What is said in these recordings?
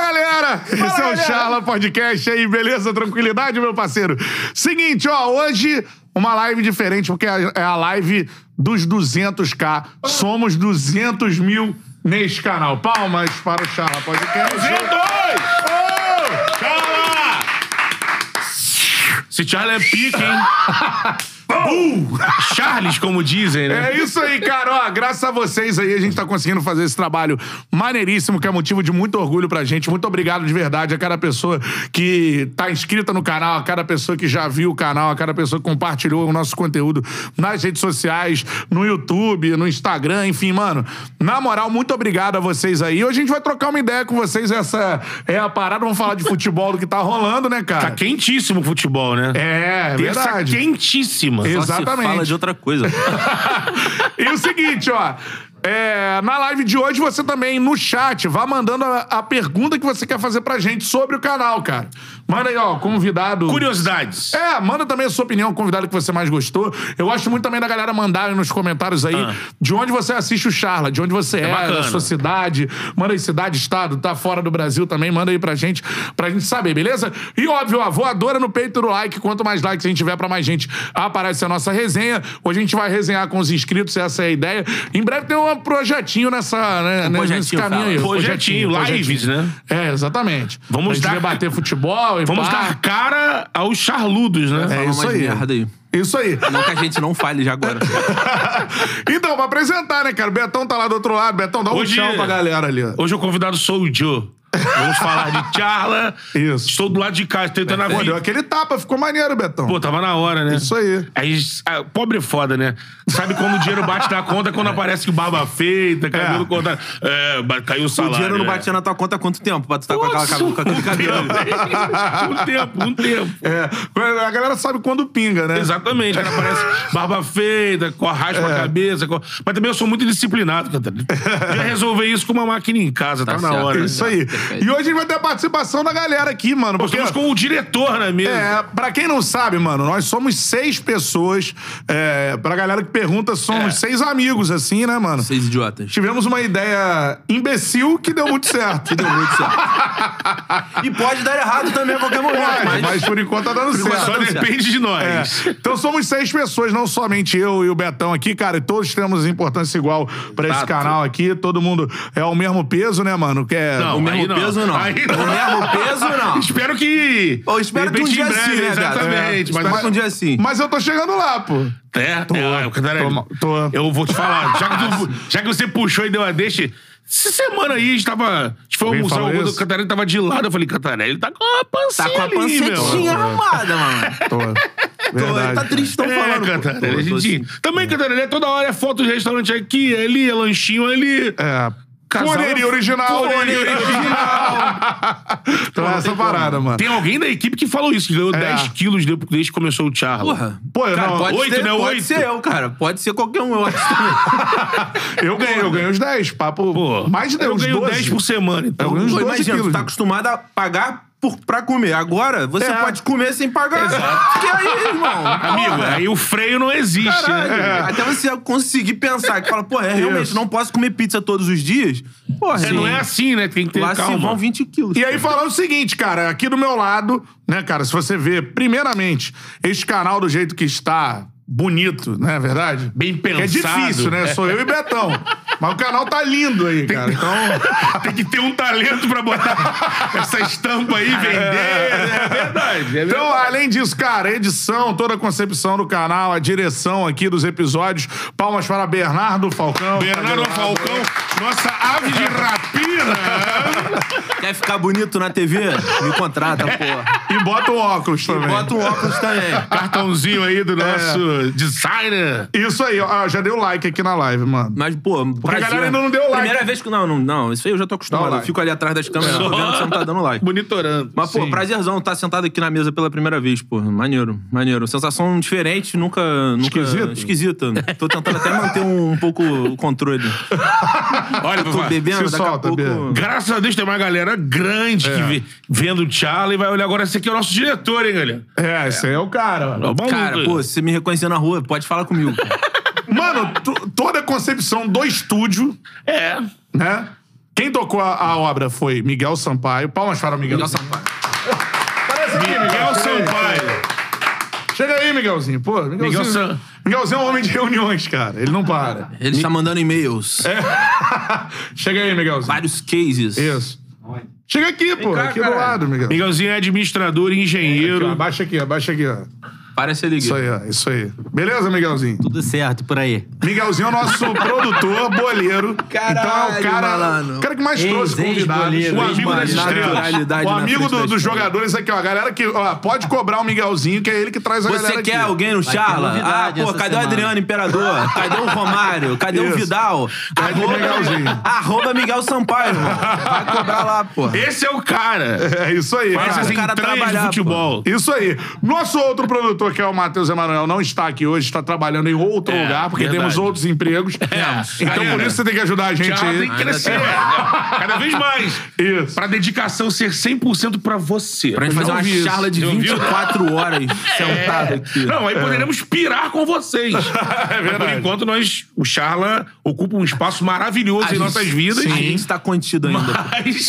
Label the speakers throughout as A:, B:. A: galera! Esse é o
B: galera.
A: Charla Podcast aí, beleza? Tranquilidade, meu parceiro? Seguinte, ó, hoje uma live diferente, porque é a live dos 200k. Somos 200 mil neste canal. Palmas para o Charla Podcast.
B: 200!
A: Ô!
B: Um! Esse Charlie é pique, hein? Bum! Charles, como dizem, né?
A: É isso aí, cara. Ó, graças a vocês aí, a gente tá conseguindo fazer esse trabalho maneiríssimo, que é motivo de muito orgulho pra gente. Muito obrigado de verdade a cada pessoa que tá inscrita no canal, a cada pessoa que já viu o canal, a cada pessoa que compartilhou o nosso conteúdo nas redes sociais, no YouTube, no Instagram, enfim, mano. Na moral, muito obrigado a vocês aí. Hoje a gente vai trocar uma ideia com vocês. Essa é a parada, vamos falar de futebol do que tá rolando, né,
B: Tá
A: cara?
B: quentíssimo o futebol, né?
A: É,
B: Terça
A: verdade.
B: quentíssima.
A: Ex-
C: Só se
A: Exatamente.
C: fala de outra coisa.
A: E o seguinte, ó. é, na live de hoje, você também, no chat, vá mandando a, a pergunta que você quer fazer pra gente sobre o canal, cara. Manda aí, ó, convidado.
B: Curiosidades.
A: É, manda também a sua opinião, o convidado que você mais gostou. Eu gosto muito também da galera mandar nos comentários aí
B: Ah.
A: de onde você assiste o Charla, de onde você é, da
B: bacana.
A: sua cidade. Manda aí cidade, estado, tá fora do Brasil também, manda aí pra gente, pra gente saber, beleza? E óbvio, ó, voadora no peito do like. Quanto mais likes a gente tiver pra mais gente, aparece a nossa resenha. Hoje a gente vai resenhar com os inscritos, essa é a ideia. Em breve tem um projetinho nessa, né, nesse
C: projetinho,
A: caminho aí.
B: Um fala. Projetinho, lives, né?
A: É, exatamente.
B: Vamos
A: pra gente
B: dar-
A: debater futebol e
B: Vamos
A: pá.
B: dar cara aos charludos, né?
A: Ah. É
C: Fala
A: isso
C: mais
A: aí.
C: merda aí.
A: Isso aí.
C: Não que a gente não fale já agora.
A: Então, pra apresentar, né, cara? O Betão tá lá do outro lado. Betão, dá um
B: Hoje-
A: tchau pra galera ali. ó.
B: Hoje o convidado sou o Joe. Vamos falar de charla.
A: Isso. é
B: Estou do lado de cá, tentando
A: Pô, deu
B: avisar.
A: aquele tapa, ficou maneiro, Betão.
B: Pô, tava na hora, né?
A: Isso aí.
B: Aí, ah, pobre é foda, né? Sabe quando o dinheiro bate na conta, quando aparece que barba feita, cabelo
A: É.
B: cortado. É, ba- caiu o
C: o
B: salário.
C: dinheiro não
B: né?
C: batia na tua conta há quanto tempo? Pra tu tá com, aquela,
B: Nossa,
C: com aquele cabelo.
B: Um tempo, um tempo.
A: É, a galera sabe quando pinga, né?
B: Exatamente, cara, parece barba feita, co- raspa a cabeça. co- Mas também eu sou muito disciplinado, Catarina. Já resolver isso com uma máquina em casa, tá,
C: Tá
B: na
C: certo.
B: hora.
A: Isso aí. E hoje a gente vai ter a participação da galera aqui, mano.
B: Pô,
A: Porque,
B: Estamos com o diretor na mesa.
A: é, pra quem não sabe, mano, nós somos seis pessoas. É, pra galera que pergunta, somos seis amigos, assim, né, mano?
C: Vocês idiotas.
A: Tivemos uma ideia imbecil que deu muito certo.
C: Deu muito certo. E pode dar errado também a qualquer momento.
A: mas,
C: Ah, mas...
A: mas por enquanto tá dando certo.
B: Só
C: tá dando certo.
B: depende de
A: É.
B: nós.
A: Então somos seis pessoas, não somente eu e o Betão aqui, cara, e todos temos importância igual pra esse
B: Tá,
A: canal aqui, todo mundo é o mesmo peso, né, mano? Que é...
B: Não,
C: O mesmo
B: aí não.
C: peso não.
B: Aí não.
C: O mesmo peso não.
B: Espero que.
C: Eu espero
B: de
C: que um
B: repente,
C: dia
B: em breve,
C: sim, né, Gato?
B: Exatamente.
C: É.
B: Mas,
C: Espero que um dia sim.
A: Mas eu tô chegando lá, pô.
B: É, é, é, Cantarelli,
A: Tô ma- tô-
B: Eu vou te falar, já que, tu- já que você puxou e deu a deixa. Essa semana aí a gente tava. A gente foi
A: Alguém
B: almoçar,
A: falou
B: o
A: isso?
B: Cantarelli tava de lado. Eu falei, Cantarelli tá com a pancinha.
C: Tá com a
B: ali,
C: pancetinha
B: meu.
C: arrumada, mano.
A: Tô.
C: Tô,
A: Verdade.
C: tá triste, tão
B: É,
C: falando. pô.
B: Cantarelli, a
C: Tô, tô
B: gente-
C: assim.
B: Também, Cantarelli, é toda hora é foto de restaurante aqui, é ali, é lanchinho ali.
A: É.
B: Casal-
A: Corneria original.
B: Corneria original.
A: Então é essa parada, mano.
B: Tem alguém da equipe que falou isso, que
C: É.
B: ganhou 10 quilos de- desde que começou o Charla.
C: Porra.
A: Pô, eu,
C: Cara,
A: não,
C: pode
B: oito,
C: ser,
B: né?
C: Pode
B: Oito.
C: ser eu, cara. Pode ser qualquer um, eu acho também.
A: eu ganhei, eu ganhei os 10, papo.
B: Pô,
A: mais de
B: eu
A: uns
B: ganho
A: 12.
B: 10 por semana,
A: Eu
B: então.
A: ganho uns
C: Pô,
A: 12
C: imagina,
A: quilos.
C: tu tá acostumado a pagar por, pra comer. Agora, você
A: É.
C: pode comer sem pagar. Que aí, irmão?
B: Amigo,
C: Porra.
B: aí o freio não existe,
C: Caralho,
B: né?
C: até você conseguir pensar que fala, porra, é, realmente não posso comer pizza todos os dias. Porra,
B: É, não é assim, né? Tem que ter
C: Lá se
B: calma.
C: vão 20 quilos.
A: E aí falando o seguinte, cara, aqui do meu lado, né, cara, se você vê, primeiramente, este canal do jeito que está, bonito, não é verdade?
B: Bem
A: Que É
B: pensado.
A: difícil, né? Sou eu e Betão. Mas o canal tá lindo aí, cara. Então,
B: Tem que ter um talento pra botar essa estampa aí e vender. É, verdade. É
A: então, além disso, cara, a edição, toda a concepção do canal, a direção aqui dos episódios. Palmas para Bernardo Falcão.
B: Bernardo
A: Tá ligado?
B: Falcão, nossa ave de rapina.
C: Quer ficar bonito na TV? Me contrata,
A: É,
C: porra.
A: E bota o óculos também.
C: Bota um óculos também.
B: Cartãozinho aí
A: É.
B: do nosso designer.
A: Isso aí, ó. Ah, já deu like aqui na live, mano.
C: Mas, pô, porque
A: galera ainda não deu like.
C: Primeira vez que. Não, não, não, isso aí eu já tô acostumado.
A: Dá o
C: Eu
A: like.
C: fico ali atrás das câmeras, tô vendo que você não tá dando like.
B: Monitorando.
C: Mas, pô,
B: Sim.
C: prazerzão estar sentado aqui na mesa pela primeira vez, pô. Maneiro, maneiro. Sensação diferente, nunca. nunca
A: Esquisito?
C: Esquisita. Tô tentando até manter um, um pouco o controle.
B: Olha,
C: Tô
B: papai,
C: bebendo,
A: se
C: daqui
A: solta,
C: a pouco.
A: Bia.
B: Graças a Deus tem uma galera grande
A: É.
B: que vê, vendo o Charlie e vai olhar agora. Esse aqui é o nosso diretor, hein, galera?
A: É, esse aí é o cara, mano.
B: Tá bom,
C: Cara, pô, se você me reconhecer na rua, pode falar comigo. cara.
A: Mano, tu- toda a concepção do estúdio,
B: É.
A: né? Quem tocou a, a obra foi Miguel Sampaio. Palmas para o Miguel.
C: Miguel Sampaio.
A: Aparece aqui,
B: Miguel
A: Chega aí.
B: Sampaio.
A: Chega aí, Miguelzinho. Pô, Miguelzinho,
B: Miguel Sam-
A: Miguelzinho é um homem de reuniões, cara. Ele não para.
C: Ele está mandando e-mails.
A: É. Chega aí, Miguelzinho.
C: Vários cases.
A: Isso. Chega aqui, pô.
B: cá,
A: aqui do
B: caralho.
A: lado, Miguel.
B: Miguelzinho é administrador e
A: Aqui, ó,
C: É,
B: engenheiro.
A: abaixa aqui, abaixa aqui, ó.
C: Parece ele.
A: Isso aí, ó. Isso aí. Beleza, Miguelzinho?
D: Tudo certo, por aí.
A: Miguelzinho é o nosso produtor, boleiro. então, é o
C: Caralho,
A: cara,
C: malandro.
A: o cara que mais
D: Ex-
A: trouxe convidados.
D: ex-boleiro,
A: O amigo das
B: ex-marido.
A: estrelas.
C: Naturalidade
A: O
C: na
A: amigo
C: frente
A: do-
C: da
A: dos
C: história.
A: jogadores aqui, ó. A galera que. Ó, pode cobrar o Miguelzinho, que é ele que traz a galera
C: Você
A: aqui.
C: quer alguém no
D: Vai ter
C: Charla? Ah,
D: novidade
C: pô,
D: essa
C: cadê o
D: semana.
C: Adriano Imperador? Cadê o Romário? Cadê
A: Isso.
C: o Vidal?
A: Cadê o Miguelzinho?
C: arroba Miguel Sampaio, irmão. Vai cobrar lá, pô.
B: Esse é o cara.
A: É isso aí.
B: Faz assim,
A: cara.
B: as
C: o
B: entranhas
C: cara
B: do
C: trabalhar,
B: futebol.
A: Isso aí. Nosso outro produtor, que é o Matheus Emanuel, não está aqui hoje, está trabalhando em outro
B: É,
A: lugar, porque
B: verdade.
A: temos outros empregos.
B: Temos.
A: Então
B: Galera,
A: por isso você tem que ajudar a gente
B: Thiago
A: aí.
B: tem que crescer. é, Cada vez mais.
A: Isso.
B: Pra dedicação ser 100% pra você.
C: Pra gente fazer
A: não
C: uma
A: vi isso.
C: charla de
B: Eu vi.
C: 24 horas sentado aqui.
B: é.
C: É.
B: Não, aí poderemos pirar com vocês. É Mas por
A: verdade.
B: enquanto, nós, o Charla ocupa um espaço maravilhoso em
C: gente-
B: nossas vidas.
C: A gente tá contido ainda.
B: Mas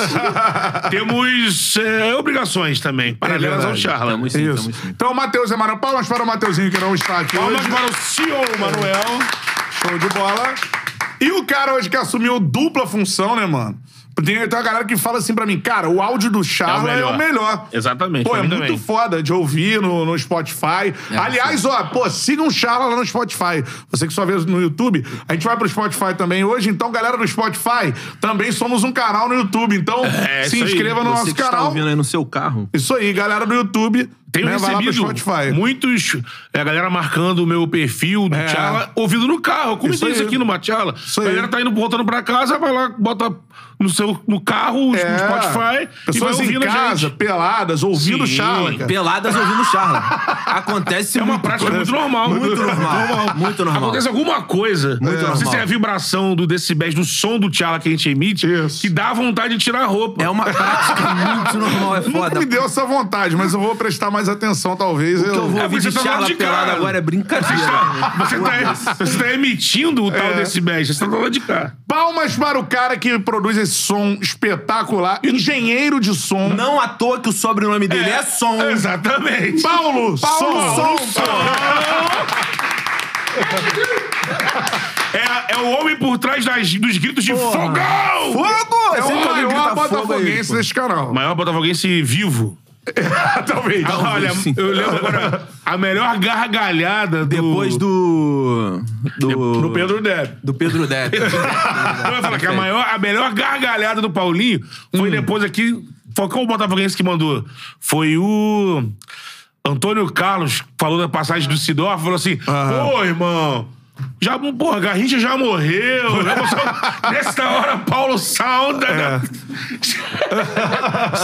B: temos é, obrigações também, paralelas ao
A: verdade.
B: Charla.
C: Tamo sim,
A: Isso.
C: tamo sim.
A: Então, Matheus Emanuel, palmas para o Mateuzinho que não está aqui
B: Palmas
A: hoje.
B: para o CEO, Manuel.
A: Show de bola. E o cara hoje que assumiu dupla função, né, mano? Tem, tem uma galera que fala assim pra mim, cara, o áudio do Charla é
B: melhor.
A: o melhor.
B: Exatamente,
A: Pô,
B: pra
A: é
B: mim
A: muito
B: também. É,
A: foda de ouvir no, no Spotify. Aliás, ó, pô, sigam o Charla lá no Spotify. Você que só vê no YouTube, a gente vai pro Spotify também hoje. Então, galera do Spotify, também somos um canal no YouTube. Então,
B: É,
A: se
B: isso aí.
A: inscreva no
C: Você
A: nosso
C: que está
A: canal.
C: ouvindo aí no seu carro.
A: Isso aí, galera do YouTube.
B: Tenho
A: né, vai lá pro
B: um recebido
A: Spotify.
B: muitos. é, a galera marcando o meu perfil do
A: É.
B: Tchala, ouvindo no carro. Eu comentei
A: Isso
B: isso,
A: aí.
B: aqui no Matchala.
A: aí.
B: A galera tá indo voltando pra casa, vai lá, bota no seu no carro,
A: É.
B: no Spotify,
A: Pessoas
B: e vai
A: em
B: ouvindo a
A: casa,
B: gente.
A: peladas, ouvindo o
B: Sim.
A: Charla, cara.
C: Peladas ouvindo charla. Acontece
B: É uma
C: muito.
B: prática muito normal.
C: Muito normal. Muito normal.
B: Acontece alguma coisa.
C: Muito
B: Não sei
C: normal.
B: se é a vibração do decibéis do som do Tchala que a gente emite
A: Isso.
B: que dá vontade de tirar a roupa.
C: É uma prática muito normal, é
A: Nunca
C: foda.
A: me deu essa vontade, mas eu vou prestar mais atenção, talvez.
C: O que eu vou
B: É,
C: ouvir
B: você
C: de
B: tá
C: charla
B: falando de
C: pelada
B: cara.
C: agora é
B: Você
C: brincadeira.
B: está, você tá- você tá emitindo o
A: É.
B: tal decibéis, você tá do lado de cá.
A: Palmas para o cara que produz esse som espetacular, engenheiro de som.
C: Não à toa que o sobrenome dele é, som.
A: Então,
B: Exatamente.
A: Paulo, som,
B: Paulo
A: som.
B: É, é o homem por trás das- dos gritos de fogão!
C: Fogo!
A: É o
C: Sempre alguém
A: maior
C: grita fogo aí,
A: botafoguense
C: pô.
A: desse canal.
B: O maior botafoguense vivo.
A: Talvez.
B: Olha,
C: sim.
B: eu lembro agora a melhor gargalhada do...
C: Depois do. Do,
A: Do Pedro Depp.
C: do Pedro Depp.
B: Então Eu ia falar que a, maior, a melhor gargalhada do Paulinho foi depois aqui. Foi qual o Botafoguense que mandou? Foi o. Antônio Carlos falou da passagem do Sidor, falou assim: Pô, irmão, já, porra, Garrincha já morreu. Já passou- Nessa hora, Paulo Saunda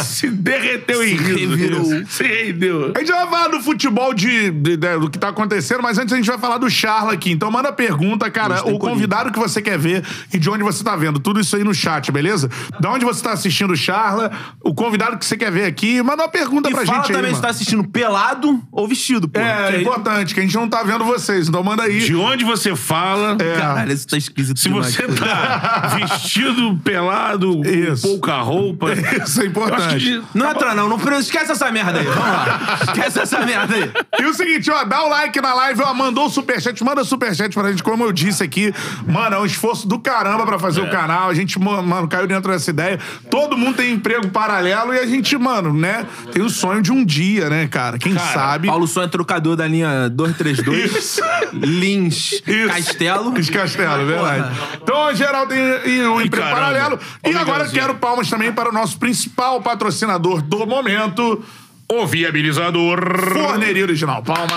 B: se derreteu em riso.
C: revirou.
B: Se rendeu.
A: A gente vai falar do futebol de, de- de- do que tá acontecendo, mas antes a gente vai falar do Charla aqui. Então manda pergunta, cara, o convidado que você quer ver e de onde você tá vendo. Tudo isso aí no chat, beleza? Da onde você tá assistindo o Charla, o convidado que você quer ver aqui, manda uma pergunta
C: E
A: pra
C: fala
A: gente
C: também
A: aí,
C: se
A: mano.
C: tá assistindo pelado ou vestido, pô.
A: É,
C: Que aí-
A: importante, que a gente não tá vendo vocês, então manda aí.
B: De onde você fala.
C: Caralho, isso tá esquisito.
B: Se
C: demais,
B: você
C: pô.
B: tá vestido, pelado,
A: Isso.
B: com pouca roupa.
A: Isso é importante.
B: Eu acho que de-
C: Não entra, não. não. pre- Esquece essa merda aí. Vamos lá. Esquece essa merda aí.
A: E o seguinte, ó, dá o like na live, ó, mandou o superchat, manda o superchat pra gente, como eu disse aqui. Mano, é um esforço do caramba pra fazer
B: É.
A: o canal, a gente, mo- mano, caiu dentro dessa ideia. Todo mundo tem emprego paralelo e a gente, mano, né, tem o sonho de um dia, né, cara? Quem sabe...
C: Paulo Sonho é trocador da linha 232.
A: Isso.
C: Lins.
A: Isso.
C: Castelo.
A: Os Castelo, verdade. Então, em geral, tem e um emprego
B: caramba.
A: paralelo. E
B: Ô,
A: agora
B: Miguelzinho.
A: quero palmas também para o nosso principal patrocinador do momento,
B: O viabilizador.
A: Forneria Original. Palmas.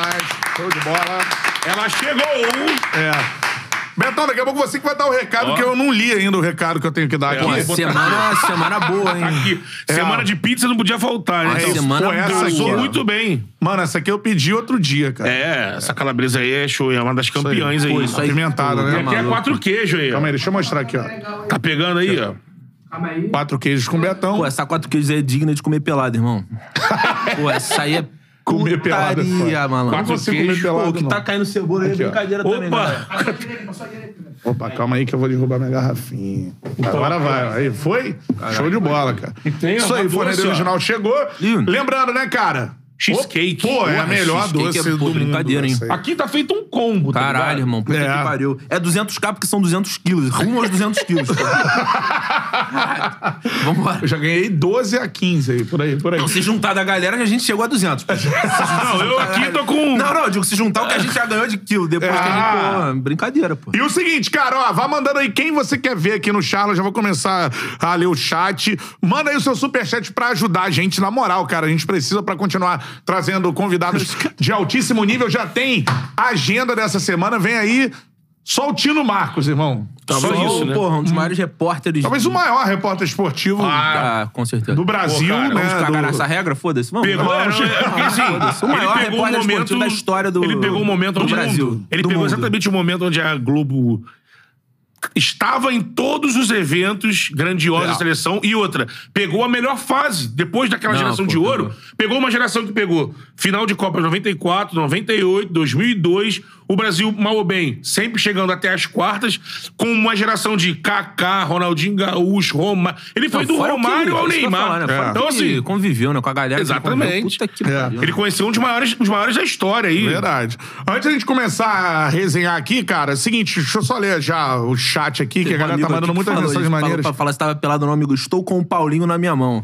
A: Show de bola.
B: Ela chegou!
A: É. Betão, daqui a pouco você que vai dar o recado,
B: Ó.
A: que eu não li ainda o recado que eu tenho que dar
B: É,
A: aqui.
B: ó,
C: Pô,
B: Vou botar
C: semana, semana boa, hein?
B: Aqui. Semana de pizza não podia faltar, né?
C: Uma
B: Então,
C: semana
B: pô, essa
A: boa.
B: aqui, muito bem.
A: Mano, essa aqui eu pedi outro dia, cara.
B: É, essa calabresa aí é show, é uma das campeãs aí.
C: Pô,
B: Isso
C: isso aí.
A: Apimentada,
C: Pô,
A: né?
C: tá
B: Aqui é
C: maluco.
B: quatro queijos aí,
A: Calma
B: ó.
A: aí, deixa eu mostrar aqui, ó.
B: Tá pegando aí, ó.
A: Quatro queijos com Betão.
C: Pô, essa quatro queijos aí é digna de comer pelado, irmão. Pô, essa aí é
A: Comer pelada é
C: Putaria,
A: foda. Quatro
C: malandro.
B: Quatro
A: você comer
B: queijos,
A: pelada,
C: Pô, que
A: não.
C: tá caindo cebola aí é
A: Aqui, ó.
B: Tá
C: brincadeira também, né?
B: Opa!
A: Opa, calma aí que eu vou derrubar minha garrafinha. Agora vai. Aí foi? Show de bola, cara.
B: Então, tem
A: Isso aí,
B: uma
A: forneira
B: doce, ó.
A: original chegou.
C: Ih.
A: Lembrando, né, cara?
B: Cheesecake.
A: Pô, é a
B: Porra,
A: melhor
C: cheesecake
A: doce
C: é, pô,
A: do mundo. né?
C: brincadeira, hein?
A: essa aí.
B: Aqui tá feito um combo, tá ligado?
C: Caralho, irmão. Puta
A: É.
C: que pariu. É 200k porque são 200 quilos. Rumo aos 200 quilos. Caralho. Vambora.
A: Eu já ganhei 12 a 15 aí, por aí, por aí.
C: Não, se juntar da galera, a gente chegou a 200. pô.
B: Não, eu aqui tô com... um.
C: Não, não, eu digo, se juntar o que a gente já ganhou de quilo depois que a gente.
A: Ah.
C: Porra, brincadeira, pô.
A: E o seguinte, cara, ó, vá mandando aí quem você quer ver aqui no Charla. Eu já vou começar a ler o chat. Manda aí o seu superchat pra ajudar a gente, na moral, cara. A gente precisa pra continuar trazendo convidados de altíssimo nível. Já tem agenda dessa semana. Vem aí só o Tino Marcos, irmão.
B: Só
C: Sou,
B: isso, né?
C: Porra, um dos maiores repórteres.
A: Talvez o maior repórter esportivo
C: Ah, com certeza.
A: do Brasil,
B: Pô, cara,
A: né?
C: Vamos cagar
A: do-
C: nessa regra? Foda-se. Vamos.
B: é, Pegou,
C: Vamos.
B: era, era, porque, assim,
C: Foda-se. O maior
B: ele pegou um
C: repórter
B: momento
C: esportivo da história do
B: Ele pegou o momento
C: do
B: onde
C: Brasil.
B: Ele
C: do
B: pegou
C: mundo.
B: exatamente o momento onde a Globo estava em todos os eventos grandiosos da
A: É.
B: seleção e outra pegou a melhor fase depois daquela
C: Não,
B: geração
C: pô,
B: de ouro
C: pegou.
B: pegou. uma geração que pegou final de Copa 94 98 2002 o Brasil mal ou bem sempre chegando até as quartas com uma geração de Kaká Ronaldinho Gaúcho Roma ele foi
C: Não,
B: do
C: fora o que-
B: Romário ao
C: isso que eu ia
B: Neymar
C: falar, né? Fora
B: É.
C: o que
B: então
C: ele
B: assim
C: conviveu, né? Com a galera. que ele conviveu.
B: Exatamente.
C: Puta que
A: É.
C: pariu.
B: ele conheceu um dos maiores, um dos maiores da história aí.
A: Verdade. Antes da gente começar a resenhar aqui, cara, é o seguinte, deixa eu só ler já o chat aqui, que a galera tá
C: um Amigo
A: mandando
C: aqui
A: muitas
C: falou,
A: mensagens
C: ele falou
A: maneiras.
C: Pra falar se tava pelado no amigo, estou com o Paulinho na minha mão.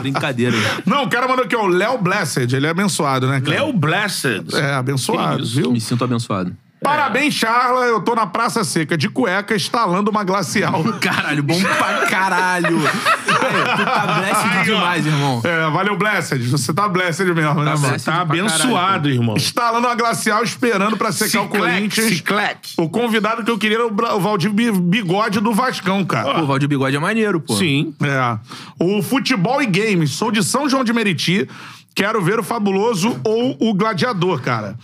C: Brincadeira.
A: Não, o cara mandou aqui, ó, o Léo Blessed, ele é abençoado, né, cara?
B: Léo Blessed.
A: É, abençoado, viu?
C: Me sinto abençoado.
A: Parabéns, Charla, eu tô na Praça Seca, de cueca, instalando uma glacial.
C: Caralho, bom pra caralho. É, tu tá blessed
B: Aí, ó.
C: demais, irmão.
A: é, valeu, Blessed, você tá Blessed mesmo, né, mano?
C: blessed.
B: Tá abençoado, irmão.
A: Instalando uma glacial, esperando pra secar é o Corinthians.
B: Ciclec.
A: O convidado que eu queria era o Bra- o Valdir Bi- Bigode do Vascão, cara.
C: Pô, o Valdir Bigode é maneiro, pô.
B: Sim.
A: É. O futebol e games. Sou de São João de Meriti. Quero ver o Fabuloso ou o Gladiador, cara.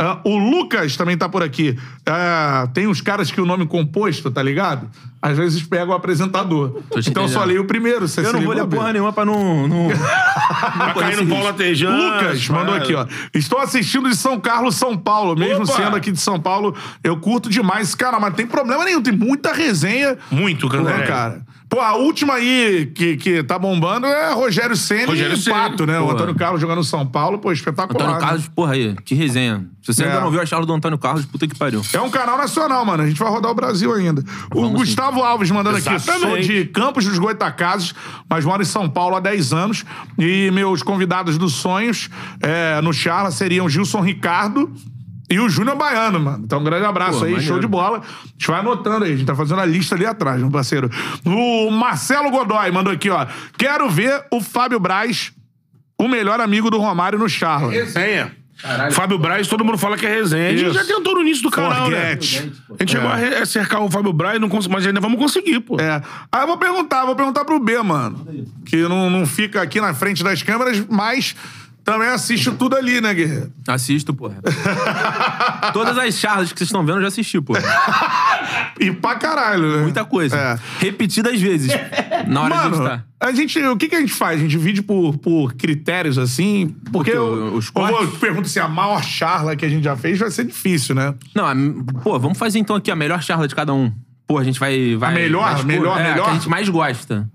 A: Ah, o Lucas também tá por aqui. Ah, tem uns caras que o nome composto, tá ligado? Às vezes pega o apresentador.
C: Tô te
A: Então eu só
C: entendendo.
A: leio o primeiro. Você
C: Eu
A: se
C: não vou
A: ligou,
C: ler porra
A: Bia?
C: nenhuma pra não. não...
B: Tá caindo bola tejando.
A: assim. Lucas mandou aqui, ó. Estou assistindo de São Carlos, São Paulo. Mesmo
B: Opa!
A: sendo aqui de São Paulo, eu curto demais. Cara, mas não tem problema nenhum. Tem muita resenha.
B: Muito,
A: Pô,
B: Cantarelli.
A: cara. Pô, a última aí que, que tá bombando é Rogério Senna
B: Rogério
A: e
B: Ceni,
A: Pato, né? O
C: pô.
A: Antônio Carlos jogando no São Paulo, pô, espetacular.
C: Antônio
A: né?
C: Carlos, porra aí, que resenha. Se você
A: É.
C: ainda não viu a charla do Antônio Carlos, puta que pariu.
A: É um canal nacional, mano. A gente vai rodar o Brasil ainda. O
C: Vamos
A: Gustavo Alves mandando aqui. Sou
B: Exatamente.
A: de Campos dos Goitacazes, mas moro em São Paulo há 10 anos. E meus convidados dos sonhos é, no Charla seriam Gilson Ricardo e o Júnior Baiano, mano. Então, um grande abraço
C: Pô,
A: aí.
C: maneiro.
A: Show de bola. A gente vai anotando aí. A gente tá fazendo a lista ali atrás, meu parceiro. O Marcelo Godoy mandou aqui, ó. Quero ver o Fábio Braz, o melhor amigo do Romário no Charla.
B: Resenha. Fábio Braz, todo mundo fala que é resenha. A gente já tentou no início do canal,
A: Forget.
B: né? A gente chegou a re- a cercar o Fábio Braz, não cons- mas ainda vamos conseguir, pô.
A: É. Aí eu vou perguntar, vou perguntar pro B, mano. Que não, não fica aqui na frente das câmeras, mas também assiste tudo ali, né, Guerreiro?
C: Assisto, porra. Todas as charlas que vocês estão vendo, eu já assisti, porra.
A: E pra caralho, né?
C: Muita coisa.
A: É.
C: Repetidas vezes. Na hora de
A: Mano,
C: editar.
A: a gente, o que, que a gente faz? A gente divide por, por critérios assim? Porque
C: Porque
A: eu,
C: os
A: eu vou-
C: cortes?
A: pergunto se a maior charla que a gente já fez vai ser difícil, né?
C: Não, a- pô, vamos fazer então aqui a melhor charla de cada um. Pô, a gente vai. vai
A: melhor,
C: vai expor-
A: melhor,
C: é, a
A: melhor?
C: Que a gente mais gosta.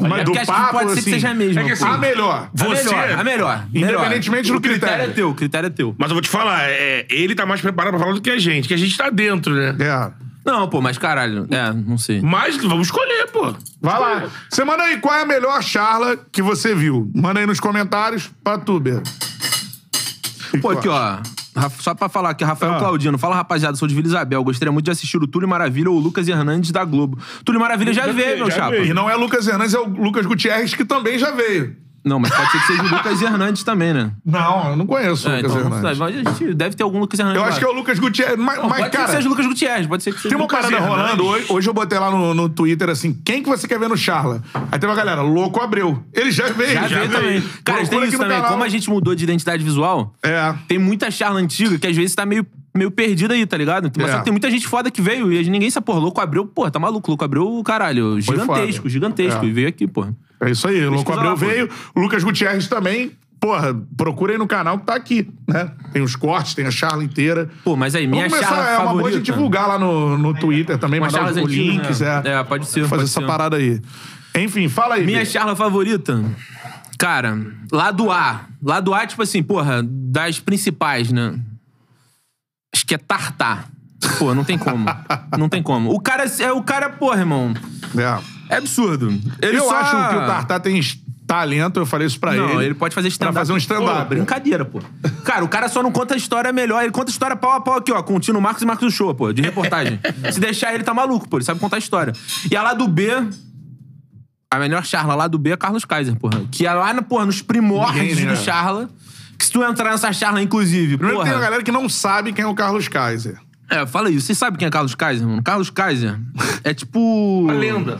A: Mas do
C: é porque acho que
A: papo,
C: pode ser que
A: assim,
C: seja a mesma,
A: é que assim,
C: pô.
A: a melhor.
C: A
B: Você-
C: melhor, a melhor.
A: Independentemente do critério.
C: melhor. O critério é teu, o critério é teu.
B: Mas eu vou te falar, é, ele tá mais preparado pra falar do que a gente, que a gente tá dentro, né?
A: É.
C: Não, pô, mas caralho. É, não sei.
B: Mas vamos escolher, pô.
A: Vai lá. Você manda aí qual é a melhor charla que você viu. Manda aí nos comentários pra tu, Bia.
C: Pô, aqui, ó. Raf- Só pra falar aqui,
A: Ah.
C: Rafael Claudino. Fala, rapaziada, sou de Vila Isabel. Gostaria muito de assistir o Túlio Maravilha ou o Lucas Hernandes da Globo. Túlio Maravilha já, veio,
B: veio,
C: meu
B: já
C: um chapa.
B: veio.
A: E não é Lucas Hernandes, é o Lucas Gutierrez, que também já veio.
C: Não, mas pode ser que seja o Lucas Hernandes também, né?
A: Não, eu não conheço o
C: É,
A: Lucas
C: então,
A: Hernandes.
C: mas a gente deve ter algum Lucas Hernandes.
A: Eu
C: lá.
A: acho que é o Lucas Gutierrez. Mas,
C: Não,
A: mas,
C: pode ser que
A: cara,
C: seja o Lucas Gutierrez, pode ser que seja.
A: tem uma
C: Lucas
A: parada
C: Hernandes.
A: rolando. Hoje, hoje eu botei lá no, no Twitter assim: quem que você quer ver no Charla? Aí tem uma galera, Louco Abreu. Ele já veio.
C: Já, veio também. Cara,
A: Procura
C: tem
A: aqui
C: isso
A: no
C: também.
A: canal.
C: Como a gente mudou de identidade visual,
A: É.
C: tem muita charla antiga que às vezes tá meio, meio perdida aí, tá ligado? Mas
A: É.
C: só que tem muita gente foda que veio e ninguém sabe, pô, louco abriu, pô, tá maluco, louco abriu, caralho,
A: Foi
C: gigantesco,
A: foda.
C: gigantesco.
A: É.
C: E veio aqui, pô.
A: É isso aí, Louco Abreu
C: Pesquisa lá, pô.
A: veio. Lucas Gutierrez também. porra, procurem no canal que tá aqui, né? Tem os cortes, tem a charla inteira.
C: Pô, mas aí, minha
A: Vamos começar,
C: charla
A: é uma boa
C: favorita.
A: gente divulgar lá no, no Twitter também,
C: Umas
A: mandar os
C: charlas
A: os
C: antigas,
A: links,
C: né?
A: é.
C: É, pode ser,
A: Fazer
C: pode
A: essa
C: ser.
A: parada aí. Enfim, fala aí.
C: Minha
A: Bia.
C: charla favorita? Cara, lado A. Lado A, tipo assim, porra, das principais, né? Acho que é tartar. Pô, não tem como. não tem como. O cara, é o cara, porra, irmão.
A: É.
C: É absurdo. Ele
A: Eu
C: só-
A: acho que o Tartar tem talento, eu falei isso pra
C: Não,
A: ele.
C: ele pode fazer stand-up.
A: Pra fazer um
C: Pô,
A: stand-up.
C: brincadeira, pô. Cara, o cara só não conta a história melhor. Ele conta a história pau a pau aqui, ó. Com o Tino Marcos e Marcos do Show, pô. De reportagem. Se deixar ele, tá maluco, pô. Ele sabe contar a história. E a lá do B... A melhor charla lá do B é Carlos Kaiser, porra. Que é lá, na- porra, nos primórdios
A: Ninguém, né?
C: do charla. Que se tu entrar nessa charla, inclusive,
A: Primeiro tem uma
C: porra...
A: galera que não sabe quem é o Carlos Kaiser.
C: É, fala isso. Você sabe quem é Carlos Kaiser, mano? Carlos Kaiser é tipo...
D: A lenda.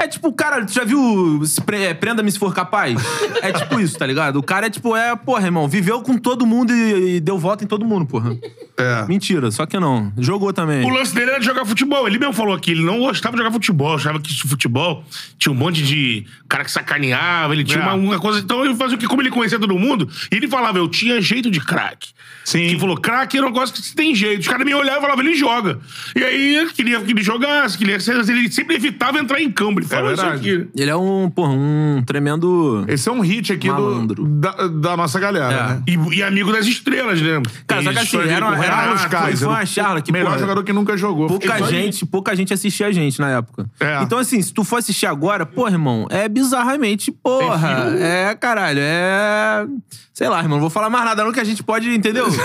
C: É tipo, cara, tu já viu se pre- é, Prenda-me se for capaz? É tipo isso, tá ligado? O cara é tipo, é, porra, irmão, viveu com todo mundo e, e deu voto em todo mundo, porra.
A: É.
C: Mentira, só que não. Jogou também.
B: O lance dele era de jogar futebol. Ele mesmo falou aqui, ele não gostava de jogar futebol, achava que isso, futebol tinha um monte de cara que sacaneava, ele tinha
A: É.
C: Ah.
B: uma, uma coisa. Então ele fazia o que? Como ele conhecia todo mundo, ele falava, eu tinha jeito de craque.
A: Sim.
B: Ele falou, craque é um negócio que você tem jeito. Os caras me olhavam e falavam, ele joga. E aí ele queria que ele jogasse, queria que ele ele sempre evitava entrar em campo. Ele falou isso
A: verdade.
B: aqui.
C: Ele é um, porra, um tremendo.
A: Esse é um hit aqui do,
C: Malandro.
A: da, da nossa galera,
C: É.
A: né?
B: E, e amigo das estrelas, né?
C: Cara, só que assim, era,
A: com o
C: uma- era
A: Renato
C: uma- foi,
A: Kaiser,
C: foi
A: o
C: uma charla que,
A: Melhor
C: porra,
A: jogador que nunca jogou.
C: pouca
A: Porque-
C: gente, pouca gente assistia a gente na época.
A: É.
C: Então, assim, se tu for assistir agora, porra, irmão, é bizarramente, porra. É, caralho, é. Sei lá, irmão, não vou falar mais nada, não, que a gente pode, entendeu? se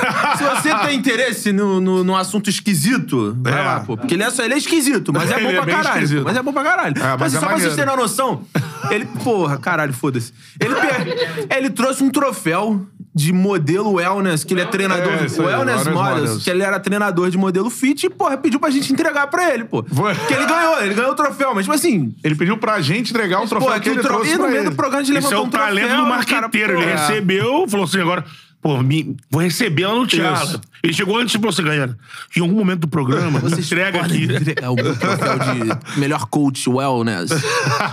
C: você tem interesse no, no, num assunto esquisito,
A: É.
C: vai lá, pô. Porque ele é, só, ele é esquisito, mas é
A: Ele
C: bom
A: é
C: pra
A: bem
C: caralho.
A: esquisito.
C: Mas é bom pra caralho.
A: mas
C: mas
A: é
C: só pra vocês
A: maneiro.
C: terem uma noção, ele. Porra, caralho, foda-se. Ele, pe- ele trouxe um troféu. De modelo wellness, que ele é treinador.
A: É, isso aí,
C: wellness
A: wellness models.
C: models, que é ele era treinador de modelo fit e, porra, pediu pra gente entregar pra ele, pô.
A: Foi.
C: Porque ele ganhou, ele ganhou o troféu, mas tipo assim.
A: Ele pediu pra gente entregar um troféu
C: Pô,
A: que
C: aqui
A: ele
C: o tro...
A: trouxe
C: E no
A: pra
C: meio
A: ele.
C: do programa a gente
B: Esse é
C: levantou
B: o
C: um troféu.
B: talento do marqueteiro. Ele
C: cara, pô, é.
B: recebeu, falou assim agora, pô, me- vou receber ela no Tchala. Ele chegou antes e falou assim, galera, em algum momento do programa, você entrega aqui.
C: É o troféu de melhor coach wellness.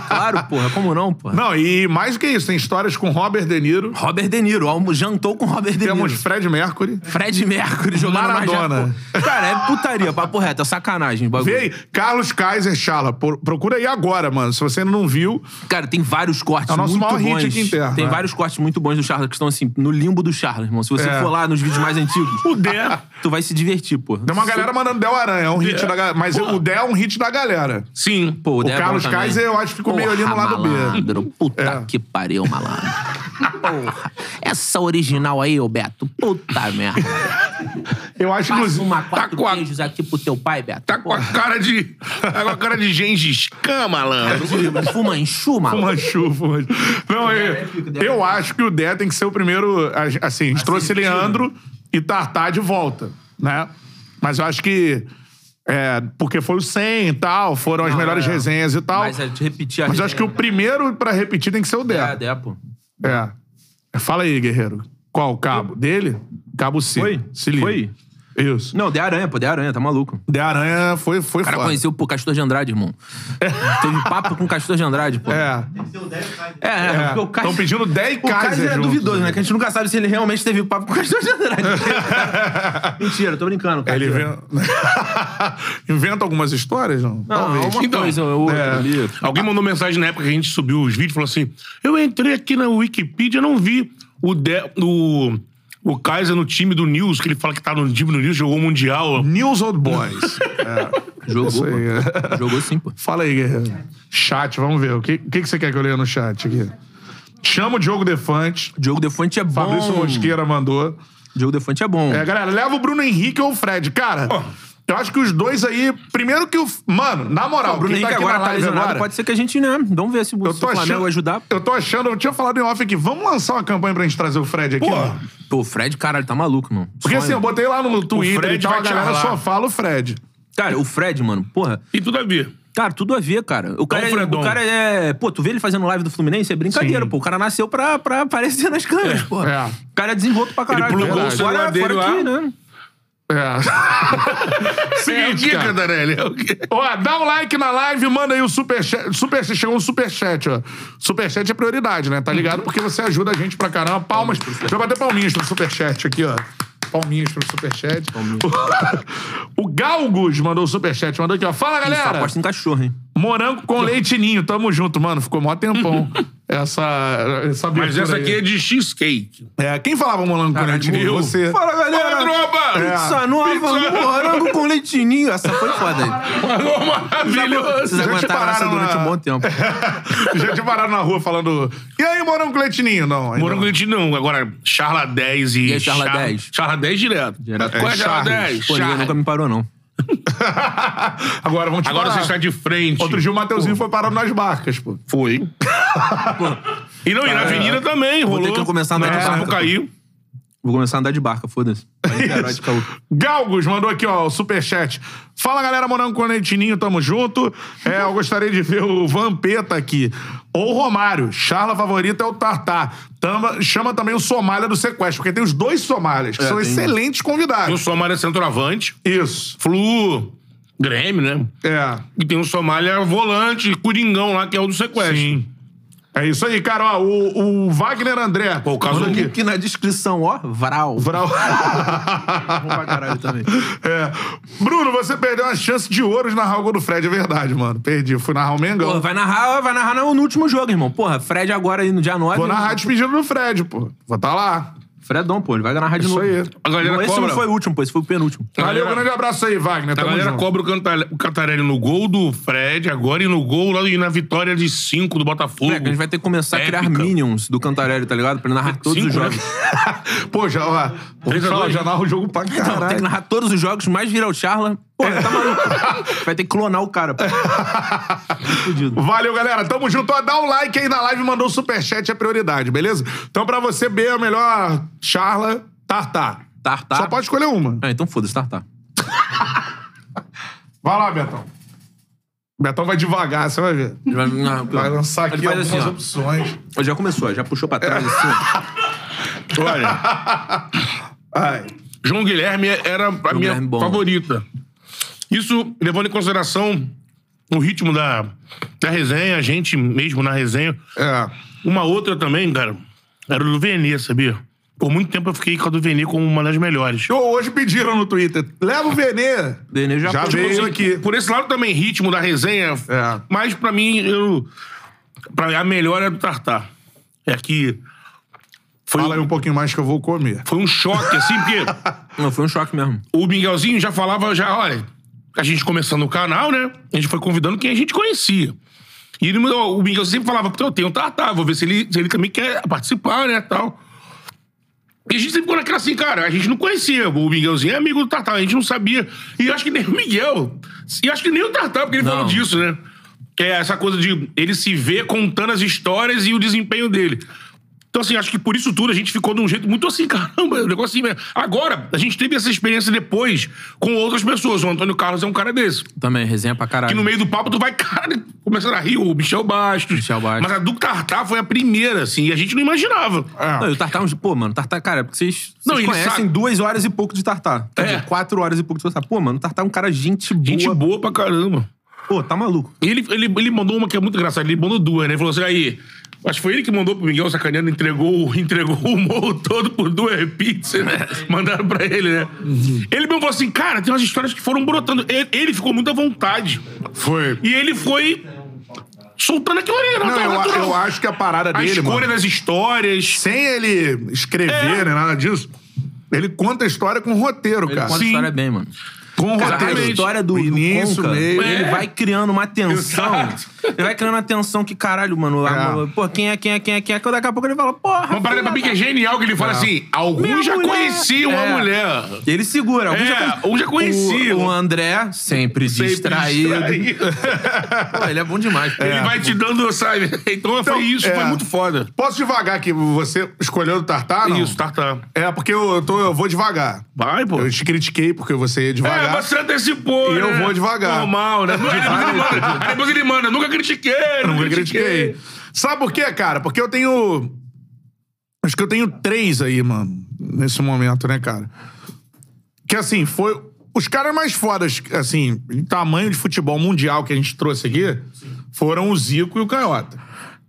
C: Claro, porra, como não, porra?
A: Não, e mais do que isso, tem histórias com Robert De Niro.
C: Robert De Niro, almo- jantou com Robert De Niro.
A: Temos Fred Mercury.
C: Fred Mercury jogando
A: Maradona.
C: na Japão. Cara, é putaria, papo reto, é sacanagem. o Bagulho.
A: Vê aí, Carlos Kaiser Chala. Por- Procura aí agora, mano. Se você ainda não viu,
C: Cara, tem vários cortes
A: É o nosso
C: muito
A: maior hit
C: bons.
A: aqui interno,
C: tem
A: né?
C: vários cortes muito bons do Charles que estão assim, no limbo do Charles, irmão. Se você
A: É.
C: for lá nos vídeos mais antigos,
B: O Dé.
C: tu vai se divertir, pô.
A: tem uma galera mandando Del Aranha. É um hit da galera. Mas o Del é um hit da galera.
B: Sim.
C: Pô,
A: O
C: Dé é bom
A: Carlos
C: também.
A: Kaiser, eu acho que ficou meio ali no
C: Porra,
A: lado B.
C: malandro. Puta
A: É.
C: que pariu, malandro. Porra. Essa original aí, ô Beto. Puta merda.
A: Eu acho,
C: Passa
A: inclusive.
C: uma
A: Tá
C: quatro
A: com a
C: queijos aqui pro teu pai, Beto.
B: Tá com a cara de. Tá com a cara de Gengis Khan, malandro.
C: Porra. Fuma enxu, malandro.
A: Uma chuva. Não, eu, eu acho que o Dé tem que ser o primeiro. a- Assim, a gente trouxe Leandro e Tartar de volta, né? Mas eu acho que. É, porque foi o 100 e tal, foram as melhores
C: é.
A: resenhas e tal.
C: Mas
A: Mas,
C: é de repetir a
A: eu acho que o primeiro pra repetir tem que ser o
C: É,
A: Dé.
C: Dé, pô.
A: É. Fala aí, guerreiro. Qual? o Cabo? Dele? Cabo C.
C: Foi?
A: Se liga.
C: Foi?
A: Isso.
C: Não, Dé Aranha, pô. Dé Aranha, tá maluco.
A: Dé Aranha foi, foi
C: O cara
A: foda.
C: conheceu, pô, Castor de Andrade, irmão. Teve papo com o Castor de Andrade, pô.
A: É.
C: É, é, porque o
A: Estão
C: Castor...
A: pedindo 10
C: O Kaiser
A: Kaiser
C: é
A: juntos.
C: duvidoso, né? Que a gente nunca sabe se ele realmente teve papo com o Castor de Andrade. Mentira, tô brincando, cara.
A: Ele inventa... inventa algumas histórias, não?
C: Não,
A: Talvez.
C: uma
B: Então,
C: coisa ou outra
A: é.
C: ali.
B: Alguém mandou mensagem na época que a gente subiu os vídeos e falou assim: Eu entrei aqui na Wikipedia, não vi o, De, o, o Kaiser no time do News, que ele fala que tá no time do News, jogou o Mundial.
A: News Old Boys. Isso
C: Jogou,
A: aí,
C: pô.
A: é.
C: Jogou sim, pô.
A: Fala aí, guerreiro. Chat, vamos ver. O que, o que que você quer que eu leia no chat aqui? Chama o Diogo Defante.
C: Diogo Defante é bom.
A: Fabrício Mosqueira mandou.
C: Diogo Defante é bom.
A: É, galera, leva o Bruno Henrique ou o Fred. Cara, eu acho que os dois aí. Primeiro que o. Mano, na moral,
C: o Bruno
A: quem tá aqui
C: Henrique agora
A: na
C: tá
A: live
C: lesionado.
A: agora-
C: Pode ser que a gente, né? Vamos ver se, o-
A: Eu
C: se
A: tô
C: o Flamengo
A: achando.
C: ajudar.
A: Eu tô achando. Eu tinha falado em off aqui. Vamos lançar uma campanha pra gente trazer o Fred aqui, mano.
C: Pô, o Fred, caralho, tá maluco, mano.
A: Porque assim, eu botei lá no Twitter
B: Fred
A: e tal, a
B: vai te
A: galera
B: ralar.
A: só fala o Fred.
C: Cara, o Fred, mano, porra.
B: E tudo a ver.
C: Cara, tudo a ver, cara. O cara,
B: Fredon.
C: o cara é. Pô, tu vê ele fazendo live do Fluminense? É brincadeira,
A: Sim.
C: pô. O cara nasceu pra, pra aparecer nas câmeras, pô.
A: É.
C: O cara é desenvolto pra caralho.
B: plugou
C: cara.
B: o celular
C: fora,
B: dele
C: fora
B: lá.
C: que, né?
A: É.
B: É o
A: Seguinte,
B: que,
A: cara.
B: Cantarelli? É o quê?
A: Ó, dá o like na live, manda aí o superchat. Superchat, chegou um superchat, ó. Superchat é prioridade, né? Tá ligado? Porque você ajuda a gente pra caramba. Palmas. Deixa eu bater palminhas pro superchat aqui, ó. Palminhas pro superchat. o Galgos mandou o superchat, mandou aqui, ó. Fala,
C: Só
A: galera!
C: aposta em cachorro, hein?
A: Morango com leitinho. Tamo junto, mano. Ficou mó tempão. essa, essa
B: Mas
A: abertura
B: essa
A: aí.
B: aqui é de cheesecake.
A: É, quem falava morango com
C: Caralho,
A: leitinho?
B: eu.
A: Você.
C: Fala, galera!
B: Droba!
C: Pizza nova, morango com leitinho. Essa foi foda aí.
B: Alô,
C: Vocês
B: maravilhoso!
A: Já te
C: aguentaram essa
A: pararam
C: durante
A: na-
C: um bom tempo.
A: Já te pararam na rua falando. E aí, morango com leitinho? Não. ainda
B: Morango
A: não.
B: Leite não, agora Charla 10 e.
C: E aí, Charla
B: Char-
C: 10?
B: Charla 10 direto.
C: Direto.
B: Qual é
A: É,
B: Charla
A: Charles.
B: 10?
C: Pô, ninguém
B: Charla.
C: nunca me parou, não.
A: Agora vamos te
B: Agora
A: parar.
B: você está de frente.
A: Outro dia o Mateuzinho foi parado nas barcas, pô.
B: Foi. e não, e na avenida também,
C: É. Vou
B: rolou.
C: ter que começar a andar de
B: é,
C: barco.
B: caiu.
C: Vou começar a andar de barca, foda-se. Vai Niterói de caô.
A: Galgos mandou aqui, ó, o superchat. Fala, galera, Morango com Leitinho, tamo junto. É, eu gostaria de ver o Vampeta aqui. Ou o Romário. Charla favorita é o Tartar. Tama- chama também o Somália do Sequestro, porque tem os dois Somálias, que são
C: tem.
A: excelentes
B: Tem o
A: convidados.
B: Somália centroavante,
A: Isso.
B: Flu, Grêmio, né?
A: É.
B: E tem o Somália volante, Coringão lá, que é o do sequestro. Sim.
A: É isso aí, cara. Ó, o, o Wagner André.
B: Pô, o caso
A: mandou
B: do-
A: aqui.
C: Aqui um na descrição, ó, Vral.
A: Brau.
C: Bom pra caralho também.
A: É. Bruno, você perdeu uma chance de ouros narrar o gol do Fred, é verdade, mano. Perdi. Fui narrar o Mengão.
C: Porra, vai narrar, vai narrar no, no últivo jogo, irmão. Porra, Fred agora aí no dia 9.
A: Vou narrar despedindo do Fred, pô. Vou tá lá.
C: Fredão, pô, ele vai narrar de
A: Isso
C: novo.
A: aí.
B: A galera
C: não, esse
B: cobra.
C: não foi o último, pô, esse foi o penúltimo.
B: A
A: Valeu,
B: galera-
A: grande abraço aí, Wagner.
C: Tá
B: A
A: Tamo
B: galera
A: junto.
B: cobra o Cantale- o Cantarelli no gol do Fred agora e no gol lá e na vitória de 5 do Botafogo.
C: Moleque, a gente vai ter que começar a criar
B: Épica.
C: minions do Cantarelli, tá ligado? Pra ele narrar todos
B: Cinco,
C: os
B: né?
C: jogos.
A: Pô, já, ó, vou te falar, já narra o jogo pra
C: Não, tem que
A: caralho.
C: narrar todos os jogos, mais virar o Charla. Pô, tá maluco. Vai ter que clonar o cara, pô. Fudido.
A: Valeu, galera. Tamo junto. Ó, dá o like aí na live, mandou o superchat, é prioridade, beleza? Então, pra você, B, é o melhor charla, tartar.
C: Tartar.
A: Só pode escolher uma.
C: Ah, então foda-se, Tartar.
A: Vai lá, Betão. Betão vai devagar, você vai ver.
C: Ele vai, não,
A: Vai lançar aqui
C: ele faz
A: algumas
C: assim, ó.
A: opções.
C: Já começou, já puxou pra trás assim. ó.
B: Olha,
A: Ai.
B: João Guilherme era a minha
C: Guilherme bom.
B: favorita. Isso levando em consideração o ritmo da, da resenha, a gente mesmo na resenha.
A: É.
B: Uma outra também, cara, era do Venê, sabia? Por muito tempo eu fiquei com a do Venê como uma das melhores.
A: Show, hoje pediram no Twitter. Leva o Venê.
C: Denê já,
A: Já
C: puxou.
A: veio.
B: Assim,
A: aqui.
B: Por esse lado também, ritmo da resenha.
A: É.
B: Mas pra mim, eu. Pra mim, a melhor é do Tartar. É que. Foi,
A: Fala aí um pouquinho mais que eu vou comer.
B: foi um choque, assim, porque.
C: Não, foi um choque mesmo.
B: o Miguelzinho já falava, já, olha, a gente começando o canal, né? A gente foi convidando quem a gente conhecia. E ele, mandou- o Miguelzinho sempre falava, eu tenho um Tartar, vou ver se ele, se ele também quer participar, né, tal. E a gente sempre ficou naquela assim, cara, a gente não conhecia. O Miguelzinho é amigo do Tartar, a gente não sabia. E eu acho que nem o Miguel, e eu acho que nem o Tartar, porque ele
C: Não.
B: falou disso, né? É essa coisa de ele se ver contando as histórias e o desempenho dele. Então, assim, acho que por isso tudo a gente ficou de um jeito muito assim, caramba, o negócio assim mesmo. Agora, a gente teve essa experiência depois com outras pessoas. O Antônio Carlos é um cara desse.
C: Também, resenha pra caralho.
B: Que no meio do papo tu vai, cara, começando a rir. O Michel Bastos.
C: Michel Bastos.
B: Mas a do Tartar foi a primeira, assim, e a gente não imaginava.
C: Não, e o Tartar, é um gi- pô, mano, Tartar, cara, porque vocês,
B: Não,
C: vocês
B: ele
C: conhecem
B: sabe.
C: duas horas e pouco de Tartar. Quer
B: É.
C: dizer, quatro horas e pouco de Tartar. Pô, mano, o Tartar é um cara gente boa.
B: Gente boa pra caramba.
C: Pô, tá maluco.
B: E Ele, ele, ele mandou uma que é muito engraçada. Ele mandou duas, né? Ele falou assim, aí... Acho que foi ele que mandou pro Miguel sacaneando, entregou, entregou o morro todo por duas pizzas, né? Mandaram pra ele, né? Ele mesmo falou assim, cara, tem umas histórias que foram brotando. Ele, ele ficou muito à vontade.
A: Foi.
B: E ele foi soltando aquilo ali.
A: Não,
B: natural,
A: eu,
B: natural.
A: eu acho que a parada
B: A
A: dele,
B: escolha
A: mano,
B: das histórias.
A: sem ele escrever,
B: É.
A: nem nada disso, ele conta a história com roteiro,
C: Ele
A: cara.
C: conta a
B: Sim.
C: história bem, mano.
A: Com
C: Cara, a
B: Exatamente.
C: história do, do
A: Início,
C: Conca,
A: meio-
C: ele
B: É.
C: vai criando uma tensão.
B: Exato.
C: Ele vai criando uma tensão que, caralho, mano, a-
A: É.
C: pô, quem é, quem é, quem é, quem é? Que daqui a pouco ele fala,
B: Uma
C: porra.
B: parada
C: filha
B: pra mim que é
C: da-
B: genial, que ele fala assim, alguns
C: Minha
B: já
C: mulher.
B: conheciam
C: É.
B: a mulher.
C: Ele segura. Algum
B: É,
C: já,
B: um já conhecia.
C: O, o André, sempre,
B: Sempre
C: distraído.
B: distraído.
C: Pô, ele é bom demais. pô.
B: Ele vai te dando, sabe? Então, foi isso,
A: é.
B: foi muito foda.
A: Posso devagar que você escolheu o Tartar, não?
B: Isso, tá. tartar.
A: É, porque eu, eu tô, eu vou devagar.
B: Vai, pô.
A: Eu te critiquei porque você ia
B: É,
A: devagar.
B: você antecipou,
A: E eu
B: né?
A: vou devagar.
B: Normal, né? Aí depois ele manda, aí depois ele manda, nunca critiquei,
A: Eu
B: nunca
A: critiquei.
B: critiquei.
A: Sabe por quê, cara? Porque eu tenho. Acho que eu tenho três aí, mano, nesse momento, né, cara? que assim, foi. Os caras mais fodas, assim, em tamanho de futebol mundial que a gente trouxe aqui, foram o Zico e o Canhota.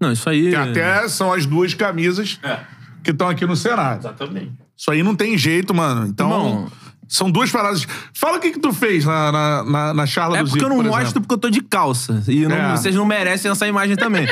C: Não, isso aí.
A: Que até são as duas camisas
C: É.
A: que estão aqui no Senado.
B: Exatamente.
A: Isso aí não tem jeito, mano. Então.
C: Irmão.
A: São duas paradas. Fala o que, que tu fez na, na, na, na charla
C: É
A: do
C: porque
A: Zico.
C: eu não
A: por
C: mostro
A: exemplo.
C: porque eu tô de calça. E não-
A: É.
C: vocês não merecem essa imagem também.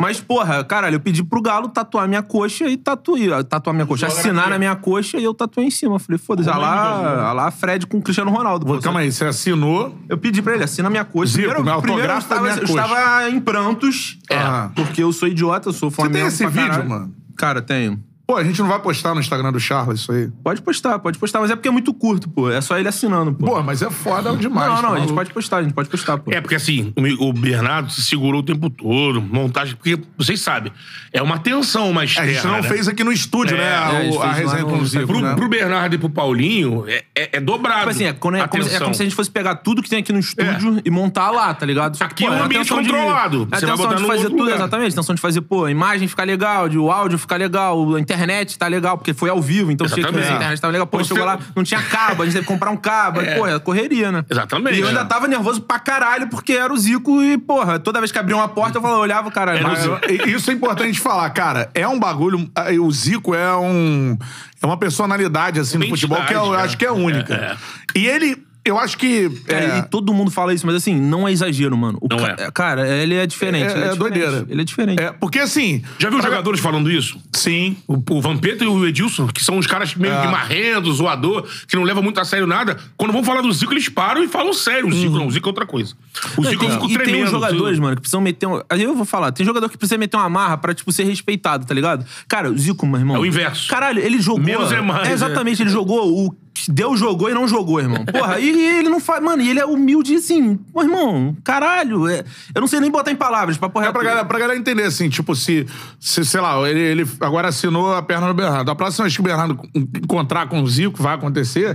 C: Mas, porra, caralho, eu pedi pro Galo tatuar minha coxa e tatuei. Tatuar minha coxa.
B: Joga
C: Assinar
B: aqui.
C: na minha coxa e eu tatuei em cima. Eu Falei, foda-se, olha
A: é
C: lá, olha lá Fred com o Cristiano Ronaldo. pô.
A: né?" Calma aí, você assinou.
C: Eu pedi pra ele, assina minha coxa.
A: Zico, me
C: primeiro, primeiro eu,
A: autografa
C: estava,
A: minha
C: eu
A: coxa.
C: estava em prantos.
A: Ah.
C: Porque eu sou idiota, eu sou flamengo.
A: tem esse
C: pra
A: vídeo,
C: caralho.
A: mano?
C: Cara, tenho.
A: Pô, a gente não vai postar no Instagram do Charla isso aí.
C: Pode postar, pode postar, mas é porque é muito curto, pô. É só ele assinando, pô.
A: Pô, mas é foda demais.
C: não,
A: tá
C: não, a gente
A: maluco?
C: pode postar, a gente pode postar, pô.
B: É, porque assim, o o Bernardo se segurou o tempo todo, montagem, porque vocês sabem, é uma tensão mais
A: A gente não fez aqui no estúdio,
B: É,
A: né?
B: é,
A: A,
C: a gente
A: o- a
C: fez lá
A: resenha
C: no
A: com o
C: Instagram.
A: Zico.
B: Pro,
A: né?
B: pro Bernardo e pro Paulinho, é, é, é dobrado.
C: Tipo assim, é, quando- é
B: a
C: como, se- é
B: tensão.
C: como se a gente fosse pegar tudo que tem aqui no estúdio e montar lá, tá ligado? Só
B: É. Aqui é um
C: uma
B: ambiente
C: tensão de-
B: controlado.
C: É
B: Você
C: a
B: vai
C: tensão
B: botar
C: de
B: num
C: fazer
B: outro
C: tudo,
B: lugar.
C: exatamente. Tensão de fazer, pô, a imagem ficar legal, de, o áudio ficar legal, a internet tá legal, porque foi ao vivo, então tinha que ver se a
B: Exatamente.
C: internet tava legal. Pô,
B: Você-
C: chegou lá, não tinha cabo, a gente teve que comprar um cabo. Pô, é correria, né?
B: Exatamente.
C: E eu ainda tava nervoso pra caralho, porque era o Zico e, porra, toda vez que abria uma porta, eu falava, eu olhava, caralho.
B: Era o
C: mas-
B: Zico.
A: E- Isso é importante falar, cara. É um bagulho. eh, O Zico é um. É uma personalidade, assim, no
B: Identidade,
A: futebol que eu
B: cara.
A: acho que é única. E ele. Eu acho que.
C: Cara,
A: eh,
C: e todo mundo fala isso, mas assim, não é exagero, mano. O
B: É. Não
C: ca-
B: é.
C: Cara, ele é diferente.
A: É-
C: ele é,
A: é
C: diferente.
A: doideira.
C: Ele é diferente.
A: é, porque assim.
B: Já viu os jogadores falando isso?
A: Sim.
B: O, o Vampeta e o Edilson, que são uns caras meio
A: Ah.
B: que marrendo, zoador, que não levam muito a sério nada, quando vão falar do Zico, eles param e falam sério. O Zico não, o Zico é outra coisa. O Zico eu
C: Hum. e,
B: fico
C: e
B: tremendo.
C: tem um uns jogadores,
B: Zico.
C: mano, que precisam meter um. Aí eu vou falar, tem jogador que precisa meter uma marra pra, tipo, ser respeitado, tá ligado? Cara, o Zico, meu irmão.
B: É o inverso.
C: Caralho, ele jogou.
B: Menos é mais,
C: exatamente, ele jogou o. que Deus jogou e não jogou, irmão. Porra, e, e ele não faz. Mano, e ele é humilde assim. Meu irmão, caralho. é- eu não sei nem botar em palavras, pra porra.
A: É pra galera, pra galera entender, assim, tipo, se, se sei lá, ele, ele agora assinou a perna do Bernardo. A próxima vez que o Bernardo encontrar com o Zico, vai acontecer,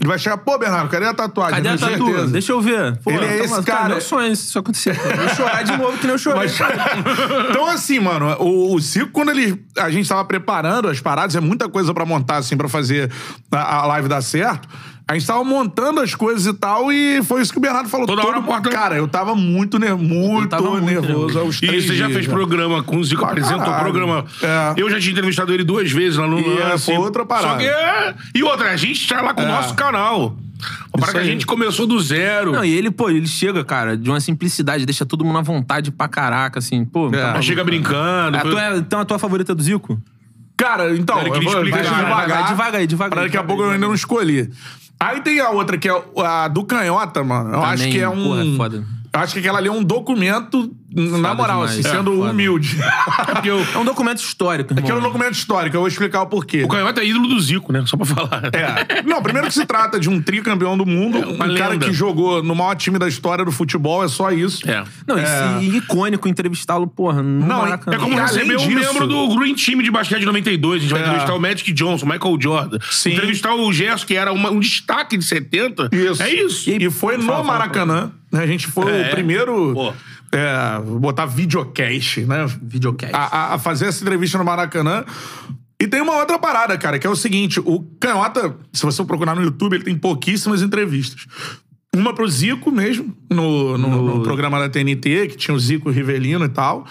A: ele vai chegar, pô, Bernardo, cadê a tatuagem?
C: Cadê a
A: Com
C: tatu?
A: certeza.
C: Deixa eu ver. Pô,
A: Ele é
C: tá-
A: esse
C: cara,
A: cara.
C: Meu sonho é isso acontecer. Eu vou chorar de novo que nem eu chorei.
A: Mas- então, assim, mano, o, o Zico, quando ele, a gente tava preparando as paradas, é muita coisa pra montar, assim, pra fazer a, a live dar certo. A gente tava montando as coisas e tal, e foi isso que o Bernardo falou.
B: Toda hora cortando.
A: Cara, eu tava muito, ner muito,
C: tava muito
A: nervoso
C: nervoso.
A: aos
B: E
A: três
B: você já
A: dias,
B: fez
A: né?
B: programa com o Zico,
A: Pra
B: apresentou o
A: caralho.
B: programa.
A: É.
B: Eu já tinha entrevistado ele duas vezes lá no
A: E é,
B: lance.
A: foi outra parada.
B: Só que é... E outra, a gente tá lá com o
A: É.
B: nosso canal. Para que a
A: aí.
B: gente começou do zero.
C: Não, e ele, pô, ele chega, cara, de uma simplicidade, deixa todo mundo à vontade pra caraca, assim, pô. tá
A: Ah,
C: maluco,
B: chega
C: cara.
B: brincando.
A: é,
C: A
B: foi-
C: tua- então a tua favorita é do Zico?
A: Cara, então,
B: Ele
A: eu
B: queria
A: vou-
B: explicar.
A: deixa
B: Vai,
A: devagar,
C: vai, vai, devagar aí, devagar
A: pra
C: aí,
A: Daqui a
C: devagar
A: pouco
C: aí,
A: eu ainda não escolhi. Aí tem a outra, que é a do Canhota, mano. Eu
C: Também,
A: acho que é um...
C: porra, é foda.
A: Eu acho que aquela ali é um documento, na moral,
C: demais.
A: assim,
C: É,
A: sendo
C: foda.
A: humilde.
B: Porque o,
C: É um documento histórico, irmão.
A: Que é um documento histórico, eu vou explicar o porquê.
B: o Canhota é ídolo do Zico, né? Só pra falar.
A: É. Não, primeiro que se trata de um tricampeão do mundo,
C: É
A: um
B: uma
A: cara
B: lenda.
A: que jogou no maior time da história do futebol, é só isso.
B: É.
C: Não,
A: É.
C: e, e icônico entrevistá-lo, porra, no
A: Não,
C: Maracanã.
B: É como
A: E
B: receber
A: além
B: um
A: disso-
B: membro do Green Time de basquete de 92. A gente vai
A: É.
B: entrevistar o Magic Johnson, Michael Jordan.
A: Sim.
B: Entrevistar o Gerson, que era uma- um destaque de 70.
A: Isso.
B: É isso.
A: E foi no
C: Fala, fala,
A: Maracanã, né? A gente foi
B: É.
A: o primeiro.
B: Pô.
A: É, vou botar videocast, né?
C: Videocast.
A: A, a- a fazer essa entrevista no Maracanã. E tem uma outra parada, cara, que é o seguinte: o Canhota, se você procurar no YouTube, ele tem pouquíssimas entrevistas. Uma pro Zico mesmo, no, no- no programa da TNT, que tinha o Zico Rivelino e tal.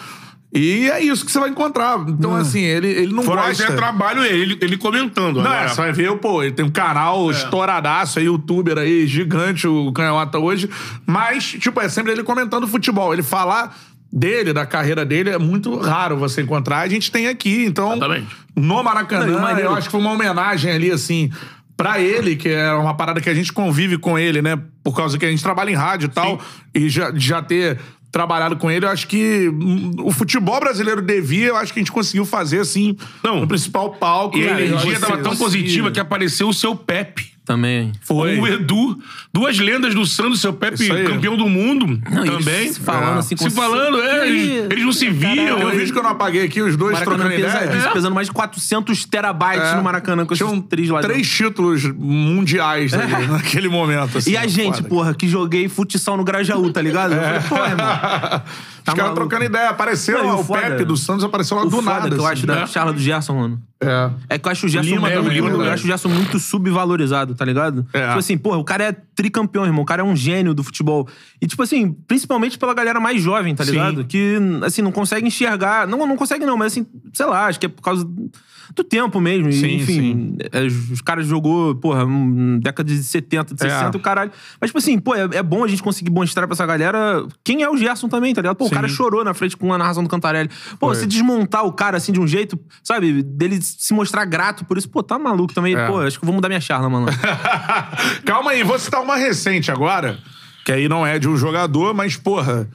A: E é isso que você vai encontrar. Então, assim, ele, ele não
B: Fora isso,
A: gosta.
B: é trabalho ele, ele comentando. né?
A: Não,
B: Agora, É.
A: é, você vai ver, pô, ele tem um canal estouradaço aí, youtuber aí, gigante, o Canhota hoje. Mas, tipo, é sempre ele comentando futebol. Ele falar dele, da carreira dele, é muito raro você encontrar. A gente tem aqui, então.
B: Exatamente.
A: No Maracanã,
C: Não, e o maneiro-
A: eu acho que foi uma homenagem ali, assim. Pra ele, que é uma parada que a gente convive com ele, né? Por causa que a gente trabalha em rádio e tal, e já, já ter trabalhado com ele, eu acho que hum, o futebol brasileiro devia, eu acho que a gente conseguiu fazer, assim,
B: Não.
A: no principal palco.
B: E a
A: né? Eu
B: energia
A: acho
B: tava
A: que-
B: tão positiva que apareceu o seu Pepe.
C: Também.
A: Foi.
B: O Edu, duas lendas do Santos, seu Pepe,
A: Isso aí.
B: campeão do mundo
C: Não, e eles
B: também.
C: se falando assim, com
B: Se falando, é, eles, eles não se viam.
A: Tem um
B: eles-
A: vídeo que eu não apaguei aqui, os dois
C: Maracanã É,
A: trocando ideia.
C: pesadíssimo, pesando mais de 400 terabytes
A: É.
C: no Maracanã, com
A: Tinha um-
C: esses três lá. dentro. É.
A: Três títulos mundiais ali, naquele momento. assim.
C: E a gente,
A: Foda. É.
C: porra, que joguei futsal no Grajaú, tá ligado? Eu falei, porra, irmão.
A: Os caras
C: maluco.
A: trocando ideia. Apareceu
C: Não, e
A: lá,
C: o
A: o
C: foda-
A: Pepe do Santos apareceu lá
C: O
A: do
C: foda
A: nada.
C: que eu
A: assim,
C: acho
A: né?
C: da charla do Gerson, mano.
A: É.
C: É que eu acho o Gerson
A: Lima
C: muito,
A: também,
C: eu
A: verdade.
C: acho o Gerson muito subvalorizado, tá ligado?
A: É.
C: Tipo assim, porra, o cara é tricampeão, irmão. O cara é um gênio do futebol. E, tipo assim, principalmente pela galera mais jovem, tá
A: Sim.
C: ligado? Que, assim, não consegue enxergar. Não, não consegue, não, mas assim, sei lá, acho que é por causa do tempo mesmo. E,
B: Sim,
C: Enfim, é, os caras jogou, porra, um- década de 70, de
B: É.
C: 60, o caralho. Mas, tipo assim, pô, é, é bom a gente conseguir mostrar pra essa galera quem é o Gerson também, tá ligado? Pô, o cara chorou na frente com a narração do Cantarelli. Pô, você desmontar o cara assim de um jeito, sabe? Dele se mostrar grato por isso, pô, tá maluco também.
B: É.
C: Pô, acho que eu vou mudar minha charla, mano.
A: Calma aí, vou citar uma recente agora, que aí não é de um jogador, mas, porra,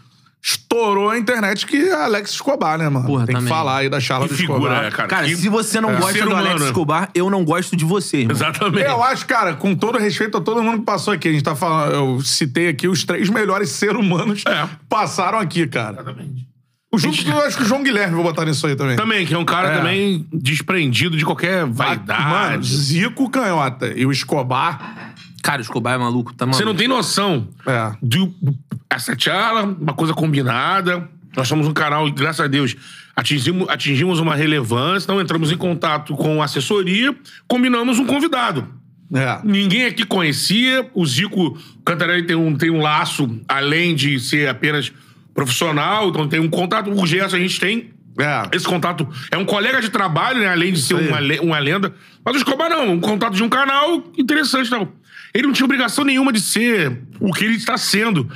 A: estourou a internet que é Alex Escobar, né, mano?
C: Porra,
A: Tem que
C: também.
A: falar aí da charla
B: Que
A: do
B: figura,
A: Escobar.
B: é, cara.
C: Cara,
B: que-
C: se você não
B: é.
C: gosta
B: Ser
C: do Alex
B: humano.
C: Escobar, eu não gosto de você, irmão.
B: Exatamente.
A: Eu acho, cara, com todo respeito a todo mundo que passou aqui, a gente tá falando, eu citei aqui os três melhores seres humanos que
B: É.
A: passaram aqui, cara.
B: Exatamente.
A: O Junto, eu acho que o João Guilherme vou botar nisso aí também.
B: Também, que é um cara
A: É.
B: também desprendido de qualquer
A: Mano,
B: vaidade.
A: Zico Canhota e o Escobar.
C: Cara, o Escobar é maluco, tá maluco.
B: Você não tem noção.
A: É.
B: Do, do- essa tiara, uma coisa combinada. Nós somos um canal, e, graças a Deus, atingimos, atingimos uma relevância. Então entramos em contato com a assessoria, combinamos um convidado.
A: É.
B: Ninguém aqui conhecia. O Zico Cantarelli tem um, tem um laço, além de ser apenas profissional, então tem um contato. O Gerson a gente tem.
A: É.
B: Esse contato é um colega de trabalho, né? Além de ser
A: aí.
B: uma, le- uma lenda. Mas o Escobar não, um contato de um canal interessante, não. Ele não tinha obrigação nenhuma de ser o que ele está sendo.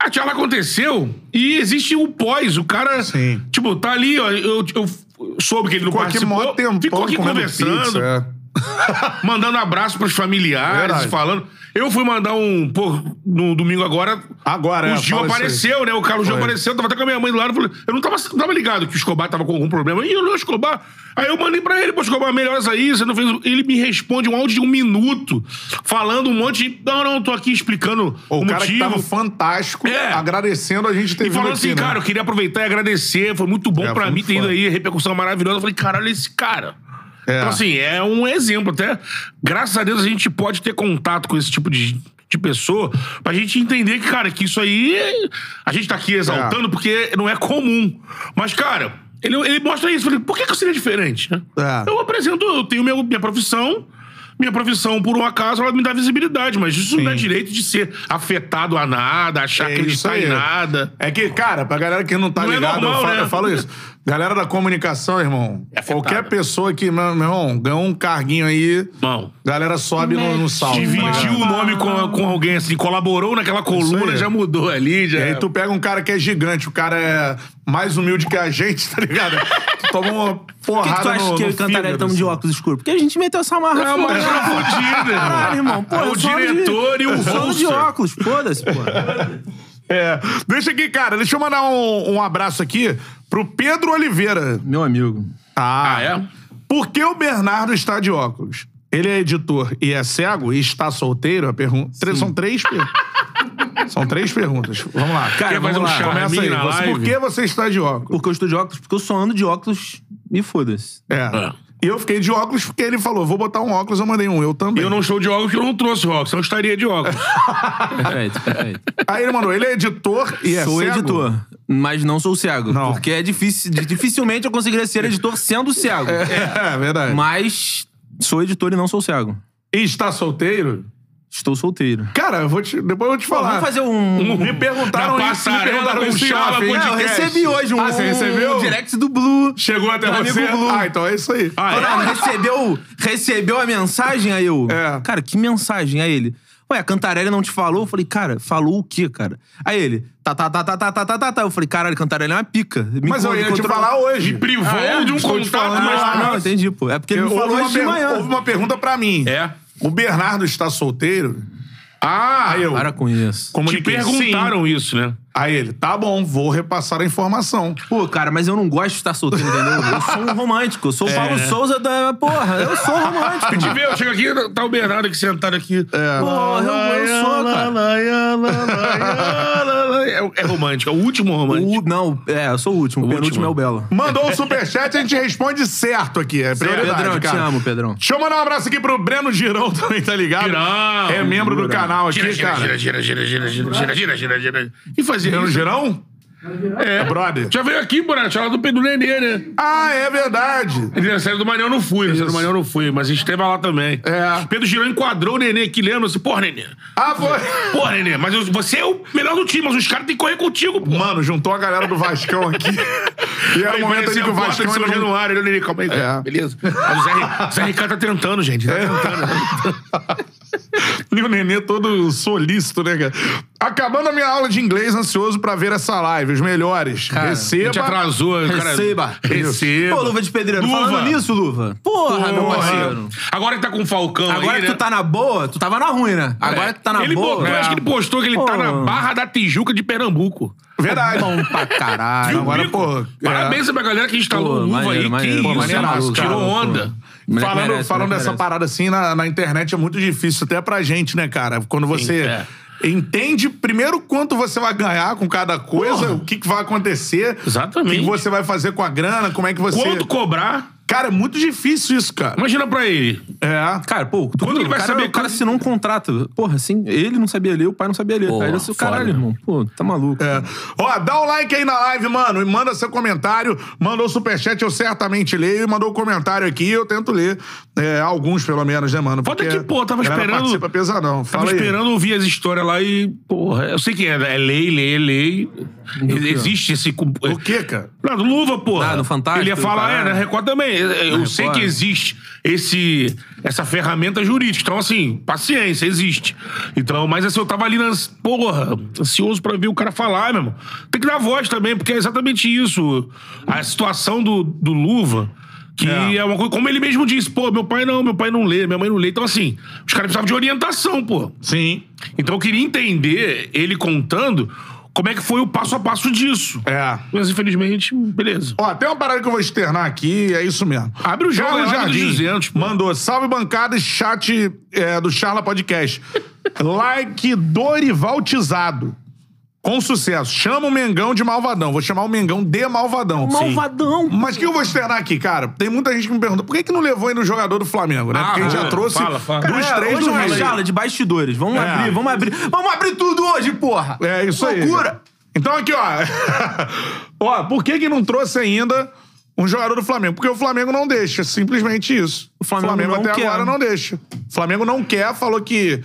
B: A tela aconteceu e existe o pós. O cara,
A: Sim.
B: tipo, tá ali, ó. Eu, eu soube que ele não
A: Ficou aqui
B: participou.
A: mó tempão
B: ficou aqui
A: comendo
B: conversando
A: pizza, é.
B: mandando abraço pros familiares,
A: Verdade.
B: falando. Eu fui mandar um. Pô, no domingo agora.
A: Agora, é,
B: o Gil
A: fala isso aí.
B: apareceu, né? O Carlos Gil
A: Foi.
B: apareceu, tava até com a minha mãe do lado. falei- Eu não tava, não tava ligado que o Escobar tava com algum problema. Ih, o Escobar. Aí eu mandei pra ele, pô, Escobar, melhoras aí, você não fez. Ele me responde um áudio de um minuto, falando um monte de. Não, não, tô aqui explicando
A: O,
B: o,
A: cara
B: motivo.
A: que tava fantástico,
B: É.
A: agradecendo a gente ter
B: E
A: vindo
B: falando
A: aqui,
B: assim,
A: né?
B: cara, eu queria aproveitar e agradecer. Foi muito bom
A: É, foi
B: pra mim
A: muito
B: ter ido
A: foda.
B: aí, repercussão maravilhosa. Eu falei, caralho, esse cara.
A: É.
B: Então, assim, é um exemplo. Até, graças a Deus, a gente pode ter contato com esse tipo de, de pessoa pra gente entender que, cara, que isso aí. A gente tá aqui exaltando porque não é comum. Mas, cara, ele, ele mostra isso. Eu Falei, por que, que eu seria diferente? né?
A: É.
B: Eu apresento, eu tenho meu- minha profissão. Minha profissão, por um acaso, ela me dá visibilidade, mas isso não dá direito de ser afetado a nada, achar
A: É
B: que ele
A: isso
B: está
A: aí.
B: em nada.
A: É que, cara, pra galera que não tá
B: Não é
A: ligada,
B: normal,
A: eu, falo,
B: né?
A: eu falo isso. Galera da comunicação, irmão.
B: É afetada.
A: qualquer pessoa que, meu, meu irmão, ganhou um carguinho aí,
B: Bom.
A: galera sobe no, no salto. tá
B: Dividiu
A: ligado?
B: o nome com, com alguém, assim, colaborou naquela
A: Isso
B: coluna,
A: aí.
B: já mudou ali, já.
A: E aí tu pega um cara que é gigante, o cara é mais humilde que a gente, tá ligado? Tu toma uma
C: Por que,
A: porrada
C: que tu acha
A: no,
C: que eu e
A: no
C: Cantarelli
A: fígado,
C: estamos tá de
A: assim.
C: óculos escuros? Porque a gente meteu essa marra
B: É uma
C: fudida.
B: marra fudida, irmão.
C: Caralho, irmão. Pô,
B: É
C: eu
B: o
C: sou de-
B: diretor e o
C: eu sou de
B: Hulser.
C: óculos, foda-se, pô.
A: É. Deixa aqui, cara. Deixa eu mandar um, um abraço aqui pro Pedro Oliveira.
C: Meu amigo.
A: Ah,
B: Ah, é?
A: Por que o Bernardo está de óculos? Ele é editor e é cego e está solteiro? A pergun- Tre- São três perguntas. São três perguntas. Vamos lá.
C: Cara,
B: Quer fazer
C: vamos
B: um
C: lá.
B: charme
A: Começa aí.
B: na
A: Você-
B: live?
A: por que você está de óculos?
C: Porque eu estou de óculos, porque eu só ando de óculos e foda-se.
A: É. E eu fiquei de óculos porque ele falou: vou botar um óculos, eu mandei um, eu também.
B: Eu não estou de óculos, porque eu não trouxe óculos, senão eu estaria de óculos.
C: Perfeito, perfeito.
A: Aí ele mandou: ele é editor e é
C: sou
A: cego.
C: editor, mas não sou cego.
A: Não.
C: Porque é difícil, di- dificilmente eu conseguiria ser editor sendo cego.
A: É, é verdade.
C: Mas sou editor e não sou cego.
A: E está solteiro?
C: Estou solteiro.
A: Cara, eu vou te, depois eu vou te
C: Pô,
A: falar.
C: vamos fazer um...
A: Me perguntaram
B: Na
A: isso, me
B: passarela
A: perguntaram
B: com
A: isso em
B: Chala
A: off, hein?
C: É, eu
B: podcast.
C: recebi hoje um,
A: Ah, você recebeu?
C: um direct do Blue.
A: Chegou até
C: Do
A: você?
C: amigo Blue.
A: Ah, então é isso aí.
B: Ah, é?
C: Não, recebeu, recebeu a mensagem, aí eu.
A: É.
C: Cara, que mensagem? Aí ele. Ué, a Cantarelli não te falou? Eu falei, cara, falou o quê, cara? Aí ele, tá, tá, tá, tá, tá, tá, tá, tá, tá. Eu falei, caralho, Cantarelli é uma pica. Me
A: Mas eu
C: encont-
A: ia te
C: encontrou-
A: falar hoje.
B: Privou
A: Ah, é?
B: de um
A: Estou te
B: contato
A: falando
B: mais
A: lá.
C: Ah, não,
B: próximo.
C: enteio, pô. É porque ele me
A: Houve
C: falou
A: uma,
C: hoje de
A: per-
C: manhã.
A: houve uma pergunta pra mim.
B: É.
A: O Bernardo está solteiro? Ah, aí eu.
C: Para com isso.
B: Te
A: comuniquei, sim.
B: perguntaram isso, né?
A: Aí ele, tá bom, vou repassar a informação.
C: Pô, cara, mas eu não gosto de estar solteiro, entendeu? Eu sou um romântico. Eu
A: É.
C: sou o Paulo Souza da. Porra, eu sou um romântico.
B: Te
A: Ah.
C: irmão.
B: vê, eu chego aqui, tá o Bernardo aqui sentado
A: É.
B: aqui.
C: Porra, eu, eu sou, cara.
B: É, é romântico, é o último romântico.
C: O, não, é, eu sou o último. O penúltimo é o Belo.
A: Mandou o superchat, a gente responde certo aqui. É prioridade,
C: Pedrão,
A: cara.
C: te amo, Pedrão.
A: Deixa eu mandar um abraço aqui pro Breno Girão também, tá ligado?
B: Girão.
A: É membro do canal aqui,
B: Gira, gira,
A: cara.
B: gira, gira, gira, gira, gira, gira, gira, gira, gira. E fazia
A: Breno
B: isso.
A: Girão?
B: É,
A: brother.
B: Já veio aqui, Bonato, tinha lá do Pedro Nenê, né?
A: Ah, é verdade.
B: Aniversário do Manel eu não fui, aniversário do Manel eu não fui, mas a gente esteve lá também.
A: É.
B: Pedro Girão enquadrou o Nenê aqui, lembra? Assim, porra, Nenê.
A: Ah, foi.
B: Porra, Nenê, mas eu- você é o melhor do time, mas os caras têm que correr contigo, pô.
A: Mano, juntou a galera do Vascão aqui. E era É. o momento ali que o um Vascão
B: São
A: ainda não-
B: Januário, ele, Nenê, calma aí, cara. beleza. Mas o Zé, o Zé Ricardo tá tentando, gente. Tá
A: É,
B: tentando.
A: E o Nenê todo solícito, né, cara? Acabando a minha aula de inglês, ansioso pra ver essa live. Os melhores.
B: A gente
A: Receba.
B: atrasou, cara.
C: Receba.
B: Receba.
C: Pô, luva de pedreiro.
B: Luva.
C: Falando nisso, luva. Porra, meu
B: Porra.
C: parceiro.
B: Agora que tá com o Falcão
C: Agora
B: aí,
C: que
B: né? É.
C: tu tá na boa, tu tava na ruim, né? Agora que tu tá na
B: ele
C: boa.
B: Botou, Acho que ele postou que ele tá
C: Pô.
B: na Barra da Tijuca de Pernambuco.
A: Verdade.
C: Bom pra caralho.
B: Viu,
A: agora,
B: Bico?
A: pô, é.
B: Parabéns pra galera que instalou
C: Pô,
B: luva
C: maneiro,
B: aí.
C: maneiro.
B: que
C: Pô,
B: isso,
A: maneiraço,
B: maluco,
A: cara,
B: tirou
A: pô.
B: onda.
C: Moleque
A: falando
C: merece,
A: falando
C: moleque
A: dessa
C: merece.
A: parada assim na, na internet é muito difícil até pra gente, né, cara? Quando você
B: é.
A: entende primeiro quanto você vai ganhar com cada coisa, o que, que vai acontecer,
B: Exatamente.
A: o que que você vai fazer com a grana, como é que você.
B: Quanto cobrar?
A: Cara, é muito difícil isso, cara.
B: Imagina pra ele.
A: É.
C: Cara, pô, tu,
B: Quando ele
C: o
B: vai
C: cara,
B: saber
C: o cara
B: quando-
C: assinou um contrato. Porra, assim, ele não sabia ler, o pai não sabia ler.
D: Porra,
C: cara. Ele assim,
D: foda,
C: caralho,
D: né?
C: irmão. Pô, tá maluco.
A: É. Ó, dá o like aí na live, mano, e manda seu comentário. Mandou superchat, eu certamente leio. E mandou um comentário aqui, eu tento ler. É, alguns, pelo menos, né, mano?
B: Foda
A: Porque
B: que, pô, tava
A: a galera
B: esperando-
A: Participa pesadão.
B: Tava
A: Fala aí.
B: esperando ouvir as histórias lá e, porra, eu sei que é, é lei, lei, é lei. Existe esse.
A: O quê, cara?
B: Não, do Luva, porra.
C: Ah, do Fantástico,
B: Ele ia falar,
C: caralho.
B: é, na Record também. Eu
C: Record.
B: sei que existe esse, essa ferramenta jurídica. Então, assim, paciência, existe. Então, mas assim, eu tava ali, nas, porra, ansioso pra ver o cara falar, meu irmão. Tem que dar voz também, porque é exatamente isso. A situação do, do Luva. Que é.
A: É.
B: uma coisa, como ele mesmo disse, pô, meu pai não, meu pai não lê, minha mãe não lê. Então, assim, os caras precisavam de orientação, pô.
A: Sim.
B: Então, eu queria entender, ele contando, como é que foi o passo a passo disso.
A: É.
B: Mas, infelizmente, beleza.
A: Ó, tem uma parada que eu vou externar aqui, é isso mesmo.
B: Abre o jogo,
A: Carlos
B: é live dos 200, pô.
A: mandou salve bancada e chat é, do Charla Podcast. like Dorivaltizado. Com sucesso. Chama o Mengão de malvadão. Vou chamar o Mengão de malvadão.
C: Malvadão.
A: Mas o que eu vou externar aqui, cara? Tem muita gente que me perguntou por que, que não levou ainda o jogador do Flamengo, né? Porque a gente
B: fala,
A: já trouxe
B: fala, fala.
A: dos
C: Cara,
A: três
C: hoje
A: do
C: é uma
A: Rio.
C: charla de bastidores. Vamos
A: É.
C: abrir, vamos abrir. Vamos abrir tudo hoje, porra.
A: É isso aí.
C: Loucura.
A: Então aqui, ó. ó, por que que não trouxe ainda um jogador do Flamengo? Porque o Flamengo não deixa, simplesmente isso.
C: O Flamengo não
A: até
C: quer.
A: agora não deixa. O Flamengo não quer, falou que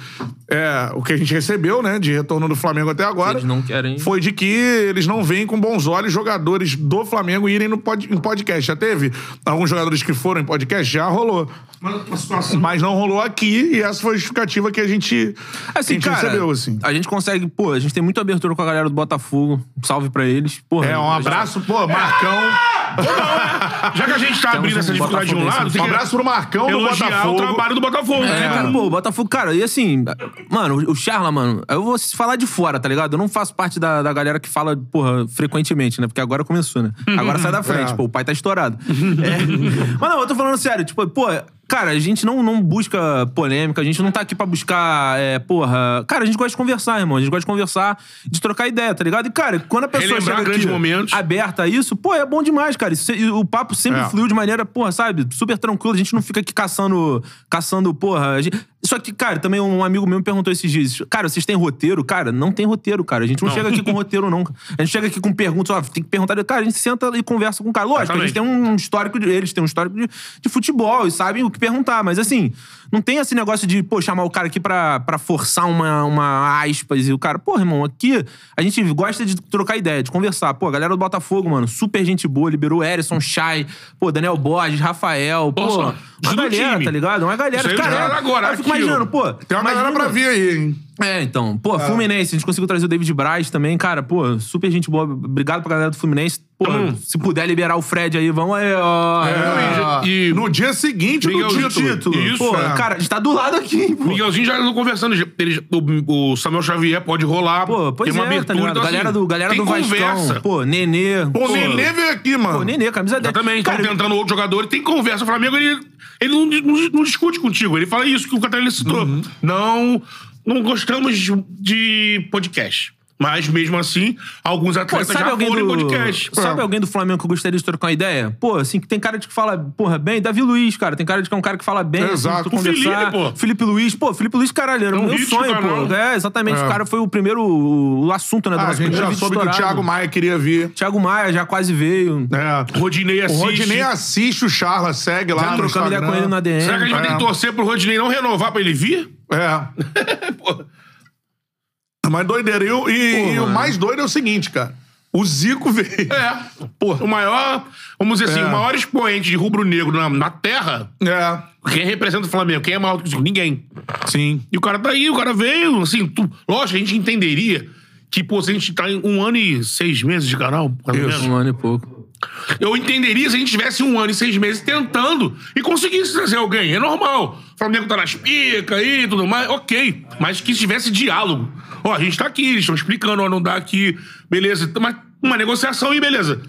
A: é, o que a gente recebeu, né, de retorno do Flamengo até agora.
C: Eles não querem.
A: Foi de que eles não veem com bons olhos jogadores do Flamengo irem no pod- em podcast. Já teve alguns jogadores que foram em podcast? Já rolou. Mas não rolou aqui e essa foi a justificativa que a gente, que a
C: Assim,
A: gente
C: cara,
A: recebeu, assim.
C: a gente consegue, pô, a gente tem muita abertura com a galera do Botafogo. Salve pra eles. Porra,
A: É, um
C: a gente-
A: abraço, pô, Marcão.
B: Já que a gente tá abrindo
C: um
B: essa dificuldade de um
C: Botafogo
B: lado,
C: desse
B: tem
A: Um
B: que
A: abraço pro Marcão do
B: elogiar o
A: Botafogo.
B: trabalho do Botafogo.
C: É,
B: né,
C: cara, pô, o Botafogo, cara, e assim, mano, o Charla, mano, eu vou falar de fora, tá ligado? Eu não faço parte da, da galera que fala, porra, frequentemente, né? Porque agora começou, né? Agora sai da frente,
A: É.
C: pô, o pai tá estourado. É. Mas não, eu tô falando sério, tipo, pô, cara, a gente não, não busca polêmica, a gente não tá aqui pra buscar, é, porra. Cara, a gente gosta de conversar, irmão, a gente gosta de conversar, de trocar ideia, tá ligado? E, cara, quando a pessoa
B: Relembrar
C: chega
B: grandes
C: aqui
B: momentos.
C: aberta a isso, pô, é bom demais, cara. Isso- e o papo sempre
A: É.
C: flui fluiu de maneira, porra, sabe, super tranquila. A gente não fica aqui caçando, caçando, porra. a gente- Só que, cara, também um amigo meu me perguntou esses dias: Cara, vocês têm roteiro? Cara, não tem roteiro, cara. A gente não, chega aqui com roteiro, não. A gente chega aqui com perguntas, ó, tem que perguntar. Cara, a gente senta e conversa com o cara. Lógico, a gente
B: Exatamente.
C: tem um histórico de. Eles têm um histórico de, de futebol e sabem o que perguntar, mas assim, não tem esse negócio de, pô, chamar o cara aqui pra, pra forçar uma, uma aspas e o cara, pô, irmão, aqui a gente gosta de trocar ideia, de conversar. Pô, a galera do Botafogo, mano, super gente boa, liberou o Erison, Chay, pô, Daniel Borges, Rafael, pô.
B: Nossa,
C: uma
B: isso do
C: galera,
B: time.
C: tá ligado? Uma galera.
B: Isso aí eu
C: cara,
B: já- agora,
C: aí eu fico
B: aqui,
C: imaginando,
B: ó.
C: pô.
A: Tem uma galera pra
C: imagina-
A: vir aí, hein?
C: é, então. Pô, Fluminense, a gente conseguiu trazer o David Braz também, cara. Pô, super gente boa. Obrigado pra galera do Fluminense. Pô,
B: Tamo-
C: se puder liberar o Fred aí, vamos aí, ó.
B: É,
C: É.
A: Ah,
B: e-
A: no dia seguinte do
B: Miguel
A: título.
B: Título.
A: Isso,
C: Pô,
A: é.
C: cara, a gente tá do lado aqui, pô.
B: Miguelzinho já andou conversando. já- Ele, já- o, o Samuel Xavier pode rolar.
C: Pô, pois
B: tem uma
C: é,
B: abertura.
C: tá ligado?
B: então, assim,
C: galera do, galera
B: tem
C: do
B: conversa.
C: Vascão. Pô, né? Nenê.
A: Pô, o Nenê veio aqui, mano.
C: Pô, Nenê, camisa 10.
B: Exatamente. Estão
C: Cara,
B: tentando outro jogador e tem conversa. O Flamengo, ele, ele não, não- não discute contigo. Ele
C: Uhum.
B: fala isso que o Catarina citou. Não, não gostamos Então, de- de podcast. Mas mesmo assim, alguns
C: Pô,
B: atletas
C: sabe
B: já
C: alguém
B: foram
C: do...
B: em podcast.
C: Sabe
A: Ah.
B: Pô.
C: alguém do Flamengo que eu gostaria de trocar uma ideia? Pô, assim, que tem cara de que fala, porra, bem. Davi Luiz, cara. Tem cara de que é um cara que fala bem. assim,
A: Exato.
C: de tu
B: O Felipe,
C: conversar.
B: pô.
C: Felipe Luiz. Pô, Felipe Luiz, caralho, era
B: É
C: o
B: um
C: meu
B: hit do
C: sonho, pô.
B: canal.
C: É, exatamente.
A: É.
C: O cara foi o primeiro o assunto, né? do
A: Ah, a
C: nosso
A: gente
C: primeiro
A: já
C: vídeo
A: soube que o
C: estourado.
A: Thiago Maia queria vir.
C: Thiago Maia já quase veio.
A: É.
B: Rodinei
A: O
C: assim,
B: assiste.
A: Rodinei assiste o Charla, segue lá
C: Já
A: no
C: trocando ideia com
A: Instagram.
C: ele na DM.
B: Será que a gente vai ter que
A: É.
B: torcer pro Rodinei não renovar pra ele vir?
A: É.
B: Pô.
A: Mas doideira. E, o- e-
C: Pô,
A: e o
C: mano.
A: mais doido é o seguinte, cara. O Zico veio.
B: É. O maior, vamos dizer assim,
A: É.
B: o maior expoente de rubro-negro na, na terra,
A: É.
B: quem representa o Flamengo? Quem é maior do que o Zico? Ninguém.
A: Sim.
B: E o cara tá aí, o cara veio, assim, tu... lógico, a gente entenderia que, pô, se a gente tá em um ano e seis meses de canal, pelo menos,
C: Um ano e pouco.
B: eu entenderia se a gente tivesse um ano e seis meses tentando e conseguisse trazer alguém. É normal. O Flamengo tá nas picas aí e tudo mais, ok. Mas que tivesse diálogo. Ó, a gente tá aqui, eles estão explicando, ó, não dá aqui, beleza. Mas uma negociação e beleza.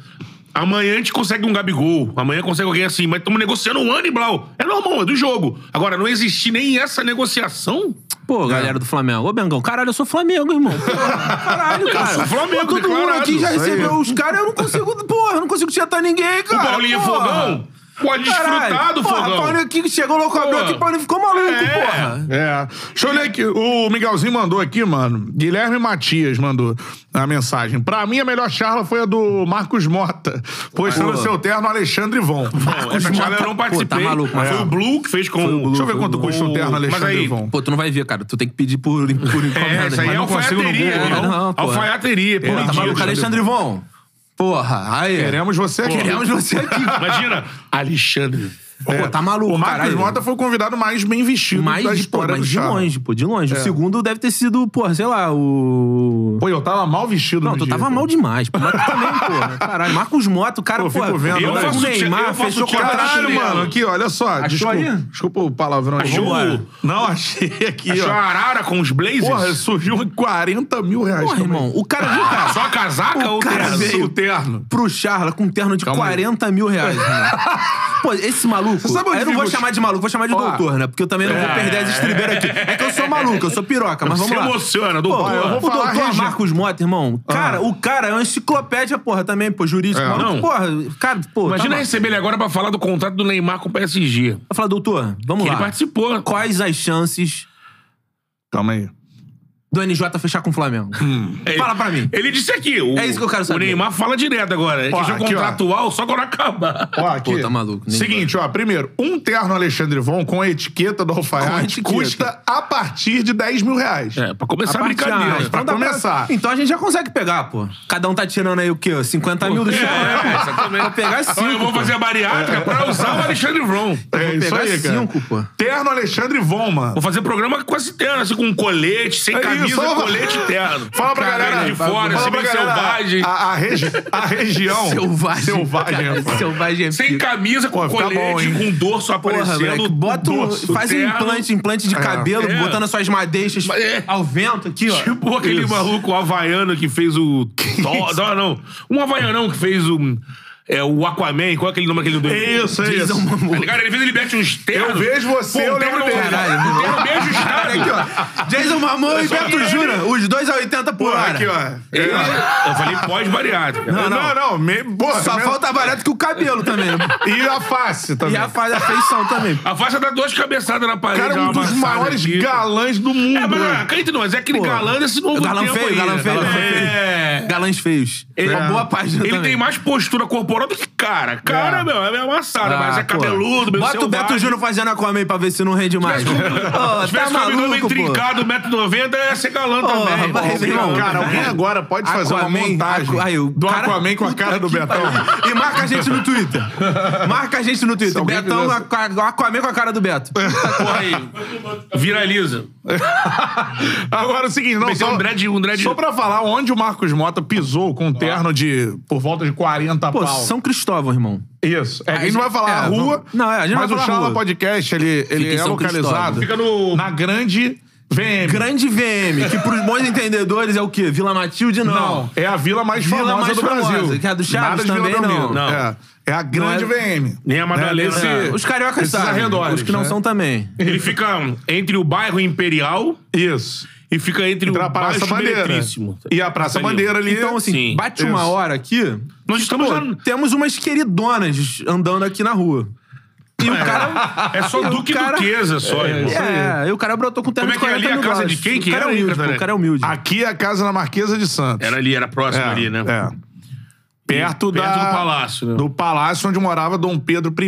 B: Amanhã a gente consegue um Gabigol, amanhã consegue alguém assim, mas estamos negociando um ano e blau. É normal, é do jogo. Agora, não existir nem essa negociação.
A: É.
C: Pô, galera do Flamengo. Ô, Bengão, caralho, eu sou Flamengo, irmão. Porra, caralho, cara.
B: sou Flamengo,
C: Pô, todo mundo
B: declarado.
C: aqui já
A: Isso aí.
C: recebeu os caras, eu não consigo, porra, eu não consigo tietar ninguém,
B: O
C: cara.
B: Paulinho é
C: porra.
B: Fogão pode desfrutar do
C: porra,
B: Fogão.
C: Paulinho aqui chegou louco, abriu
B: Porra.
C: aqui, Paulinho ficou maluco,
B: É.
C: porra.
A: É. Deixa eu olhar aqui. O Miguelzinho mandou aqui, mano. Guilherme Matias mandou a mensagem. Pra mim, a melhor charla foi a do Marcos Mota, postando
C: Boa.
A: seu terno Alexandre Von.
B: Bom, essa charla eu não participei.
C: Pô, tá maluco, mas
B: foi
C: é.
B: o Blue que fez com.
C: Foi o Blue,
A: Deixa eu ver
C: foi
A: quanto
C: o Blue.
A: custa o terno
B: Mas
A: Alexandre
B: aí-
A: Von.
C: Pô, tu não vai ver, cara. Tu tem que pedir por, por encomenda.
B: É, essa aí é
C: irmão.
B: alfaiateria.
C: Google,
B: irmão.
C: né? Não, porra.
B: alfaiateria, pô.
C: Porra, tá maluco, Alexandre Von? Porra, aí.
A: Queremos você aqui.
C: Queremos você aqui.
B: Imagina, Alexandre.
C: Pô, tá maluco,
A: É. O Marcos
C: caralho.
A: Mota foi o convidado mais bem vestido
C: Mais
A: da
C: de, pô,
A: história
C: mas
A: do
C: de
A: charla.
C: longe, pô, de longe. O segundo deve ter sido, porra, sei lá, o.
A: Pô, eu tava mal vestido
C: Não,
A: no
C: tu
A: dia,
C: tava
A: cara.
C: mal demais. Pô, mas tu também, porra. Caralho, Marcos Moto, o cara,
A: Pô,
C: pô.
A: fico vendo,
B: Eu
A: né?
B: faço
C: o Neymar,
B: tiro, eu faço
C: fechou o
B: tiro.
C: contrato
A: Caralho,
C: com o
A: mano,
C: Neymar.
A: aqui, olha só. desculpa,
C: aí?
A: desculpa o palavrão aí.
B: Achou,
C: Vambora.
A: Não, achei aqui,
B: achou a
A: ó.
B: arara com os blazers?
A: Porra, surgiu em 40 mil reais.
C: Porra,
A: também.
C: irmão, o cara viu, cara?
B: Só a casaca
C: O
B: ou
C: cara
B: terra?
C: veio.
A: O terno.
C: Pro Charla com um terno de
A: Calma aí.
C: 40 mil reais, irmão. Pô, esse maluco.
A: sabe onde
C: aí eu
A: fica
C: não vou
A: o-
C: chamar de maluco, vou chamar de
A: Ó.
C: doutor, né? Porque eu também não vou perder as estribeiras aqui. É que eu sou maluco, eu sou piroca, mas
B: Se
C: vamos lá.
B: emociona,
C: Pô,
B: doutor.
A: eu vou
C: o
A: falar,
C: doutor
A: Regina.
C: Marcos Mota, irmão. Cara, o cara é uma enciclopédia, porra, também, pô, jurídico.
A: É.
C: maluco,
B: Não.
C: Porra, cara, pô. tá
B: Imagina
C: mal.
B: receber ele agora pra falar do contrato do Neymar com o PSG.
C: Eu falo, doutor, vamos
B: Que ele
C: lá. é?
B: participou.
C: Quais as chances
A: Calma aí.
C: do NJ fechar com o Flamengo?
B: É,
C: Fala pra mim.
B: Ele disse aqui. O,
C: É isso que eu quero saber.
B: O Neymar fala direto agora. É
A: Ó,
B: questão
A: aqui, ó.
B: contratual só quando acabar.
A: Ó, aqui.
C: Pô, tá maluco, nem
A: Seguinte, ó. Primeiro, um terno Alexandre Von com a etiqueta do
C: Com a
A: alfaiate
C: etiqueta.
A: custa a partir de 10 mil reais.
B: É, pra começar a, brincadeira.
A: pra
C: dá
A: começar.
C: Então a gente já consegue pegar, pô. Cada um tá tirando aí o quê? 50 mil do chão, né? pô? Pra pegar cinco.
B: Ó, eu vou
C: pô.
B: fazer a bariátrica pra usar o Alexandre Vron.
A: É
C: vou
A: isso
C: pegar
A: aí, cara.
C: cinco, pô.
A: Terno Alexandre Von, mano.
B: Vou fazer programa com esse terno, assim, com colete, sem
A: É
B: camisa,
A: isso, ó.
B: colete e terno.
A: Fala pra
B: Cabelo
A: galera
B: de fora,
A: fala
C: é
B: assim,
A: pra
B: meio
A: galera, Ah,
B: selvagem.
A: A, a regi- a região.
C: Selvagem.
A: um. Selvagem.
C: Cara,
A: pô.
C: selvagem é
B: Sem
C: pica.
B: camisa, com
A: Pô, fica
B: colete,
A: bom, hein?
B: com um dorso
C: Porra,
B: aparecendo.
C: moleque, bota um,
B: dorso,
C: faz um
B: terno.
C: implante, implante de cabelo,
B: É.
C: botando as suas madeixas
B: É.
C: ao vento aqui, ó.
B: Tipo aquele
A: Isso.
B: maluco havaiano que fez o... Thor- Não, não. Um havaianão que fez o... É, o Aquaman, qual é aquele nome aquele do...
A: Isso,
C: Diz
A: isso.
C: ao
B: Tá
C: Mamu.
B: ligado? Ele fez, ele mete uns ternos.
A: Eu vejo você, eu lembro dele.
C: Caralho,
B: Caralho. Terno bem ajustado.
C: Aqui, ó. Jason Mamão e
B: Só que
C: Beto
B: ele-
C: Jura, os dois a 80 por
A: Pô,
C: hora.
A: aqui, ó.
B: Ele-
A: É.
B: Eu falei pós-bariátrica.
A: Não, não, me- porra,
C: Só
A: me-
C: falta barato que o cabelo também.
A: E a face também.
C: e a, fa- a feição também.
B: A faixa dá duas cabeçadas na
A: O
B: parede.
A: cara é
B: uma
A: um dos
B: amassada
A: maiores
B: aqui.
A: galãs do mundo.
B: É, mas
A: né?
B: ah, cá entre nós, é aquele
C: Pô.
B: galã desse novo
C: Galã
B: tempo
C: feio,
B: aí. né?
C: galã feio, galã feio.
B: É.
C: Galãs feios. É.
B: Ele-
C: Uma boa página
B: Ele
C: também.
B: tem mais postura corporal do que cara. Cara,
A: É.
B: meu, é meio amassado,
C: Ah,
B: mas é
C: pô.
B: cabeludo, meio
C: Bota o
B: selvagem.
C: Beto Júnior fazendo a Aquaman pra ver se não rende mais. Ô,
B: Se tivesse
C: tá
B: um abdômen
C: maluco, pô.
B: trincado, 1,90m, ia ser galã
C: Porra,
B: também.
C: vai,
B: Pô,
C: meu irmão. É.
A: Cara, alguém agora pode fazer uma
C: Aquaman,
A: montagem
C: Aqu- aí, o
A: do
C: cara-
A: Aquaman com a
C: Puta
A: cara do
C: que
A: Betão.
C: pariu. E marca a gente no Twitter. Marca a gente no Twitter.
A: alguém É,
C: Betão,
A: fizer-
C: Aqua- Aquaman com a cara do Beto.
B: Porra aí. Viraliza.
A: Agora é o seguinte, não,
B: Meteu
A: só,
B: um dread, um dread.
A: só pra falar onde o Marcos Mota pisou com um terno de por volta de 40
C: Pô,
A: pau.
C: São Cristóvão, irmão.
A: Isso. É, a
C: a
A: gente não
C: gente-
A: vai falar
C: é,
A: a rua,
C: vamos- não, é, a gente não
A: mas
C: vai
A: o
C: falar a
A: Charla
C: rua.
A: Podcast, ele, ele
C: em
A: é
C: São
A: localizado
C: Cristóvão.
B: Fica no...
A: na grande VM.
C: Grande VM, que pros bons entendedores é o quê? Vila Matilde, não.
A: Não, é a vila mais
C: Vila
A: famosa
C: mais
A: do
C: famosa,
A: Brasil.
C: que é a do
A: Nada
C: Chaves
A: de
C: também,
A: Vila Belmiro.
C: não.
A: É, É a grande
C: Não é-
A: VM.
B: Nem a Madalena.
A: Né?
B: É.
A: Esse-
C: Os cariocas
A: esses
C: sabem,
A: arredores,
C: os que não
A: né?
C: são também.
B: Ele fica entre o bairro Imperial
A: Isso.
B: e fica entre
A: Entra
B: o
A: a Praça
B: baixo
A: Bandeira.
B: Meretríssimo.
A: E a Praça
B: Entendeu?
A: Bandeira ali.
C: Então, assim,
B: Sim.
C: bate
A: Isso.
C: uma hora aqui.
B: Nós estamos
C: pô,
B: lá-
C: Temos umas queridonas andando aqui na rua. E o cara.
B: É só
C: E o
B: Duque
C: cara-
B: e Duquesa só, irmão.
C: É, e o cara brotou com terno
B: Como é que é
C: de
B: ali
C: 40
B: a
C: mil
B: casa
C: dólares.
B: de quem que
C: o cara
B: era
C: é
B: aí,
C: humilde, pô,
B: Catarina? Ah,
C: o cara é humilde.
A: Aqui é a casa na Marquesa de Santos.
B: Era ali, era próximo
A: É,
B: ali, né?
A: é. Perto,
B: Perto
A: da-
B: do palácio, né?
A: Do palácio onde morava Dom Pedro I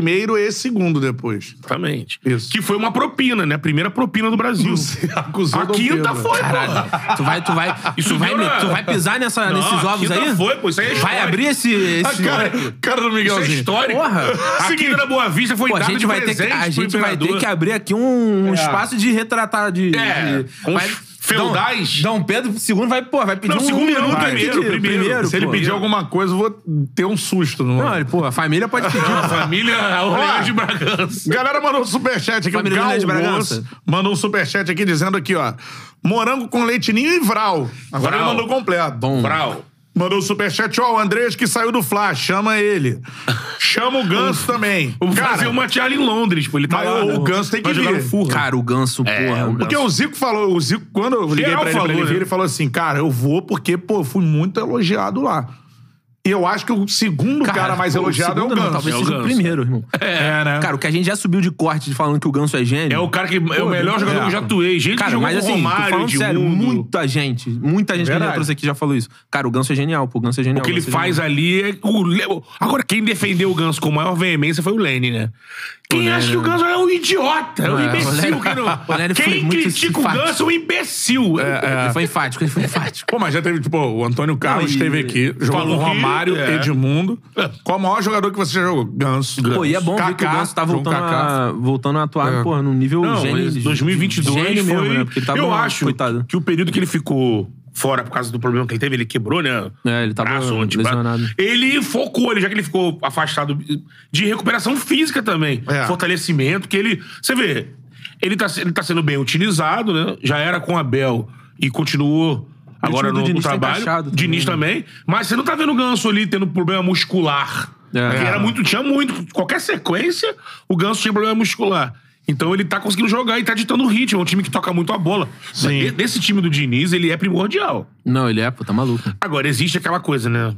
A: e II depois.
B: Exatamente.
A: Isso.
B: Que foi uma propina, né? A primeira propina do Brasil.
A: acusou
B: a
A: Dom
B: quinta
A: Pedro.
B: foi, pô.
C: Caralho, tu vai, tu vai,
B: Isso
C: tu vai,
B: deu na-
C: tu vai pisar nessa,
B: Não,
C: Tá nesses
B: a
C: ovos
B: quinta
C: aí?
B: foi, pô. Isso aí é
C: vai
B: histórico.
C: abrir esse,
A: Ah,
C: esse...
A: cara, cara do
B: Isso é
A: Miguelzinho.
B: histórico.
C: Porra.
B: A quinta da Boa Vista foi
C: Pô, a
B: dada
C: gente,
B: de
C: vai ter, que,
B: presente
C: a
B: pro
C: gente vai ter
B: imperador.
C: que abrir aqui um, um espaço de retratar de.
B: É,
C: de-
B: com
C: vai-
B: os feudais.
C: Dão, Dom Pedro II vai, pô, vai pedir
B: Não,
C: um,
B: segundo
C: minuto
B: não,
C: aqui
B: primeiro,
C: de-
B: primeiro.
A: Se ele
C: pô.
A: pedir alguma coisa, eu vou ter um susto. Não,
C: Não, ele, pô, a família pode pedir.
B: A família Orleans de Bragança.
A: Galera mandou um superchat aqui. O
C: Família
A: Gal
C: Lula de Bragança.
A: Moço mandou um superchat aqui dizendo aqui, ó. Morango com leitinho e vral. Agora ele
B: Vral.
A: mandou completo.
C: Bom.
B: Brau.
A: Mandou um superchat, ó, o Andrés que saiu do Fla, chama ele. Chama o Ganso também.
B: Vamos
A: Cara,
B: fazer uma tiara em Londres, pô. Ele tá
A: mas
B: lá.
A: o
B: né?
A: Ganso tem que
B: Vai jogar
A: vir.
B: no Fulham.
C: Cara, o ganso, porra.
B: É, o
A: Porque o Zico falou, o Zico, quando eu liguei
B: Geral
A: pra ele, pra ele
B: falou,
A: vir,
B: né?
A: ele falou assim, cara, eu vou porque, pô, eu fui muito elogiado lá. E eu acho que o segundo cara, mais
C: pô,
A: elogiado é o
C: segundo
A: Ganso.
C: Não, talvez
B: É o
C: seja o
B: Ganso.
C: primeiro, irmão.
A: É, né?
C: Cara, o que a gente já subiu de corte de falando que o ganso é gênio.
B: É o cara que é o melhor jogador que eu já atuei. Gente que
C: Cara,
B: jogou
C: mas
B: com
C: assim, tô
B: Romário,
C: falando
B: de
C: sério,
B: muito.
C: muita gente, muita gente que
A: Verdade.
C: já trouxe aqui já falou isso. Cara, o Ganso é genial, pô, o Ganso é genial.
B: O que ele faz ali é. O Le- Agora, quem defendeu o Ganso com maior veemência foi o Lenny, né? Quem acha que o Ganso é um idiota, é um
C: É, o
B: imbecil.
C: Lenny-
B: que
C: o
B: não...
C: Lenny foi
B: Quem
C: muito
B: critica o
C: simpático. é.
B: Ganso é um imbecil.
C: Ele foi enfático, ele foi enfático.
A: Pô, mas já teve, tipo, o Antônio Carlos
C: Não, e-
A: esteve aqui, jogou
B: Falou
A: com
B: que-
A: Romário,
B: é.
A: Edmundo. Qual o maior jogador que você já jogou? Ganso.
C: Pô, e é bom ver que o
A: Kaká,
C: Ganso tá
A: jogou com
C: voltando
A: Kaká. É.
C: a, voltando a atuar, porra, num nível
B: Não,
C: gênio.
B: mas 2022
C: gênio
B: foi...
C: mesmo, né? Porque ele tava
B: eu
C: mal,
B: acho
C: coitado.
B: que o período que ele ficou fora por causa do problema que ele teve, ele quebrou, né?
C: É, ele tava
B: ontem,
C: lesionado.
B: braço. tipo, Ele focou, ele, já que ele ficou afastado de recuperação física também.
A: É.
B: Fortalecimento, que ele... Você vê, ele tá, se- ele tá sendo bem utilizado, né? Já era com o Abel e continuou...
C: o
B: Agora
C: time do
B: no, no
C: Diniz tá
B: trabalho.
C: encaixado também,
B: Diniz
C: né?
B: também. Mas você não tá vendo o Ganso ali tendo problema muscular.
C: É.
B: Porque
C: É.
B: era muito, tinha muito. Qualquer sequência, o Ganso tinha problema muscular. Então ele tá conseguindo jogar e tá ditando o ritmo. É um time que toca muito a bola.
A: Sim.
B: De- Desse time do Diniz, ele é primordial.
C: Não, ele é, pô, tá maluco.
B: Agora, existe aquela coisa, né?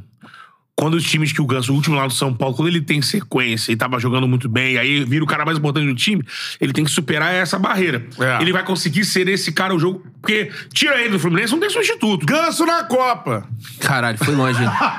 B: Quando os times que o Ganso, o último lá do São Paulo, quando ele tem sequência e tava jogando muito bem, aí vira o cara mais importante do time, ele tem que superar essa barreira.
A: É.
B: Ele vai conseguir ser esse cara o jogo. Porque tira ele do Fluminense, não tem substituto.
A: Ganso na Copa.
C: Caralho, foi longe.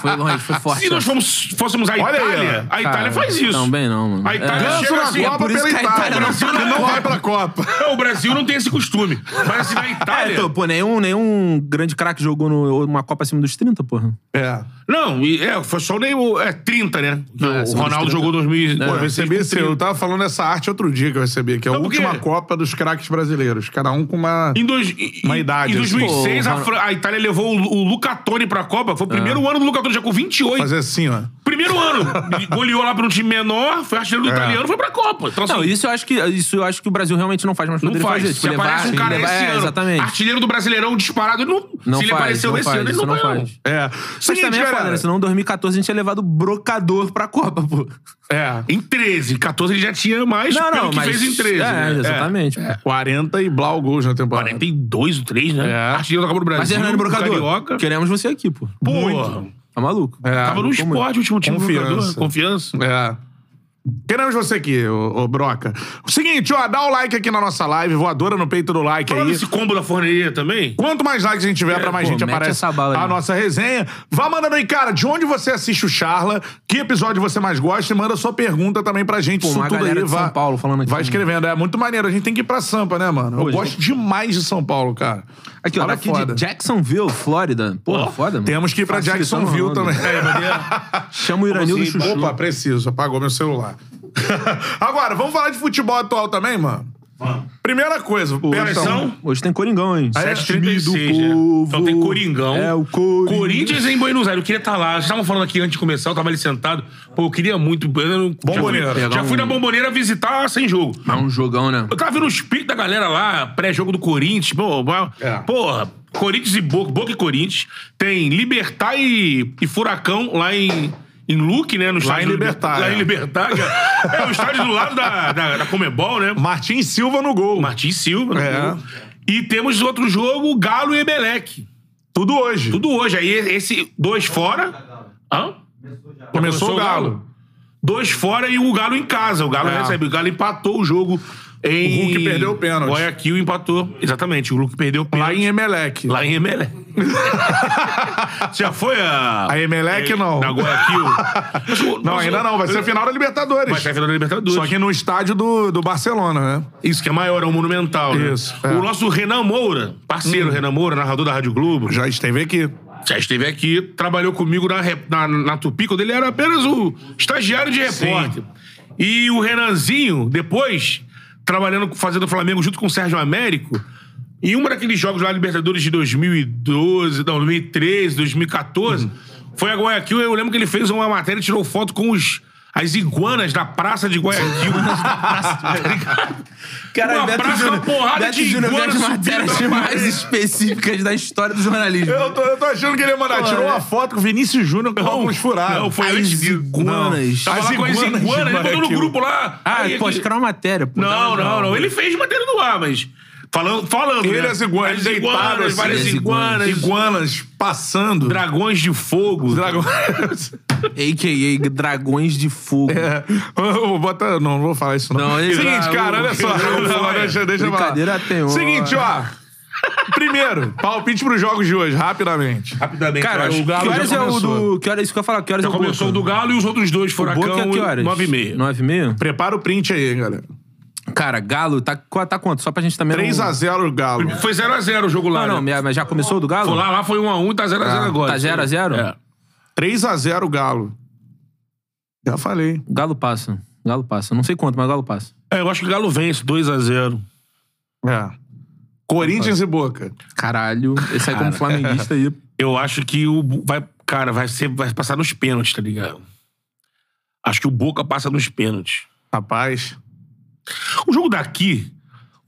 C: foi longe, foi forte.
B: Se nós
C: ó.
B: fomos- fôssemos a
A: Olha aí,
B: Itália,
A: ó.
B: a Itália
C: Cara,
B: faz isso.
C: Também não, mano.
B: A Itália
C: É.
A: Ganso
B: chega
A: na
B: assim, é
A: Copa
C: por isso
A: pela
C: que a
A: Itália.
C: Itália não
A: O Brasil
B: tá na
A: não vai
B: Copa.
A: pra Copa.
B: É, O Brasil não tem esse costume. Mas assim, na Itália.
C: É, então, pô, nenhum, nenhum grande craque jogou numa Copa acima dos 30, porra.
A: É.
B: Não, e, é, foi só nem o é, 30, né?
C: É,
B: o
C: são
B: Ronaldo
C: os 30.
B: jogou 2000.
A: Pô,
B: É,
A: eu recebi esse, eu tava falando essa arte outro dia que eu recebi, que é a
B: Não, por quê?
A: última Copa dos craques brasileiros. Cada um com uma.
B: Em, dois, em,
A: Uma idade,
B: em 2006,
C: assim.
B: a, Fran- a Itália levou o, Lu- o Luca Toni pra Copa. Foi
C: É.
B: o primeiro ano do Luca Toni, já com 28.
A: Fazer assim, ó.
B: Primeiro ano. E Goleou lá pra um time menor, foi artilheiro do
A: É.
B: italiano, foi pra Copa. Então,
C: Não,
B: assim,
C: isso eu acho que, isso eu acho que o Brasil realmente não faz, mas
B: não
C: poderia
B: faz.
C: fazer.
B: se aparece um
C: sim,
B: cara
C: levar-
B: esse
C: é,
B: ano,
C: exatamente.
B: artilheiro do Brasileirão disparado, ele não,
C: Não
B: se ele
C: faz,
B: apareceu
C: não
B: esse
C: faz,
B: ano, ele
C: isso
B: não
C: não
B: vai. não.
C: faz.
A: É.
C: Mas também é foda, né? Senão em 2014 a gente tinha levado o brocador pra Copa, pô.
A: É.
B: Em 13, 14 ele já tinha mais
C: Não,
B: pelo
C: não,
B: que
C: mas...
B: fez em 13.
C: É,
B: né?
C: exatamente. pô.
A: 40 e blau gols na temporada.
B: 42 ou 3, né?
A: É.
B: Artilheiro da Copa do Brasil.
C: Mas, Hernani Brocador, é
B: Carioca.
C: queremos você aqui, pô.
B: Pô,
A: Muito.
C: Tá maluco?
A: É.
B: tava no
C: muito.
B: esporte o último time
A: Confiança.
B: do Brocador. Confiança.
A: É. Queremos você aqui, ô, ô Broca. O seguinte, ó, dá o like aqui na nossa live, voadora no peito do like
B: Falando
A: aí.
B: desse combo da forneria também,
A: Quanto mais likes a gente tiver, pra mais
C: É, pô,
A: gente
C: mete
A: aparece
C: essa bala aí.
A: a nossa resenha. Vá mandando aí, cara, de onde você assiste o Charla, que episódio você mais gosta e manda sua pergunta também pra gente.
C: Pô,
A: Isso
C: uma
A: tudo aí,
C: galera de
A: vá,
C: São Paulo falando aqui,
A: Vai
C: né?
A: escrevendo, é muito maneiro. A gente tem que ir pra Sampa, né, mano? Eu
C: Pô,
A: gosto demais de São Paulo, cara.
C: Aqui, ó,
A: Fala
C: daqui
A: foda.
C: de Jacksonville, Flórida. Pô, foda, mano.
A: Temos que ir pra
C: Fácil de
A: Jacksonville
C: tomar onda.
A: também.
C: Chama o Iranil do
A: Assim,
C: Chuchu.
A: É, Opa, preciso. Apagou meu celular. Agora, vamos falar de futebol atual também, mano? Vamos. Primeira coisa,
B: Hoje
A: peraí,
B: são-
A: são-
C: Hoje tem Coringão, hein?
B: Aí é
C: Sete time
B: 36, né? Então tem Coringão.
C: É, o Coringão.
B: Corinthians em Buenos Aires, eu queria estar lá. Vocês estavam falando aqui antes de começar, eu tava ali sentado. Pô, eu queria muito. eu não-
A: Bomboneira.
B: Já, fui- já fui na bomboneira visitar sem jogo.
C: É um jogão, né?
B: Eu tava vendo os piques da galera lá, pré-jogo do Corinthians. Pô, pô,
A: É.
B: Porra, Corinthians e Boca, Boca e Corinthians. Tem Libertar e, e Furacão lá em. Em Luque, né? No estádio
A: em
B: do-
A: Libertar,
B: Lá
A: é.
B: em Libertar. que É, é o estádio do lado da, da, da Comebol, né?
A: Martim Silva no gol.
B: Martins Silva. né?
A: É.
B: E temos outro jogo, Galo e Emelec.
A: Tudo hoje.
B: Tudo hoje. Aí esse dois fora. Hã?
A: Começou o Galo.
B: Dois fora e o Galo em casa. O Galo
A: É.
B: recebe. O Galo empatou o jogo
A: O
B: em.
A: Hulk perdeu o pênalti.
B: Guayaquil empatou. Exatamente. O Hulk perdeu o
A: Lá
B: pênalti.
A: em Emelec.
B: Lá em Emelec. Já foi a.
A: A Emelec não.
B: Na Guayaquil.
A: Não, ainda não. Vai ser a final da Libertadores.
B: Vai ser a final da Libertadores.
A: Só que no estádio do, do Barcelona, né?
B: Isso que é maior, é o Monumental. né?
A: Isso, é. Hum.
B: O nosso Renan Moura, parceiro Renan Moura, narrador da Rádio Globo,
A: Já esteve aqui.
B: já esteve aqui, trabalhou comigo na, rep- na, na Tupi, quando ele era apenas o estagiário de repórter. E o Renanzinho, depois, trabalhando, fazendo o Flamengo junto com o Sérgio Américo, em um daqueles jogos lá, Libertadores de 2012, não, 2013, 2014, foi a Guayaquil, eu lembro que ele fez uma matéria, e tirou foto com os... As iguanas da praça de Guayaquil.
C: Cara, é
B: Uma
C: Beto
B: praça,
C: Júnior-
B: uma porrada
C: Beto
B: de
C: Júnior vê
B: iguana
C: as
B: subindo
C: matérias
B: na
C: mais
B: parede.
C: específicas da história do jornalismo.
A: Eu tô, eu tô achando que ele ia mandar.
C: Pô,
A: Tirou
C: é.
A: uma foto com o Vinícius Júnior com óculos furados.
B: Não, foi
C: As
B: antes de-
C: iguanas.
B: Não, Tava
A: As
B: lá com as
A: iguanas de
B: iguanas, ele botou no
A: Guayaquil.
B: grupo lá.
C: Ah,
B: Aí,
C: pô,
B: aqui-
C: acho que era uma matéria. Pô,
B: Não, não, não. Ele fez matéria no ar, mas. Falando, falando.
A: Ele
B: né?
A: e as iguanas,
B: As
A: deitaram
B: iguanas,
A: assim,
B: várias
C: as
B: iguanas.
C: iguanas.
A: Iguanas passando.
B: Dragões de fogo.
A: Dragões.
C: A.K.A. Dragões de Fogo.
A: É. Eu vou botar- Não, não vou falar isso, não.
C: Não, esse-
A: Seguinte,
C: Ah,
A: cara,
C: o-
A: olha só. Vamos falar, deixa, deixa eu falar.
C: Brincadeira tem hora.
A: Seguinte, ó. Primeiro, palpite pros jogos de hoje, rapidamente.
B: Rapidamente.
C: Cara,
B: o
C: que
B: Galo
C: horas
B: já
C: é o
B: começou.
C: do... Que horas é isso que eu ia falar? Que horas
B: Já
C: é o
B: começou o do
C: Boca?
B: Galo e os outros dois,
C: O
B: Furacão
C: Boca é que horas?
B: nove e meia.
C: Nove e meia?
A: Prepara o print aí, galera.
C: Cara, Galo, tá, tá quanto? Só pra gente também... não-
A: 3x0 o Galo.
B: Foi 0x0 o jogo lá,
C: Não, não,
B: né?
C: mas já começou o do Galo?
B: Foi lá, lá foi 1x1 tá 0x0 agora.
C: Tá 0 a 0?
B: É.
A: 3x0 o Galo. Já falei.
C: Galo passa. Galo passa. Não sei quanto, mas Galo passa.
B: É, eu acho que o Galo vence 2x0.
A: É. Corinthians e Boca.
C: Caralho, esse aí é como flamenguista aí.
B: Eu acho que o. Bo- Vai, cara, vai, ser, vai passar nos pênaltis, tá ligado? Acho que o Boca passa nos pênaltis.
A: Rapaz.
B: O jogo daqui,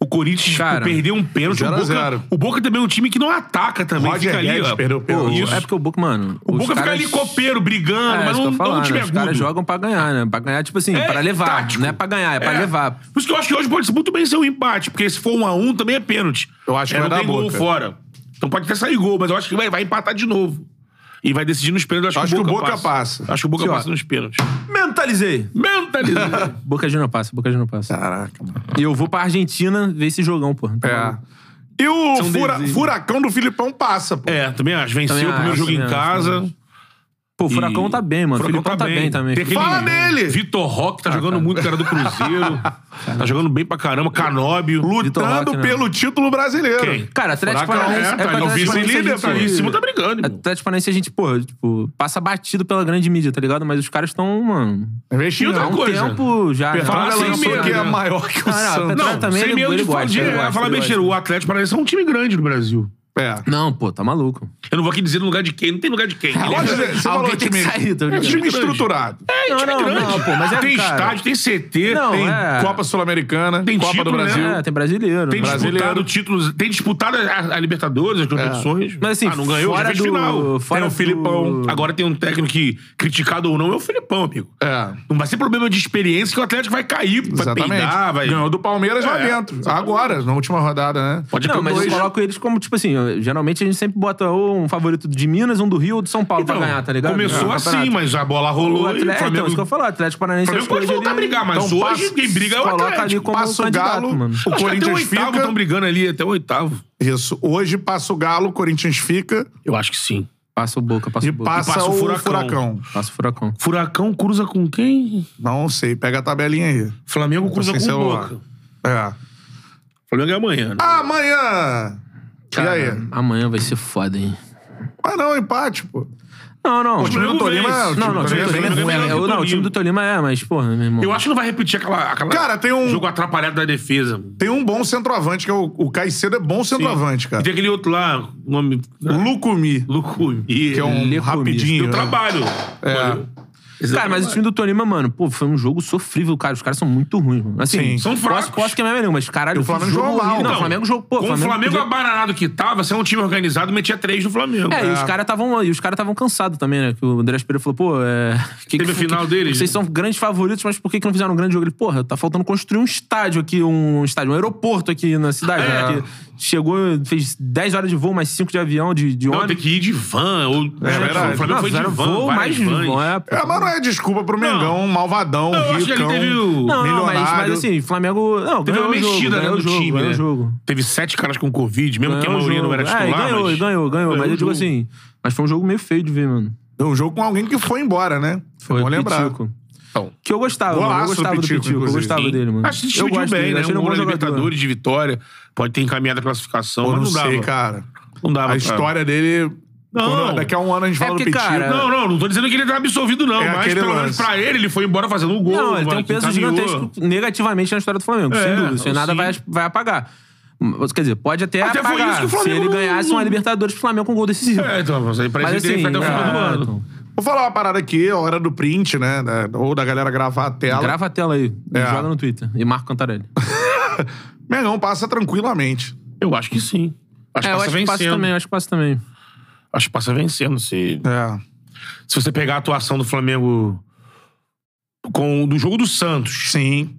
B: o Corinthians
C: Cara,
B: perdeu um pênalti. O
A: zero a
B: Boca,
A: zero.
B: o Boca também é um time que não ataca também.
A: Roger
B: fica ali,
A: Guedes
B: ó.
A: perdeu o
C: Pô,
A: pênalti.
B: Isso.
C: é porque o Boca, mano.
B: O
C: os
B: Boca fica
C: caras-
B: ali copeiro,
C: É,
B: brigando, mas
C: isso que
B: não,
C: eu
B: não
C: falo,
B: é um time
C: né? Os caras
B: agudo.
C: jogam pra ganhar, né? Pra ganhar, tipo assim,
B: É
C: pra levar.
B: tático.
C: Não é pra ganhar, é pra levar.
B: Por isso que eu acho que hoje pode ser muito bem ser um empate, porque se for um a um também é pênalti.
A: Eu acho que
B: é,
A: vai
B: não
A: dar
B: tem gol
A: Boca.
B: fora. Então pode até sair gol, mas eu acho que vai, vai empatar de novo. E vai decidir nos pênaltis. Acho, que, o Boca passa. Acho que o Boca
C: Aqui, ó.
B: passa nos pênaltis.
C: Mentalizei.
B: Mentalizando.
C: Boca Junior passa, Boca Junior passa.
A: Caraca, mano.
C: E eu vou pra Argentina ver esse jogão, pô.
A: É. E o
C: São
A: fura-
C: desenhos.
A: furacão do Filipão passa, pô.
B: É, também acho. Venceu
C: Também
B: o primeiro
C: acho,
B: jogo em
C: também acho,
B: casa.
C: Pô, o Furacão tá bem, mano. O
B: Furacão
C: Filipão tá bem também.
B: Tem aquele
A: Fala nele!
B: Vitor Roque tá jogando muito, cara do Cruzeiro. tá jogando bem pra caramba. Canóbio.
C: Vitor
A: Lutando
C: Roque, né?
A: pelo título brasileiro.
B: Quem?
C: Cara, Atlético
A: Furacão,
C: Paranaense.
A: é, tá
C: pro
A: no
C: Atlético Paranaense a
A: vice-líder,
C: gente-
A: tá
B: Tá em cima, tá brigando. irmão.
C: Atlético Paranaense a gente, pô, tipo, passa batido pela grande mídia, tá ligado? Mas os caras estão, mano.
A: Investindo.
B: E outra
C: Há um
B: coisa.
C: tempo já. né?
B: Fala
A: Fala
B: sem
A: lançou
B: medo,
A: que é
B: né?
A: maior que o
C: Ah, não,
A: Santos.
C: tá-
B: Não,
C: também
B: sem
C: ele-
B: medo
C: ele
B: de falar,
C: gosta,
B: de,
C: ele gosta,
B: falar
C: ele
B: besteira. O Atlético Paranaense é um time grande do Brasil.
A: É.
C: Não, pô, tá maluco.
B: Eu não vou aqui dizer no lugar de quem, não tem lugar de quem. Ele
A: Pode
B: é
A: dizer,
B: grande.
A: você falou
C: Alguém tem que
A: time,
C: sair, tá
A: é
C: ligado?
A: time estruturado.
B: É, time
C: não,
B: grande.
C: não, pô, mas é,
B: tem
C: cara-
B: estádio, tem CT,
C: Não,
B: tem,
C: é.
A: Copa Sul-Americana,
B: Tem
A: Copa do
B: título, né?
A: Brasil.
C: É, tem brasileiro.
B: tem
C: né?
B: disputado títulos, tem disputado a, a Libertadores, as competições.
C: Mas assim,
B: ah, não ganhou,
C: fora
B: já fez
C: do-
B: final.
C: fora
B: tem o
C: do-
B: Filipão. Agora tem um técnico que, criticado ou não, é o Filipão, amigo.
A: É.
B: Não vai ser problema de experiência que o Atlético vai cair, vai
A: Exatamente.
B: peidar, vai...
A: Ganhou do Palmeiras lá
B: É,
A: dentro. Agora, na última rodada, né?
B: Pode
C: Não,
B: ter
C: mas
B: dois.
C: eu coloco eles como, tipo assim, ó, geralmente a gente sempre bota ou um favorito de Minas, um do Rio ou do São Paulo
B: Então,
C: pra ganhar, tá ligado?
B: Começou
C: É,
B: assim,
C: campeonato.
B: mas a bola rolou
C: O
B: e o
C: Atlético, então,
B: Flamengo...
C: isso que eu falo, o Atlético
B: o
C: Paranaense
B: Flamengo
C: acho que
B: pode
C: hoje
B: voltar a
C: ele
B: brigar, mas
A: Então,
B: hoje
A: passa-
B: quem briga é o
C: coloca ali
B: Atlético.
C: como
A: passa o
C: candidato,
A: Galo.
C: mano.
A: O
B: Acho que até o
A: Corinthians
B: oitavo
A: fica.
B: estão brigando ali, até o oitavo.
A: Isso. Hoje passa o Galo, o Corinthians fica
B: Eu acho que sim.
C: Passa o Boca, passa
A: e
C: o Boca.
A: passa,
B: passa o
A: o
B: Furacão.
A: furacão.
C: Passa o Furacão.
B: Furacão cruza com quem?
A: Não sei, pega a tabelinha aí.
B: Flamengo cruza com
A: sem
B: o
A: celular.
B: Boca.
A: É.
B: Flamengo é amanhã, né?
C: Ah,
A: Amanhã!
C: Cara,
A: E aí?
C: Amanhã vai ser foda, hein?
A: Ah, não, empate, pô.
C: Não, não.
A: time do Tolima é- o time
C: Não, não,
A: do
C: o time do
A: Tolima é
C: Tolima é
A: ruim,
C: ruim.
A: né?
C: É, o- Não, o time do Tolima é, mas, porra, meu irmão.
B: Eu acho que não vai repetir aquela, aquela
A: Cara, tem um-
B: jogo atrapalhado da defesa.
A: Tem um bom centroavante, que é o, o Caicedo é bom centroavante,
B: E
A: cara.
B: tem aquele outro lá, o nome.
A: Lucumi,
B: Lucumi.
A: que é um
C: Lecumi.
A: rapidinho.
B: Deu
A: né?
B: trabalho. Esse
C: Cara,
B: deu
C: mas o time do Tolima, mano, pô, foi um jogo sofrível, cara. Os caras são muito ruins, mano. Assim,
A: Sim.
B: São fracos.
C: Posso, posso queimar meu nenhum, mas caralho,
A: o
C: foi um
A: Flamengo jogou
C: jogo
A: mal.
C: horrível. Não,
A: Não,
C: o Flamengo jogou, pô.
B: Com o Flamengo
C: podia-
B: abananado que tava, se é um time organizado, metia três no Flamengo.
C: É, e os caras estavam e os caras estavam cansados também, né? Que o André Pereira falou, pô, é, que
B: Teve
C: que-
B: a final
C: que-
B: deles,
C: Vocês
B: né?
C: são grandes favoritos, mas por que, que não fizeram um grande jogo? Ele, porra, tá faltando construir um estádio aqui, um estádio, um aeroporto aqui na cidade.
B: É.
C: né? Porque chegou, fez 10 horas de voo, mais 5 de avião, de, de
B: Não, tem
C: ônibus.
B: que ir de van. Ou...
A: É
B: né, tipo,
A: verdade.
B: o Flamengo
C: Não,
B: foi de
C: fizeram
B: van,
C: voo, mais
B: várias
C: de
B: vans.
C: voo, é, pô.
A: É, mas não é desculpa pro Mengão, malvadão,
B: Eu acho que ele
A: ricão,
B: teve o-
C: Não, não, mas,
A: milionário.
C: mas assim, Flamengo. Não,
B: Teve uma
C: ganhou o jogo,
B: mexida né,
C: ganhou
B: no
C: o jogo,
B: time.
C: ganhou
B: né?
C: o jogo.
B: Teve sete caras com Covid, mesmo que a
C: Ganhou o
B: maioria não
C: jogo.
B: era
C: É,
B: titular.
C: ganhou,
B: mas...
C: ganhou, ganhou. Mas
B: o
C: eu
B: jogo.
C: digo assim, mas foi um jogo meio feio de ver, mano.
A: É um jogo com alguém que foi embora, né?
C: Foi
A: Vou lembrar.
C: Pitico.
A: Então,
C: Que eu gostava, mano. Eu
A: Golaço do
C: gostava do
A: Pitico,
C: Pitico. eu
A: inclusive.
C: gostava dele, mano.
B: Acho que
C: eu
B: distribuiu bem,
C: dele,
B: né?
C: achei ele
B: Um
C: um bom
B: gol na
C: jogador.
B: Libertadores de vitória. Pode ter encaminhado a classificação,
A: eu
B: mas
A: não
B: não dava.
A: sei, cara.
B: Não dava,
A: A
B: cara.
A: história dele...
B: Não.
A: quando- daqui a um ano a gente
C: É
A: fala do
C: porque,
A: Pitico.
C: cara,
B: Não, não, não tô dizendo que ele tá absolvido, não.
A: É
B: mas
A: aquele
B: pelo menos
A: lance.
B: pra ele, ele foi embora fazendo um gol.
C: Não, ele
B: mano,
C: tem um
B: que
C: peso
B: encaminhou.
C: gigantesco negativamente na história do Flamengo,
B: É,
C: sem dúvida. Sem nada
B: sim.
C: vai, vai apagar. Mas, Quer dizer, pode até,
B: Até foi
C: apagar.
B: isso que o Flamengo
C: se ele
B: não-
C: ganhasse uma Libertadores pro Flamengo com um gol decisivo.
B: É, então, mas aí pra
C: mas
B: ele tem
C: assim,
B: até o final do
C: é,
B: ano.
C: então,
A: Vou falar uma parada aqui, a hora do print, né? da- Ou da galera gravar a tela.
C: grava a tela aí,
A: É.
C: joga no Twitter e marca o Cantarelli.
A: Mengão passa tranquilamente.
B: Eu acho que sim. Acho
C: É,
B: que passa
C: eu acho que passa
B: vencendo.
C: também, eu acho que passa também.
B: Acho que passa vencendo. Se,
A: É.
B: se você pegar a atuação do Flamengo com do jogo do Santos,
A: Sim.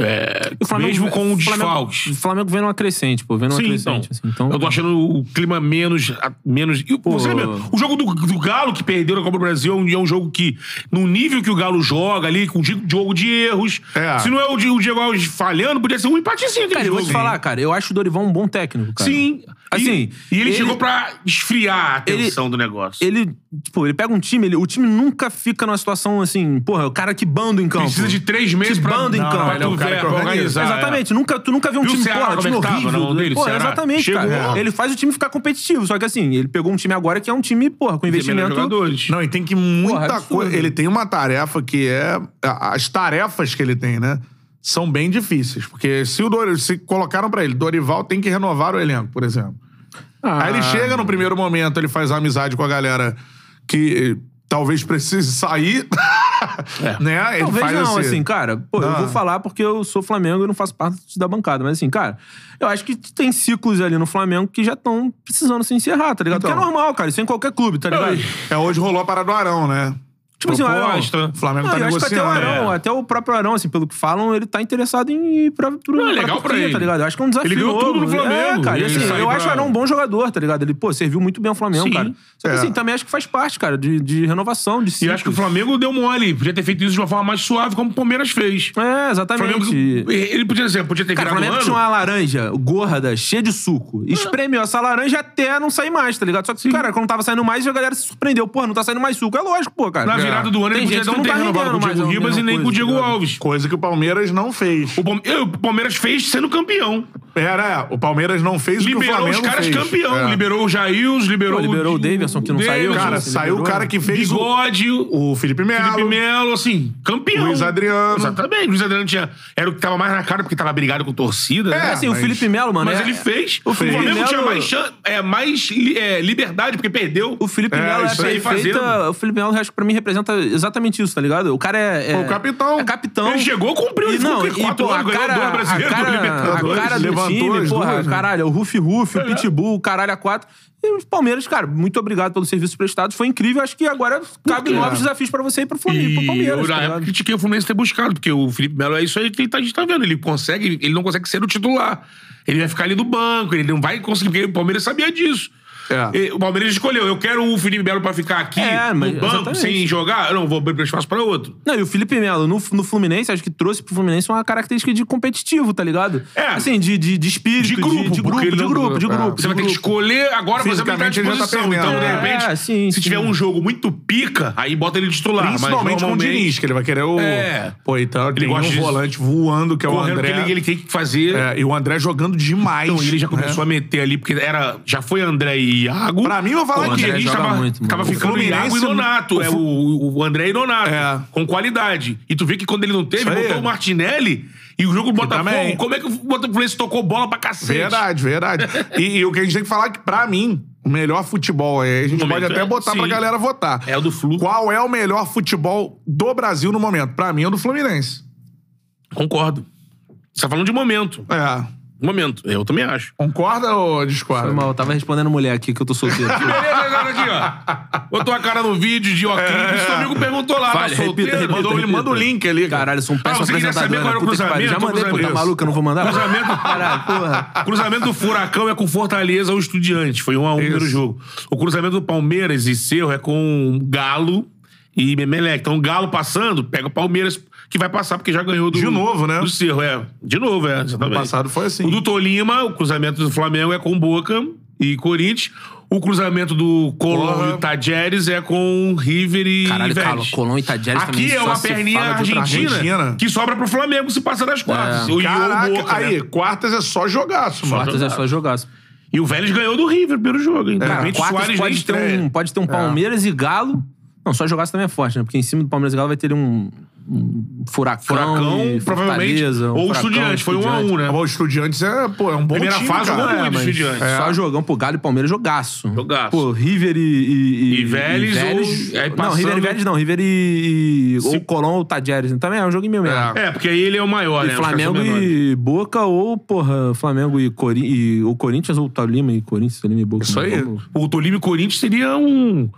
B: é,
C: E o Flamengo-
B: mesmo com o
C: Flamengo-
B: desfalque.
C: O Flamengo vendo uma crescente, pô, vendo uma
B: Sim,
C: crescente. assim, então,
B: Eu tô achando o clima menos. a- menos e o- você lembra, o jogo do, do Galo que perdeu na Copa do Brasil é um, é um jogo que, no nível que o Galo joga ali, com o di- jogo de erros.
A: É.
B: Se não é o, Di- o Diego Alves falhando, podia ser um empatezinho aquele
C: Cara, eu
B: jogo.
C: vou te falar, cara, eu acho o Dorival um bom técnico, cara.
B: Sim.
C: Assim,
B: E, e ele,
C: ele-
B: chegou pra esfriar a
C: ele-
B: tensão do negócio.
C: Ele, tipo, ele pega um time, ele- o time nunca fica numa situação assim, porra, o cara que bando em campo.
B: Precisa de três meses
C: Que
B: pra,
C: banda em
B: Não,
C: campo.
B: pra
C: Ele é
B: tu
A: um cara
B: ver,
A: que
B: pra
A: organiza.
B: organizar.
C: Exatamente, nunca, tu nunca viu um
B: Viu o
C: time,
B: Ceará
C: porra,
B: como
C: time
B: é que tava
C: horrível.
B: na mão dele,
C: porra,
B: Ceará?
C: exatamente,
B: Chegou.
C: cara. Ele faz o time ficar competitivo, só que assim, ele pegou um time agora que é um time, porra, com
B: É. Tem menos
C: investimento.
B: jogadores.
A: Não, e tem que muita
C: absurdo.
A: coisa. Ele tem uma tarefa que é. a- As tarefas que ele tem, né? São bem difíceis. Porque se o Dorival. Se colocaram pra ele, Dorival tem que renovar o elenco, por exemplo.
C: Ah,
A: Aí ele chega no primeiro momento, ele faz amizade com a galera que eh, talvez precise sair.
B: É.
A: né? Ele
C: Talvez
A: faz
C: não,
A: esse-
C: assim, cara. Pô, eu
A: Ah.
C: vou falar porque eu sou Flamengo e não faço parte da bancada. Mas assim, cara, eu acho que tem ciclos ali no Flamengo que já estão precisando se encerrar, tá ligado?
A: Então.
C: Porque é normal, cara. Isso é em qualquer clube, tá ligado?
A: É, hoje rolou a parada do Arão, né?
C: Tipo assim, o Arão-
B: Proposta.
A: O Flamengo tá
C: eu acho que até o
A: negociando.
C: Arão,
B: né?
C: até o próprio Arão, assim, pelo que falam, ele tá interessado em ir pra, pro,
B: Não, é legal pra ele.
C: tá ligado? Eu acho que é um desafio
B: Ele ganhou
C: novo.
B: tudo no Flamengo.
C: É, cara, e,
B: Ele
C: assim,
B: saiu
C: eu
B: pra-
C: acho o Arão um bom jogador, tá ligado? Ele, pô, serviu muito bem ao Flamengo,
B: Sim.
C: cara. Só que
A: É.
C: assim, também acho que faz parte, cara, de, de renovação, de
B: E
C: ciclos.
B: eu acho que o Flamengo deu mole. Podia ter feito isso de uma forma mais suave, como o Palmeiras fez.
C: É,
B: O
C: exatamente.
B: Flamengo, ele podia, dizer, podia ter
C: Cara, o
B: virado
C: Flamengo
B: um ano. É.
C: tinha uma laranja gorda, cheia de suco. Espremeu essa laranja até não sair mais, tá ligado? Só que, cara, quando tava saindo mais, a galera se surpreendeu. Pô, não tá saindo mais suco. É lógico, pô, cara.
B: Na virada
C: É.
B: do ano, ele podia
C: Tem
B: um
C: gente que
B: não ter
C: tá
B: renovado com o
C: rendendo mais
B: Diego
C: a
B: Ribas e
C: mesma
B: nem com o
C: coisa,
B: Diego
C: tá ligado?
B: Alves.
A: Coisa que o Palmeiras não fez.
B: O Palme- eu- o Palmeiras fez sendo campeão.
A: Era, o Palmeiras não fez o que o
B: Liberou
A: Flamengo
B: os caras
A: fez.
B: campeão.
A: É.
B: Liberou o Jails, liberou,
C: Pô, liberou o Davidson, que não saiu.
B: Davidson,
A: Cara,
C: Sim,
A: saiu o
C: liberou.
A: cara que fez o,
B: Bigode, o
A: o Felipe Melo.
B: Felipe Melo, assim, campeão.
A: Luiz Adriano.
B: Exatamente. Luiz Adriano tinha, era o que tava mais na cara porque tava brigado com torcida.
A: É,
B: né?
C: Assim, o
A: mas-
C: Felipe Melo, mano.
B: Mas
C: é-
B: ele fez.
C: O
B: O
C: Felipe
B: Flamengo
C: Melo-
B: tinha mais, chan- é, mais li- é, liberdade porque perdeu.
C: O Felipe
A: É,
C: Melo é
A: isso aí,
C: perfeita.
B: fazendo.
C: O Felipe Melo, acho que pra mim, representa exatamente isso, tá ligado? O cara é. é
A: Pô, o capitão.
C: É capitão.
B: Ele chegou, cumpriu, ele
C: E não,
B: ficou com
C: e,
B: quatro
C: pô,
B: anos,
C: a
B: ganhou
C: cara,
B: dois brasileiros,
C: a
B: dois
C: cara, a
B: Libertadores,
C: cara do
A: levantou
C: time,
A: as
C: porra,
A: duas, né?
C: caralho, é o Rufi Rufi, o Pitbull, o caralho a quatro. E os Palmeiras, cara, muito obrigado pelos serviços prestados, foi incrível. Acho que agora cabe novos desafios pra você e pro Flamengo, pro
B: E
C: Palmeiras.
B: eu,
C: tá
B: na época,
C: ligado?
B: critiquei o Fluminense ter buscado, porque o Felipe Melo é isso aí que ele tá, a gente tá vendo. Ele consegue, ele não consegue ser o titular. Ele vai ficar ali no banco, ele não vai conseguir, porque o Palmeiras sabia disso.
A: É.
B: E O Palmeiras escolheu, eu quero o Felipe Melo pra ficar aqui
C: É,
B: no
C: mas-
B: banco
C: exatamente.
B: sem jogar, eu não vou abrir espaço pra outro.
C: Não, e o Felipe Melo, no, no Fluminense, acho que trouxe pro Fluminense uma característica de competitivo, tá ligado?
B: É.
C: Assim, de, de, de espírito,
B: De
C: de
B: grupo,
C: grupo, de grupo,
B: porque
C: de
B: ele não-
C: grupo, de
A: é.
C: grupo.
B: Você vai ter que escolher agora, mas ele tá à
A: Fisicamente, ele já tá
B: disposição.
A: perdendo,
B: então, de
A: né?
B: repente,
C: É, sim,
B: se
C: sim.
B: tiver um jogo muito pica, aí bota ele de titular. Ah, mas
A: Principalmente com o
B: normalmente-
A: Diniz, que ele vai querer o.
B: É.
A: Pô, então ele tem
B: gosta
A: um
B: disso.
A: volante voando, que é o
B: Correndo,
A: André.
B: porque ele, ele tem que fazer.
A: É, e o André jogando demais.
B: Então, ele já
A: né?
B: começou a meter ali, porque era, já foi André e Iago.
A: Pra mim, eu vou falar
B: Pô,
A: aqui.
B: A gente
C: joga
B: tava,
C: muito, mano.
B: tava
A: O
B: ficando
A: Fluminense
B: Iago e
A: não-
B: Donato.
A: o
B: É
A: Flu-
B: o, o André e Donato.
A: É.
B: Com qualidade. E tu vê que quando ele não teve,
A: Isso aí.
B: botou o Martinelli e o jogo do Botafogo.
A: também.
B: Como é que o Botafogo tocou bola pra cacete?
A: Verdade, verdade. E, e o que a gente tem que falar é que, pra mim, o melhor futebol é. A gente
B: No
A: pode
B: momento,
A: até
B: é,
A: botar pra
B: sim.
A: galera votar.
B: É o do Flu.
A: Qual é o melhor futebol do Brasil no momento? Pra mim é o do Fluminense.
B: Concordo. Você tá falando de momento.
A: É.
B: Momento. Eu também acho.
A: Concorda ou
C: Foi
A: discorda?
C: mal, eu tava respondendo mulher aqui que eu tô solteiro.
B: Beleza, agora aqui, ó. Botou a cara no vídeo de ok.
A: É.
B: Seu amigo perguntou lá,
C: Vale,
B: tá solteiro?
C: repita, repita,
B: Mandou, ele
C: repita.
B: manda o link ali. cara.
C: Caralho, eu sou um péssimo
B: Ah, você queria
C: apresentador.
B: saber qual era
C: né?
B: o
C: Puta que pariu.
B: cruzamento?
C: Já mandei, pô, tá
B: Cruzamento.
C: maluco? Eu não vou mandar?
B: Cruzamento.
C: Caralho, porra.
B: Cruzamento do Furacão é com Fortaleza ou Estudiante. Foi um a um no primeiro jogo. O cruzamento do Palmeiras e Cerro é com Galo e Memelec. Então, Galo passando, pega o Palmeiras, que vai passar, porque já ganhou do...
A: De novo, né?
B: Do Cerro, é. De novo, é.
A: No
B: exatamente.
A: passado foi assim.
B: O do Tolima, o cruzamento do Flamengo é com Boca e Corinthians. O cruzamento do Colón
A: Porra.
B: e Tajeres é com River e
C: Caralho,
B: Vélez.
C: Calo- Colón e Tajeres
B: Aqui
C: também
B: é
C: só
B: uma
C: se
B: perninha
C: fala de outra
B: argentina,
A: Argentina.
B: que sobra pro Flamengo se passar das quartas.
C: É.
B: O- e o
A: Caraca,
B: Boca, né?
A: aí, quartas é só jogaço, mano.
C: Quartas é só jogaço.
B: E o Vélez ganhou do River pelo jogo,
A: É.
B: hein?
C: Cara,
B: Realmente,
C: quartas
B: Suárez nem
C: pode ter,
B: estreia.
C: um, pode ter um Palmeiras e Galo. Não, só jogaço também é forte, né? Porque em cima do Palmeiras e Galo vai ter um, um furacão,
B: Furacão,
C: e
B: provavelmente.
C: Fortaleza, um
B: ou
C: Furacão,
B: Estudiante, foi um a
C: Estudiante.
B: um, né?
A: Bom, o Estudiantes é, pô, é um bom
B: Primeira
A: time,
B: fase,
A: cara.
B: jogou
A: É,
B: muito.
A: mas-
B: Estudiante.
C: Só jogão, pô, Galo e Palmeiras, jogaço.
B: Jogaço.
C: Pô, River e... E,
B: E Vélez ou- aí
C: Não, River
B: passando-
C: e Vélez não. River e... Ou Colón ou Tadjeres. né? Também é um jogo mesmo.
A: É.
C: né?
B: É, porque aí ele é o maior,
C: E
B: né? Os caras são
C: Flamengo
B: menores.
C: e Boca ou, porra, Flamengo e, Cori e ou Corinthians ou Tolima e Corinthians, Tolima e Boca.
A: Isso aí.
B: O Tolima e Corinthians seria um...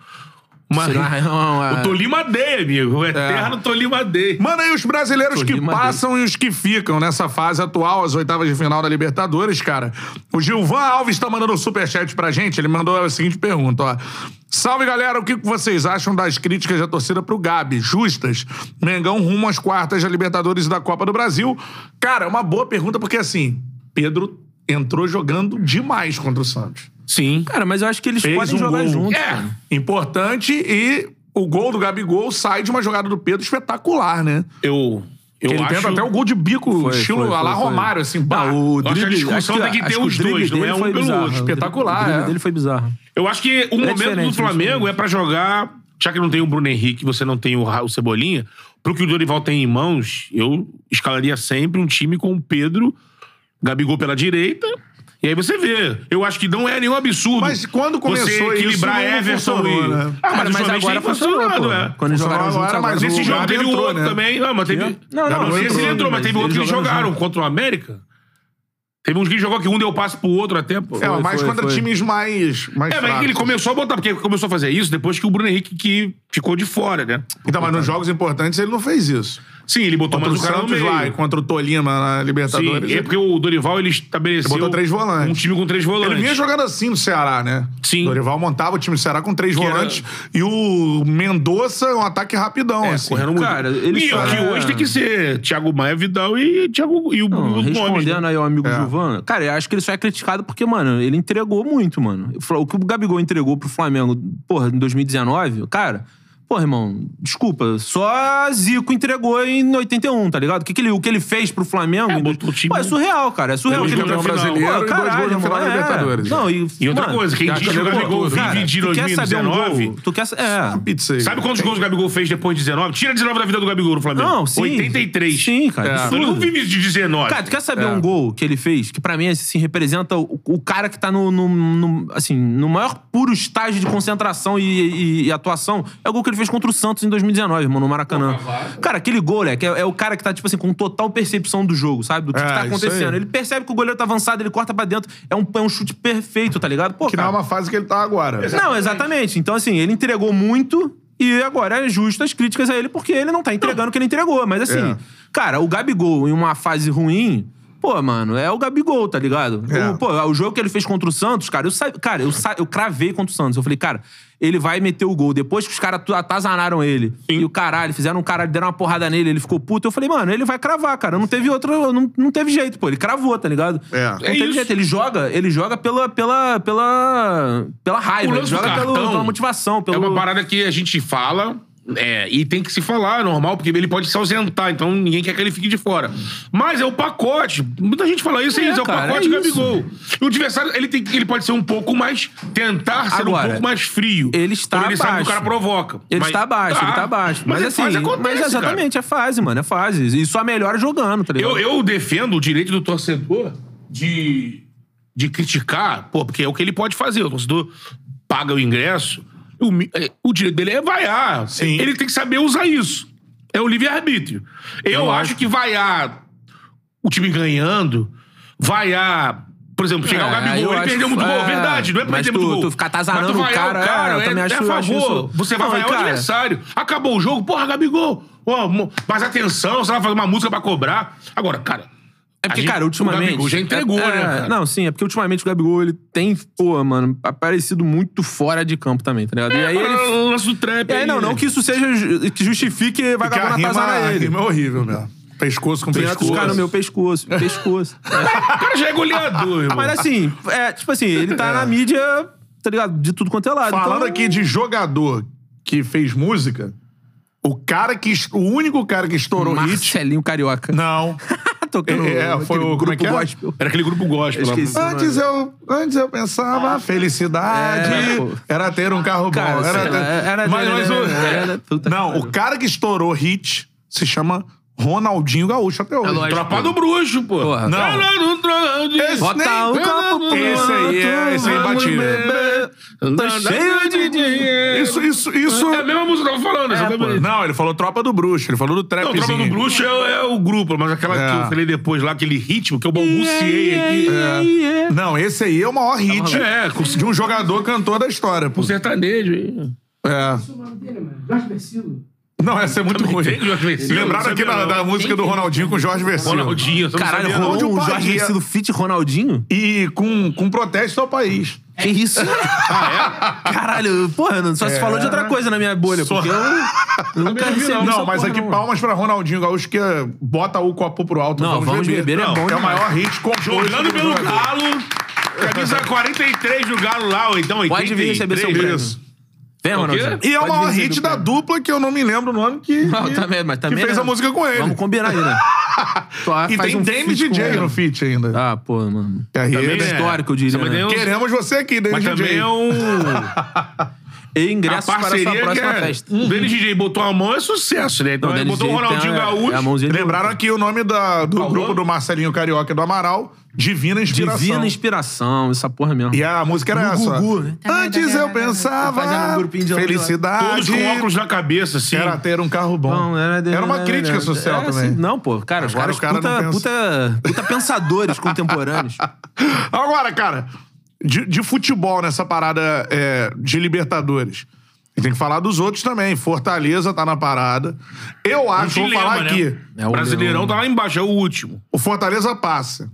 B: Uma...
C: é.
B: O Tolima Day, amigo. O
A: É.
B: eterno Tolima Day.
A: Mano, e os brasileiros
C: Tô
A: que
C: rindo,
A: passam e os que ficam nessa fase atual, as oitavas de final da Libertadores, cara. O Gilvan Alves tá mandando um superchat pra gente. Ele mandou a seguinte pergunta, ó. Salve, galera. O que vocês acham das críticas da torcida pro Gabi? Justas? Mengão rumo às quartas da Libertadores e da Copa do Brasil. Cara, é uma boa pergunta porque, assim, Pedro entrou jogando demais contra o Santos.
B: Sim.
C: Cara, mas eu acho que eles
A: Fez
C: podem
A: um
C: jogar
A: gol.
C: juntos.
B: É.
C: cara.
A: Importante e o gol do Gabigol sai de uma jogada do Pedro espetacular, né?
B: Eu... Eu
A: ele
B: acho...
A: tenta até o gol de bico,
C: Foi,
A: estilo
C: foi, foi,
A: a lá
C: foi.
A: Romário, assim, pá.
C: Não, o
B: acho que a
C: drible,
B: discussão
C: acho que-
B: tem que
C: acho
B: ter
C: o
B: os
C: drible
B: dois, não
C: dele
B: é um
C: foi
B: pelo outro.
C: bizarro.
B: Ah,
C: O drible-
A: Espetacular,
C: O drible
A: é.
C: dele foi bizarro.
B: Eu acho que o momento
C: diferente,
B: do
C: é
B: Flamengo é pra jogar, já que não tem o Bruno Henrique, você não tem o, Ra- o Cebolinha, pro que o Dorival tem em mãos, eu escalaria sempre um time com o Pedro, Gabigol pela direita. E aí você vê. Eu acho que não é nenhum absurdo.
A: Mas quando
B: você
A: começou isso,
B: equilibrar
A: não
B: Everton
A: funcionou,
B: e.
A: né?
B: Ah,
C: Cara, mas
B: ultimamente
C: agora
B: tem
C: funcionou,
B: funcionado,
C: pô.
A: é.
C: Quando eles jogaram
A: Funcionou
C: juntos,
A: agora,
C: agora
A: mas
B: Mas esse
A: o
B: jogo
A: Gabi
B: teve
A: entrou,
B: outro
A: né?
B: também. Ah, mas teve.
C: Quê? Não, não,
B: não, sei
C: entrou,
B: se ele entrou, mas
C: mas
B: teve outro que eles
C: eles jogaram
B: jogaram
C: junto.
B: contra o América. Teve uns que jogou que um deu passe pro outro até, pô.
A: É,
C: Foi,
A: mas
C: foi,
A: contra
C: foi.
A: times mais. mais
B: É, mas
A: fracos.
B: ele começou a botar, porque começou a fazer isso depois que o Bruno Henrique que ficou de fora, né?
A: Então, mas nos jogos importantes ele não fez isso.
B: Sim, ele botou
A: Contra
B: mais
A: o
B: um cara no
A: Santos
B: meio.
A: lá e contra o Tolima na
B: Sim,
A: Libertadores.
B: é
A: ele-
B: porque o Dorival ele estabeleceu
A: Ele botou três volantes.
B: um time com três volantes.
A: Ele vinha jogando assim no Ceará, né?
B: Sim.
A: Dorival montava o time do Ceará com três
B: era-
A: volantes e o Mendonça, um ataque rapidão, assim.
B: É, correndo muito.
C: Cara, ele
B: e
C: só-
B: aqui
C: é.
B: hoje tem que ser Thiago Maia, Vidal e Thiago e o
C: Não,
B: Bruno Gomes. né?
C: respondendo aí ao amigo
A: É.
C: Gilvan, cara, eu acho que ele só é criticado porque, mano, ele entregou muito, mano. O Fla- O que o Gabigol entregou pro Flamengo, porra, em 2019, cara, porra, irmão, desculpa, só Zico entregou em 81, tá ligado? O que, que ele, o que ele fez pro Flamengo? em
B: botou o
C: dois-
B: time-
C: Pô, é surreal, cara, é surreal.
B: Dois
C: o que ele
B: gols no
C: entregou.
A: Brasileiro e dois
C: caralho,
A: gols na final da
C: irmão, é.
A: Libertadores.
C: Não, e,
B: E outra
C: mano,
B: coisa, quem diz que o Gabigol
C: cara,
B: vive de
C: tu quer saber um gol,
B: 2019.
C: Tu quer sa- é.
A: Pizza aí.
B: Sabe quantos gols o Gabigol fez depois de 19? Tira 19 da vida do Gabigol no Flamengo.
C: Não, sim.
B: 83.
C: Sim, cara,
B: Então Ele
C: absurdo.
B: não vive de 19.
C: Cara, tu quer saber
A: É.
C: um gol que ele fez que pra mim assim representa o, o cara que tá no, no- no- assim no maior puro estágio de concentração e, e- e atuação é o gol que ele fez contra o Santos em 2019, irmão, no Maracanã. Cara, aquele gol, né, que é, é o cara que tá tipo assim com total percepção do jogo, sabe, do que,
A: É,
C: que tá
A: isso
C: acontecendo.
A: aí.
C: Ele percebe que o goleiro tá avançado, ele corta pra dentro, é um, é um chute perfeito, tá ligado? Pô,
A: Que não é
C: cara,
A: uma fase que ele tá agora.
C: não, exatamente. Então, assim, ele entregou muito e agora é justo as críticas a ele porque ele não tá entregando o que ele entregou. Mas, assim,
A: É.
C: cara, o Gabigol em uma fase ruim. Pô, mano, é o Gabigol, tá ligado?
A: É.
C: O, pô, o jogo que ele fez contra o Santos, cara, eu, sa- cara, eu, sa- eu cravei contra o Santos. Eu falei, cara, ele vai meter o gol. Depois que os caras tu- atazanaram ele e o caralho, fizeram um caralho, deram uma porrada nele, ele ficou puto. Eu falei, mano, ele vai cravar, cara. Não teve outro, não, não teve jeito, pô. Ele cravou, tá ligado?
A: É.
C: Não
A: É
C: teve
B: isso.
C: jeito. Ele joga, ele joga pela, pela, pela, pela raiva.
B: O
C: Ele
B: lance do
C: joga pelo-
B: cartão
C: pela motivação, pelo.
B: É uma parada que a gente fala, É, e tem que se falar, normal, porque ele pode se ausentar, então ninguém quer que ele fique de fora. Mas é o pacote. Muita gente fala isso, é,
C: É,
B: isso, é o
C: cara,
B: pacote
C: é
B: Gabigol. E o adversário, ele, tem, que- ele pode ser um pouco mais. tentar ser um
C: Agora,
B: pouco mais frio.
C: ele está
B: Quando ele sabe que o
C: abaixo.
B: cara provoca.
C: Ele
B: Mas-
C: está abaixo, ele tá abaixo. Mas,
B: é
C: assim,
B: fase, acontece,
C: mas
B: cara.
C: exatamente, é fase, mano, é fase. E só melhora jogando, tá
B: Eu,
C: ligado?
B: eu defendo o direito do torcedor de, de criticar, pô, porque é o que ele pode fazer. O torcedor paga o ingresso, o, mi- é, o direito dele é vaiar.
A: Sim.
B: Ele tem que saber usar isso. É o livre-arbítrio. Eu, acho, que vaiar o time ganhando, vaiar. Por exemplo, chegar
C: É,
B: o Gabigol,
C: eu
B: ele
C: acho-
B: perdeu muito gol,
C: é,
B: é verdade. Não é
C: mas
B: perder
C: tu-
B: muito gol.
C: tu ficar atazanando
B: Mas tu
C: o
B: vaiar
C: cara, eu também
B: é,
C: acho-
B: é a
C: eu
B: favor.
C: acho isso-
B: Você vai
C: Não, e
B: vaiar o
C: cara-
B: adversário adversário. Acabou o jogo, porra, Gabigol. Ó, mo- mas atenção, você vai fazer uma música pra cobrar. Agora, cara.
C: É porque,
B: a gente-
C: cara, ultimamente.
B: O Gabigol já entregou,
C: é,
B: né? cara?
C: Não, sim, é porque ultimamente o Gabigol, ele tem, pô, mano, aparecido muito fora de campo também, tá ligado? e aí ele.
B: O lance do trap.
C: E aí, não, não que isso seja. ju- que justifique
A: Porque a
C: vagabundo
A: rima,
C: atazanar
A: a
C: ele.
A: rima é horrível mesmo. Pescoço com
C: Pensa os
A: pescoço.
C: caras no meu pescoço, pescoço.
B: O cara já é goleador, irmão.
C: Mas assim, é, tipo assim, ele tá na mídia, tá ligado? De tudo quanto é lado.
A: Falando
C: então-
A: aqui de jogador que fez música, o cara que. es- O único cara que estourou hit.
C: Marcelinho Carioca.
A: Não.
C: Tocando
A: É, foi
C: aquele
A: o- como é
C: grupo
A: que é?
C: gospel.
B: Era aquele grupo gospel. lá.
C: Esqueci.
A: Antes eu, antes eu pensava a felicidade
C: É, pô.
A: era ter um carro
C: Cara,
A: bom. Era,
C: sei lá,
A: ter-
C: era-
A: mas, mas o- é,
C: era- puta
A: não,
C: que
A: o cara que estourou hit se chama Ronaldinho Gaúcho até hoje.
C: lógico.
B: Tropa do bruxo, pô.
C: Porra,
A: Não.
B: Não, não, não, não, não.
A: Esse-
C: Bota um
A: Nem-
C: copo pro
A: Esse aí é- esse aí é
C: outro, vamos
A: batido.
C: beber.
A: tá
C: Tô cheio de dinheiro.
A: Isso, isso, isso.
B: É a mesma música que eu tava falando, exatamente.
A: Não, ele falou Tropa do Bruxo, ele falou do
B: Não, o
A: trapzinho.
B: Tropa do Bruxo é, é o grupo, mas aquela que
A: É.
B: eu falei depois lá, aquele ritmo que eu balbuciei aqui.
C: Yeah, yeah.
A: Não, esse aí é o maior hit
B: É, com-
A: de um jogador cantor da história, pô.
B: com sertanejo aí.
A: É.
D: o nome dele, mano? Jorge Versilo.
A: Não, essa é muito
B: Também
A: ruim.
B: tem o Jorge Versilo,
A: Lembraram
C: é
B: não
A: aqui
B: sabia
A: da,
B: não.
A: da música do Ronaldinho com o Jorge Versilo.
B: Ronaldinho, você não
C: Caralho,
B: sabia, não?
A: onde
C: rolou
A: o
C: um Jorge
A: Bahia-
C: Versilo fit Ronaldinho?
A: E com, com protesto ao país.
C: Que isso?
A: Ah, é?
C: Caralho, porra, não- só se falou de outra coisa na minha bolha, porque eu, eu nunca recebi
A: Não,
C: essa
A: mas é
C: porra,
A: aqui
C: não.
A: palmas pra Ronaldinho Gaúcho que é, bota o copo pro alto.
C: Não, vamos beber, é
A: Não,
C: bom
A: É o
C: demais.
A: maior hit composto
B: Jogando
A: do
B: pelo
A: Brasil.
B: Galo. Camisa 43 do Galo lá, ou então 83.
C: Pode vir receber seu prêmio.
A: Isso.
C: Vem, Ronaldinho.
A: E é o
C: Pode
A: maior
C: vir
A: hit
C: receber
A: da
C: o
A: dupla que eu não me lembro o nome que,
C: prêmio.
A: que-
C: Não, também, mas
A: que
C: também,
A: fez
C: né?
A: a música com ele.
C: Vamos combinar aí, né? Tu
A: e
C: faz
A: tem
C: um
A: Dame
C: feat com
A: DJ
C: ele.
A: no feat ainda.
C: Ah, pô, mano.
A: Carreira.
B: Também é.
C: Histórico, eu diria,
B: Mas
C: né?
B: tem um-
A: Queremos você aqui, né, Dame
B: Mas
A: DJ.
B: também é um...
C: E
B: a
C: ingressos para a sua
B: parceria que
C: próxima
B: é...
C: festa.
B: O Dani DJ botou a mão, é sucesso, né? Então
C: Não,
B: ele
C: Dennis
B: botou o
C: Day tem
B: Ronaldinho
C: a-
B: Gaúcho.
C: é a mãozinha de-
A: Lembraram aqui o nome da- do
B: Qual
A: grupo
B: nome?
A: do Marcelinho Carioca e do Amaral, Divina Inspiração.
C: Divina inspiração, essa porra mesmo.
A: E a música era
C: No
A: essa.
C: Gugu, né?
A: Antes eu pensava
C: Fazendo um grupinho de lado.
B: Todos
A: felicidade
B: com óculos na cabeça, assim.
A: Ah, era ter um carro bom.
C: Não, né?
A: era, uma crítica social
C: era
A: também.
C: assim, não, pô, cara, os
A: Agora
C: caras
A: o cara não
C: puta, puta, puta pensadores contemporâneos.
A: Agora, cara, de, de futebol nessa parada é, de Libertadores. E Tem que falar dos outros também. Fortaleza tá na parada. Eu
B: Um
A: acho, vou
B: dilema,
A: falar
B: né?
A: aqui.
C: É
B: o
C: o
B: Brasileirão
C: Leão.
B: tá lá embaixo, é o último.
A: O Fortaleza passa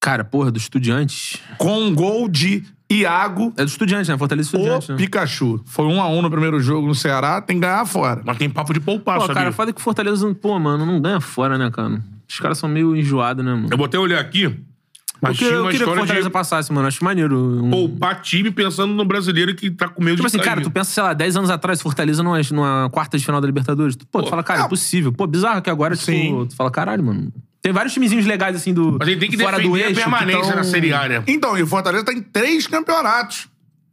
C: Cara, porra, do Estudiantes.
A: com um gol de Iago
C: É do Estudiantes, né? Fortaleza Estudiantes,
A: ou
C: né?
A: Pikachu. Foi um a um no primeiro jogo no Ceará, tem que ganhar fora.
B: Mas tem papo de poupar,
C: Pô,
B: sabia?
C: cara, foda que o Fortaleza, não- pô, mano, não ganha fora, né, cara? Os caras são meio enjoados, né, mano?
B: Eu botei olhar aqui, mas
C: Eu, que-
B: tinha
C: eu
B: uma
C: queria que o
B: história
C: Fortaleza
B: de
C: passasse, mano. Acho maneiro. Um...
B: poupar time pensando no brasileiro que tá com medo
C: Tipo
B: de
C: assim,
B: cair.
C: cara, tu pensa, sei lá, 10 anos atrás, Fortaleza é, numa, numa quarta de final da Libertadores. Tu, pô, tu fala, cara,
A: não.
C: impossível. Pô, bizarro que agora, tipo,
A: Sim.
C: tu fala, caralho, mano. Tem vários timezinhos legais, assim, do.
B: Mas ele tem que
C: fora do
B: defender
C: eixo, que
B: a permanência
C: tão-
B: na Série A, né?
A: Então, e o Fortaleza tá em três campeonatos.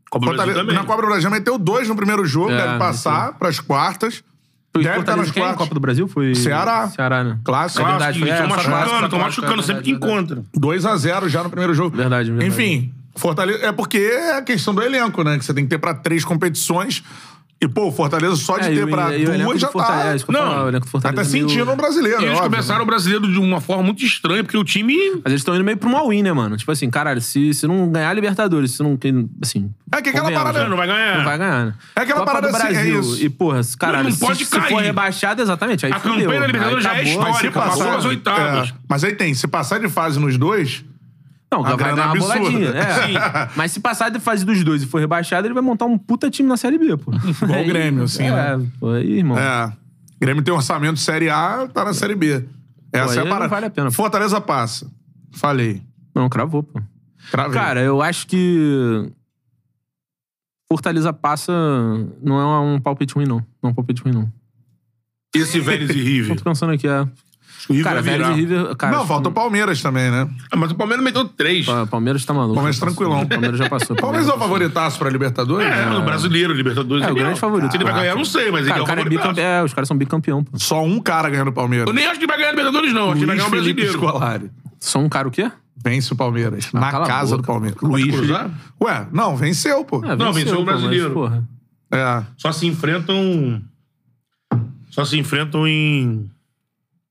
B: Copa do Brasil
A: Fortaleza-
B: também.
A: na Copa do Brasil meteu dois no primeiro jogo,
C: É,
A: deve passar pras quartas.
C: Foi
A: Deve estar nas
C: Fortaleza quem?
A: quartas.
C: Copa do Brasil? Foi.
A: Ceará.
C: Ceará, né?
A: Clássico.
C: É verdade.
B: Clássico,
C: foi-
B: tão
C: é, foi clássico,
B: machucando,
C: foi
B: tão
C: clássico,
B: machucando
C: é
B: sempre que
C: verdade,
B: encontra.
A: 2 a 0 já no primeiro jogo.
C: Verdade, verdade.
A: Enfim, Fortaleza. É porque é a questão do elenco, né? Que você tem que ter pra três competições. E, pô, o Fortaleza só de
C: É, e
A: ter
C: o-
A: pra
C: e o elenco
A: duas
C: do
A: já
C: Fortaleza,
A: tá.
C: isso que eu ia
B: Não,
C: falar, o elenco do
A: Tá
C: Fortaleza
A: até
C: é meio-
A: sentindo o brasileiro.
B: E eles
A: óbvio, né?
B: começaram o brasileiro de uma forma muito estranha, porque o time.
C: Mas eles estão indo meio pra um all-in, né, mano? Tipo assim, caralho, se, se não ganhar a Libertadores, se não. que- Assim.
A: É que aquela
C: convenhamos,
A: parada-
C: né?
B: Não vai ganhar.
C: Não vai ganhar, né?
A: É aquela
C: Copa
A: parada
C: do
A: assim, é
C: Brasil.
A: isso.
C: E, porra, se- caralho,
B: Não
C: se-
B: pode
C: se, for
B: cair.
C: rebaixada, exatamente. Aí
B: A
C: fudeu.
B: campanha da
C: Aí
B: Libertadores já é
C: acabou, aí
B: histórica,
C: se passar-
B: passou as
A: né?
B: oitavas.
A: É, mas aí tem, se passar de fase nos dois,
C: Não,
A: A
C: vai
A: grana
C: dar uma
A: absurda.
C: boladinha. É.
B: Sim.
C: Mas se passar de fase dos dois e for rebaixado, ele vai montar um puta time na Série B, pô.
A: Igual o Grêmio, assim,
C: É,
A: né?
C: pô, aí, irmão.
A: É. Grêmio tem orçamento Série A, tá na Série B. Essa
C: aí
A: é a
C: não
A: parada.
C: vale a pena.
A: Fortaleza passa. Falei. Tá
C: Não, cravou, pô.
A: Cravei.
C: Cara, eu acho que. Fortaleza passa não é um palpite ruim, não. Não é um palpite ruim, não.
B: E esse Vélez e River?
C: Tô pensando aqui, é.
B: O River
C: Cara,
B: vai
C: Vélez
B: virar.
C: e River. é Cara,
A: Não,
C: acho
A: falta o Palmeiras também, né?
B: Ah, Mas o Palmeiras meteu três.
C: que o Palmeiras tá maluco.
A: Palmeiras
C: Já passou.
A: tranquilão.
C: O Palmeiras já passou.
A: Palmeiras é o favoritaço pra Libertadores?
B: É, no brasileiro, Libertadores.
C: É, o
B: ele
C: grande favorito.
B: Se ele vai
C: Ah,
B: ganhar, eu não sei, mas
C: Cara,
B: ele é
C: o
B: o
C: cara é
B: favorito.
C: bicampeão. É, os caras são bicampeão, pô.
A: Só um cara ganhando o Palmeiras.
B: Eu nem acho que vai ganhar Libertadores, não. Acho que vai ganhar o brasileiro.
A: Scolari.
C: Só um cara o quê?
A: Vence o Palmeiras.
C: Ah,
A: na
C: cala a
A: casa
C: boca.
A: do Palmeiras. é
B: Luiz Cruzar?
A: Ué, não, venceu, pô.
C: É,
B: Não, venceu o
C: pô, mas,
B: brasileiro.
C: porra.
A: É.
B: Só se enfrentam. Só se enfrentam em.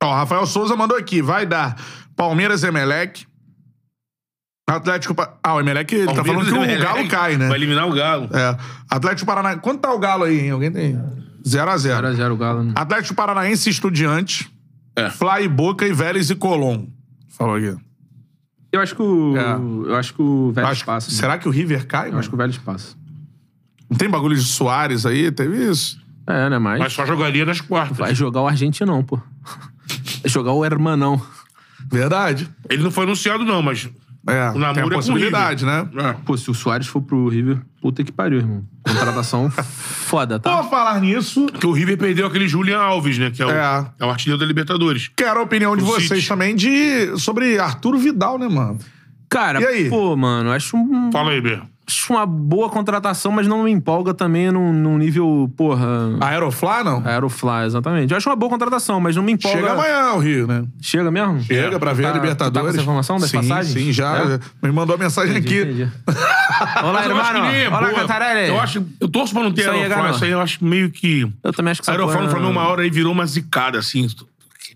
A: Ó, Rafael Souza mandou aqui. Vai dar Palmeiras e Emelec. Atlético... Pa- Ah, o Emelec, ele tá falando que o Galo cai, né?
B: Vai eliminar o Galo.
A: É. Atlético Paranaense. Quanto tá o Galo aí, hein? Alguém tem? 0x0.
C: 0x0 o Galo. né?
A: Atlético Paranaense e Estudiantes.
B: É.
A: Fla e Boca e Vélez e Colom. Falou aqui.
C: Eu acho que o.
A: É.
C: Eu acho que o Vélez
A: Acho-
C: passa. né?
A: será que o River cai?
C: Eu acho que o Vélez passa.
A: Não tem bagulho de Soares aí? Teve isso?
C: É, né? Mas.
B: Mas só jogaria nas quartas.
C: Vai jogar o Argentinão, pô. Vai jogar o Hermanão.
A: Verdade.
B: Ele não foi anunciado, não, mas.
A: É,
B: O namoro
A: tem
B: é
A: a
B: com o
A: possibilidade, né?
C: Pô, se o Soares for pro River, puta que pariu, irmão. Contratação foda, tá?
A: Por falar nisso,
B: Porque o River perdeu aquele Julian Alves, né? Que é o,
A: É.
B: é o artilheiro da Libertadores.
A: quero a opinião de
B: O
A: vocês
B: City.
A: também de, sobre Arturo Vidal, né, mano?
C: Cara,
A: E aí?
C: pô, mano, acho, um-
B: Fala aí, Bê.
C: acho uma boa contratação, mas não me empolga também num, num nível, porra.
A: Aeroflá, não?
C: Aerofly, exatamente. Eu acho uma boa contratação, mas não me empolga.
A: Chega amanhã ao Rio, né?
C: Chega mesmo?
A: Chega pra ver
C: Tá-
A: a
C: tu tá com essa
A: Libertadores.
C: informação das
A: sim,
C: passagens?
A: Sim, já.
C: É?
A: já. Me mandou a mensagem
C: Entendi,
A: aqui.
C: entendi. Olá,
B: Mas eu acho que
C: hermano.
B: nem é
C: Olá,
B: boa.
C: Cantarelli.
B: Eu acho. Eu torço pra não ter
C: Isso aí é
B: aeroflá.
C: galo.
B: Isso aí eu acho meio que.
C: Eu também acho que essa
B: Aeroflá no
C: porra-
B: Flamengo é uma hora aí virou uma zicada, assim.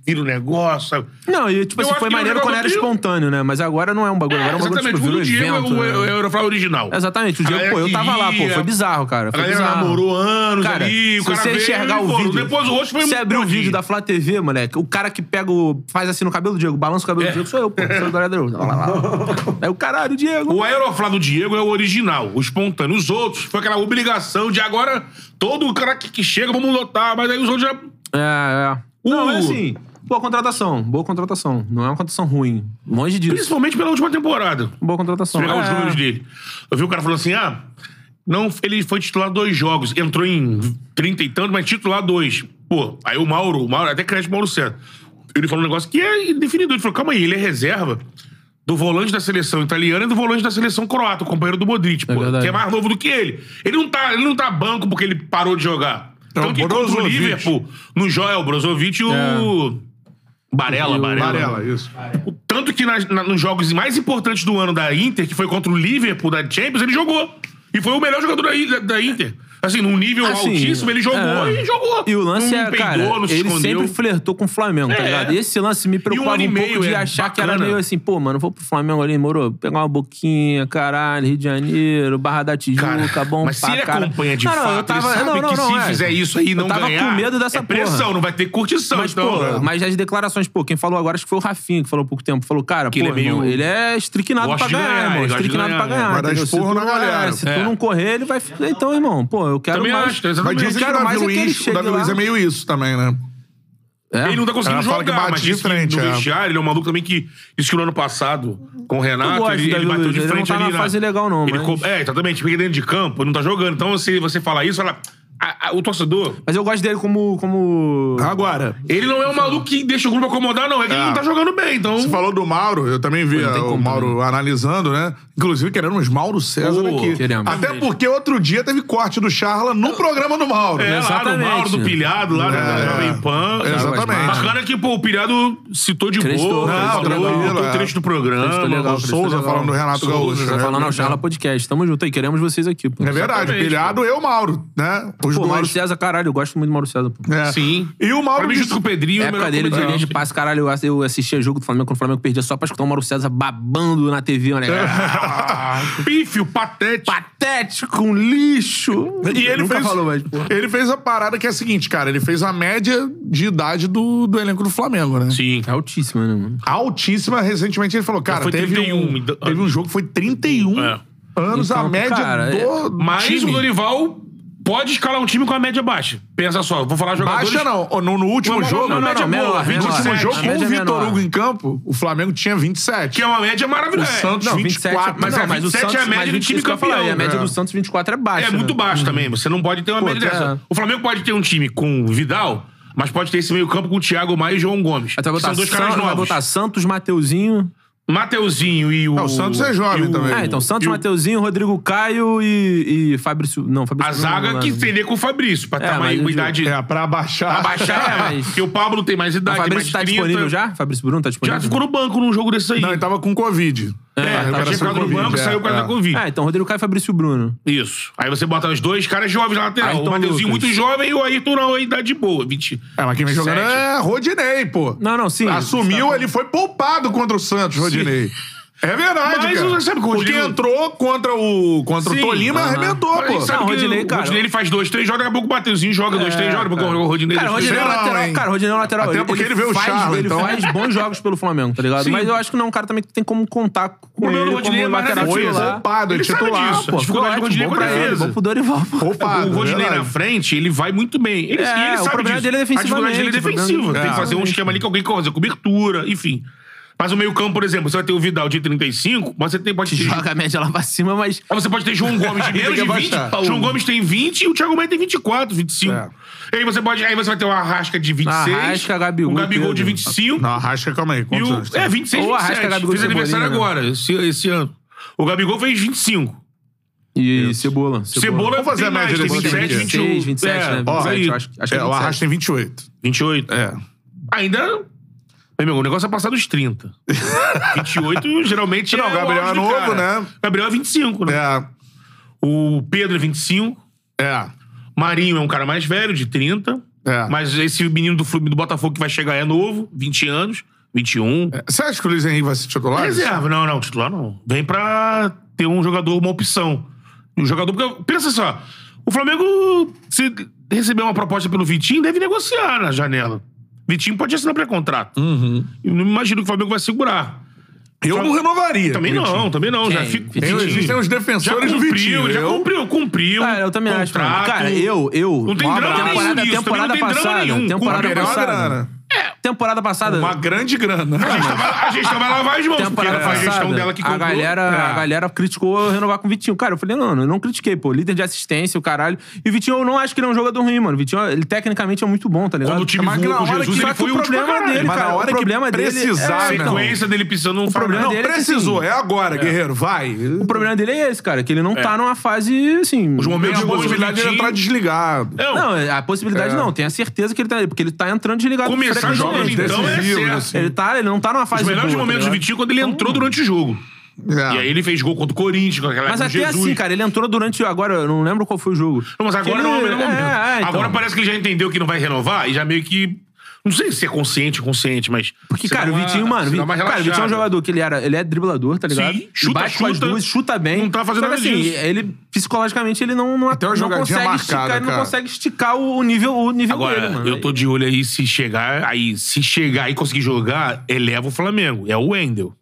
B: Vira o negócio, sabe?
C: Não, e tipo
B: Eu
C: assim,
B: acho
C: foi
B: que é um
C: maneiro quando
B: negócio
C: era
B: que-
C: espontâneo, né? Mas agora não é um bagulho. Agora é um bagulho
B: Exatamente.
C: tipo,
B: O do
C: virou
B: Diego é
C: evento.
B: o,
C: né?
B: é o Aeroflá original.
C: Exatamente, o Diego,
B: galera
C: pô, eu tava lá, pô,
B: queria.
C: foi bizarro, cara.
B: A
C: Foi
B: galera
C: bizarro.
B: namorou anos
C: Cara,
B: ali, o
C: se
B: cara
C: você
B: veio
C: enxergar
B: e
C: o
B: foram.
C: vídeo,
B: Depois o rosto foi
C: Você
B: um
C: abriu o
B: pouquinho.
C: vídeo da Flá TV, moleque, o cara que pega o. faz assim no cabelo do Diego, balança o cabelo
B: É.
C: do Diego, sou eu, pô. Sou o Dourado. Lá, lá, lá. É o caralho, Diego.
B: O Aeroflá do Diego é o original, o espontâneo. Os outros foi aquela obrigação de agora todo cara que, que chega, vamos lotar, mas aí os outros já.
C: É, é.
B: Uh.
C: Não, é assim. Boa contratação, boa contratação. Não é uma contratação ruim. Longe disso.
B: Principalmente pela última temporada.
C: Boa contratação.
B: pegar os
C: É.
B: números dele. Eu vi o cara falando assim: ah, não, ele foi titular dois jogos, entrou em 30 e tanto, mas titular dois. Pô, aí o Mauro, o Mauro até crédito pro Mauro certo. Ele falou um negócio que é indefinido. Ele falou: calma aí, ele é reserva do volante da seleção italiana e do volante da seleção croata, o companheiro do Modric, pô,
C: verdade.
B: que é mais novo do que ele. Ele não tá, ele não tá banco porque ele parou de jogar.
A: É o
B: Tanto que contra o
A: Brozovic.
B: Liverpool, no Joel Brozovic e o Barella, Barella.
A: Varela, isso.
B: O Tanto que nas- na- nos jogos mais importantes do ano da Inter, que foi contra o Liverpool da Champions, ele jogou. E foi o melhor jogador da, I- da- da Inter. Assim, num nível
C: Assim,
B: altíssimo, ele jogou
C: é.
B: e jogou.
C: E o lance
B: não
C: é, cara,
B: Um peidou, não se
C: ele
B: escondeu.
C: sempre flertou com o Flamengo, tá
B: É.
C: ligado? Esse lance me preocupava
B: ano e
C: um pouco
B: meio,
C: de
B: é
C: achar que era
B: bacana.
C: meio assim, pô, mano, vou pro Flamengo ali, moro, pegar uma boquinha, caralho, Rio de Janeiro, Barra da Tijuca,
B: Cara,
C: tá bom
B: mas
C: pra
B: se ele
C: cara.
B: acompanha de
C: Não, não,
B: fato,
C: eu tava,
B: ele sabe
C: não, não,
B: que
C: não,
B: se
C: é.
B: fizer isso aí e não
C: Eu tava
B: ganhar,
C: com medo dessa
B: é
C: porra.
B: pressão, não vai ter curtição.
C: Mas,
B: então,
C: pô,
B: né?
C: mas as declarações, pô, quem falou agora acho que foi o Rafinha, que falou há pouco tempo. Falou, cara,
B: Que
C: pô,
B: ele é meio-
C: irmão, ele é estriquinado
B: Gosta
C: pra
B: de
C: ganhar,
B: ganhar,
C: irmão.
B: ele gosta de
C: Estriquinado
B: ganhar,
C: pra ganhar.
B: né?
A: Vai dar
C: entendeu? Se
A: esporro
C: tu
A: na
C: não-
A: galera.
C: é, Se
B: É.
C: tu não correr, ele vai. Então, irmão, pô, eu quero
B: Também
C: mais.
B: acho,
A: Mas
B: exatamente.
C: eu
A: dizem que o
C: quero
A: Davi
C: mais é que ele
A: Luiz, o
C: chegue
A: Davi
C: lá.
A: Luiz é meio isso também, né?
C: É.
B: Ele não tá conseguindo
A: Ela fala
B: jogar,
A: que bate
B: mas
A: de
B: diz que
A: frente,
B: no
A: é.
B: vestiário, ele é um maluco também que disse que no ano passado, com o Renato,
C: gosto do
B: ele, ele
C: Davi
B: bateu
C: Luiz,
B: de
C: ele
B: frente
C: não tá
B: ali
C: na fase legal não,
B: ele
C: mas-
B: co- É, exatamente, porque dentro de campo, não tá jogando. Então, se você fala isso, fala... a- a- o torcedor,
C: Mas eu gosto dele como. como...
A: Agora,
B: Ele não é um maluco que deixa o grupo acomodar, não. É que ele
A: É.
B: não tá jogando bem, então.
A: Você falou do Mauro, eu também vi
C: não tem
A: ah, o
C: como,
A: Mauro analisando, né? Inclusive querendo uns Mauro César
B: Pô,
A: aqui.
C: queremos.
A: Até porque outro dia teve corte do Charla no programa do Mauro.
B: É, lá do
C: Exatamente.
B: Mauro, do Pilhado, lá da
A: É.
B: da Jovem Pan.
A: Exatamente.
B: Bacana que, pô, o Pilhado citou de
C: Acreditou,
B: boa. Não,
A: acreditou,
B: acreditou,
A: legal,
B: o
A: é.
B: trecho do programa.
C: Acreditou, legal.
A: o Souza
C: legal.
A: falando do Renato Gaúcho.
C: Tá
A: né?
C: falando ao Charla Podcast. Tamo junto aí, queremos vocês aqui, pô.
A: É verdade,
B: Exatamente,
A: pilhado eu, Mauro, né? Os
C: Pô, Mauro
A: dois.
C: César, caralho, eu gosto muito do Mauro César, pô.
A: É.
B: Sim.
A: E o Mauro
B: Pra mim,
A: disse-
B: junto com o Pedrinho,
C: Na
B: é o
C: época
B: melhor
C: dele de linha
B: comentarista.
C: de passe, caralho, eu- eu assistia jogo do Flamengo quando o Flamengo perdia só pra escutar o Mauro César babando na TV, né? cara?
B: Ah, Pífio, patético.
C: Patético, um lixo.
A: E ele
C: Nunca
A: fez,
C: falou mais, pô.
A: ele fez a parada que é a seguinte, cara. Ele fez a média de idade do, do elenco do Flamengo, né?
B: Sim.
C: É altíssimo, né, mano?
A: Altíssima. Recentemente ele falou, cara,
B: foi
A: teve,
B: 31,
A: um, teve um jogo que foi 31
B: É.
A: anos
C: Então,
A: a média
C: cara,
A: do
B: Mas
A: time.
B: o Dorival pode escalar um time com a média baixa. Pensa só, vou falar jogadores...
A: Baixa não. No, no último
B: Não, não,
A: jogo,
B: não, não,
A: média
B: não,
A: boa,
B: menor,
A: no último
B: menor.
A: jogo
B: A
A: com
C: média
A: o
C: é
A: Vitor
C: menor.
A: Hugo em campo, o Flamengo tinha 27.
B: Que é uma média
A: o
B: maravilhosa.
A: Santos
C: Não,
A: 24,
C: 27,
A: mas
B: não,
A: é 27
B: é a média
C: mas
B: do
C: 20,
B: time
C: isso que eu ia falar,
B: campeão,
C: E a média
A: né?
C: do Santos 24 é baixa.
B: É muito
C: né?
B: baixo também. Você não pode ter uma
C: Pô,
B: média dessa.
C: é.
B: O Flamengo pode ter um time com Vidal, mas pode ter esse meio campo com o Thiago Maia e João Gomes.
C: Aí tu vai
B: que
C: botar
B: são dois caras
C: San- Vai
B: novos.
C: botar Santos, Mateuzinho.
B: Mateuzinho e o...
A: Ah, o Santos é jovem
B: e o-
A: também.
C: Ah, então Santos,
B: e o-
C: Mateuzinho, Rodrigo Caio e, e Fabrício. Não, Fabrício.
B: A
C: não,
B: zaga
C: não,
B: que
C: não.
B: seria com o Fabrício, pra
C: É,
B: estar mais
C: mas eu
B: com
C: digo-
B: idade...
A: É, pra baixar.
B: Baixar,
C: É,
B: é,
C: mas-
B: Porque o Pablo tem mais
C: O
B: idade, tem mais
C: Fabrício tá
B: 30.
C: disponível já? Fabrício Bruno tá disponível?
B: Já ficou no banco num jogo desses aí.
A: Não, ele tava com Covid.
C: É,
B: É,
C: tá,
B: tá,
A: recuperação
B: tinha ficado no
A: Covid,
B: banco,
A: é,
B: saiu por causa
A: é.
B: da Covid.
C: Ah, então Rodrigo Caio e Fabrício Bruno.
B: Isso. Aí você bota os dois caras jovens na lateral.
C: Ayrton
B: o Mateuzinho
C: Ah, então, Lucas.
B: muito jovem e o Ayrton não, a idade boa, 20.
A: É, mas quem vem jogando
B: Sete.
A: é Rodinei, pô.
C: Não, não, sim.
A: Assumiu, ele foi poupado contra o Santos, Rodinei. É verdade,
B: Mas
A: cara.
B: você sabe que o
A: Porque
B: Rodinei-
A: entrou contra o, contra o
B: Sim,
A: Tolima e
B: aham.
A: arrebentou,
B: Mas a gente
A: pô.
B: sabe
C: Não,
B: que
C: Rodinei, cara.
B: O Rodinei ele faz dois, três, joga, daqui a pouco o Mateuzinho joga dois, três, joga, daqui a pouco o Rodinei...
C: Cara, o
B: dois,
C: Rodinei é
B: três.
A: Sei não,
C: lateral.
A: hein.
C: Cara, o Rodinei é lateral.
A: Até porque ele veio o
C: faz,
A: Charla,
C: Ele
A: então.
C: faz bons jogos pelo Flamengo, tá ligado?
B: Sim.
C: Mas eu acho que não é um cara também que tem como contar com
B: problema
C: ele
B: do Rodinei
C: como
B: é mais
C: lateral
B: na
A: Foi
B: defesa.
C: titular.
A: poupado, ele
B: Ele sabe
A: titular.
B: disso.
C: Pô,
B: A
C: ficou
B: dificuldade do
C: ótimo,
B: Rodinei
C: bom
B: com a
C: pra ele,
B: defesa.
C: bom pro Dorival. pô.
A: Poupado,
B: O Rodinei
A: verdade.
B: na frente, ele vai muito bem. Ele,
C: né? É,
B: e ele
C: o
B: sabe
C: problema
B: disso.
C: dele é
B: A dificuldade dele é
C: defensivamente, o problema
B: defensiva.
C: dele-
B: Tem que fazer um
C: É.
B: esquema ali que alguém coisa, cobertura, enfim. Mas o meio campo, por exemplo, você vai ter o Vidal de 35, mas você tem, pode ter...
C: Joga a média lá pra cima, mas.
B: Aí você pode ter João Gomes de menos de
A: Tem que
B: 20.
A: abaixar.
B: João Gomes tem 20 e o Thiago Maia tem 24, 25.
A: Um. É.
B: E aí você pode. Aí você vai ter o Arrasca de 26.
C: Arrasca, Gabigol,
B: um Gabigol de
C: Pedro.
B: 25.
A: Não, arrasca, calma aí.
B: e
A: quantos anos
B: o,
A: tem?
B: é, 26,
C: Ou
B: 27.
C: Arrasca, Gabigol,
B: Fez aniversário
C: Cebolinha,
A: né?
B: agora, esse, esse ano. O Gabigol fez 25.
C: E Cebola.
B: Cebola é
A: Vamos fazer
B: tem
A: a média
B: mais, tem
A: desse
B: 27,
A: time.
B: 28.
C: 26, 27,
B: é,
C: né?
B: por aí.
C: 27, eu acho, acho que
A: É, o arrasta tem 28.
B: 28.
A: É.
B: Ainda. Meu amigo, o negócio é passar dos 30. 28, geralmente.
A: Não,
B: é
A: o Gabriel
B: auge
A: é
B: do
A: novo,
B: cara.
A: né?
B: Gabriel é 25, né?
A: É.
B: O Pedro é 25.
A: É.
B: Marinho é um cara mais velho, de 30.
A: É.
B: Mas esse menino do Fluminense do Botafogo que vai chegar é novo, 20 anos, 21.
A: Você acha que o Luiz Henrique vai ser titular?
B: Reserva, não, não, titular não. Vem pra ter um jogador, uma opção. Um jogador, porque pensa só, o Flamengo, se receber uma proposta pelo Vitinho, deve negociar na janela. Vitinho pode assinar pré-contrato.
A: Uhum.
B: Eu não imagino que o Flamengo vai segurar.
A: Eu não renovaria.
B: Também não, também não. Já
C: Quem?
B: fico.
C: Vitinho?
A: Tem,
B: Vitinho.
A: existem os
B: Já
A: defensores do Vitinho.
B: cumpriu, já
A: Eu-
B: cumpriu, cumpriu.
C: Cara, eu também acho. mano.
B: contrato.
C: Cara, eu, eu.
B: Não tem
C: uma
B: drama nenhum
C: temporada,
B: nisso, também não
C: temporada
B: tem drama
C: passada.
B: nenhum.
C: Temporada
B: Cumpre a
A: melhor
C: passada.
A: é grana.
C: Temporada passada.
A: Uma grande grana.
B: A gente tava- A gente tava lavar as mãos, porque
C: Temporada
B: foi a gestão
C: passada,
B: dela que
C: a
B: comprou.
C: galera,
B: É.
C: a galera criticou eu renovar com o Vitinho. Cara, eu falei, não, eu não critiquei, pô. Líder de assistência, o caralho. E o Vitinho, eu não acho que ele é um jogador ruim, mano. O Vitinho, ele tecnicamente é muito bom, tá ligado?
B: Quando o time
A: Mas
B: voou
A: na
B: com
A: hora
B: Jesus,
A: que-
B: ele
A: só que
B: foi
A: o
B: o último
C: problema
B: pra caralho.
C: dele,
A: Mas na
C: cara,
A: hora
C: o
A: que
C: problema dele é-
A: precisar,
B: A
C: é, então,
B: sequência dele pisando no
C: problema
B: Flamengo.
C: dele-
A: Não,
C: é que,
A: precisou.
C: assim,
A: É agora, guerreiro. Vai.
C: O problema dele é esse, cara, que ele não tá numa fase, assim...
B: Os
A: Tem
B: momentos
A: a
B: bons do
A: possibilidade de ele entrar
B: é Vitinho.
A: desligado.
B: Não, um
C: Não, é, a
B: É.
C: possibilidade não. Tenho a certeza que ele tá... Porque ele tá entrando desligado.
B: começar jogos
C: frequentemente.
B: então é
A: decisivo,
B: certo.
A: assim.
C: Ele, tá, ele não tá numa fase
B: Os melhores
C: boa, tá
B: momentos do
C: ligado? Ah.
B: Vitinho é quando ele entrou durante o jogo.
A: É.
B: E aí ele fez gol contra o Corinthians, com aquela
C: Mas
B: com
C: até
B: é Jesus.
C: assim, cara, ele entrou durante... Agora, eu não lembro qual foi o jogo.
B: Não, mas agora
C: Ele-
B: não é o melhor momento.
C: É, é, então.
B: Agora parece que ele já entendeu que não vai renovar e já meio que. Não sei se é consciente ou consciente, mas.
C: Porque,
B: você
C: cara,
B: dá
C: o
B: uma-
C: Vitinho,
B: você
C: mano.
B: dá
C: Vi-
B: uma
C: Cara, o Vitinho é um
B: relaxada.
C: jogador que ele, era, ele é driblador, tá ligado?
B: Sim, chuta,
C: Bate com as
B: chuta.
C: duas, chuta bem.
B: Não tá fazendo
C: Só que, assim,
B: nada disso.
C: ele, psicologicamente, ele não, não,
A: Até uma
C: não
A: jogadinha
C: consegue
A: marcada,
C: esticar, ele não
A: cara.
C: consegue esticar o, o nível, o nível
B: Agora,
C: dele, mano.
A: né?
B: eu tô de olho aí se chegar. Aí, se chegar e conseguir jogar, eleva o Flamengo. É o Wendel.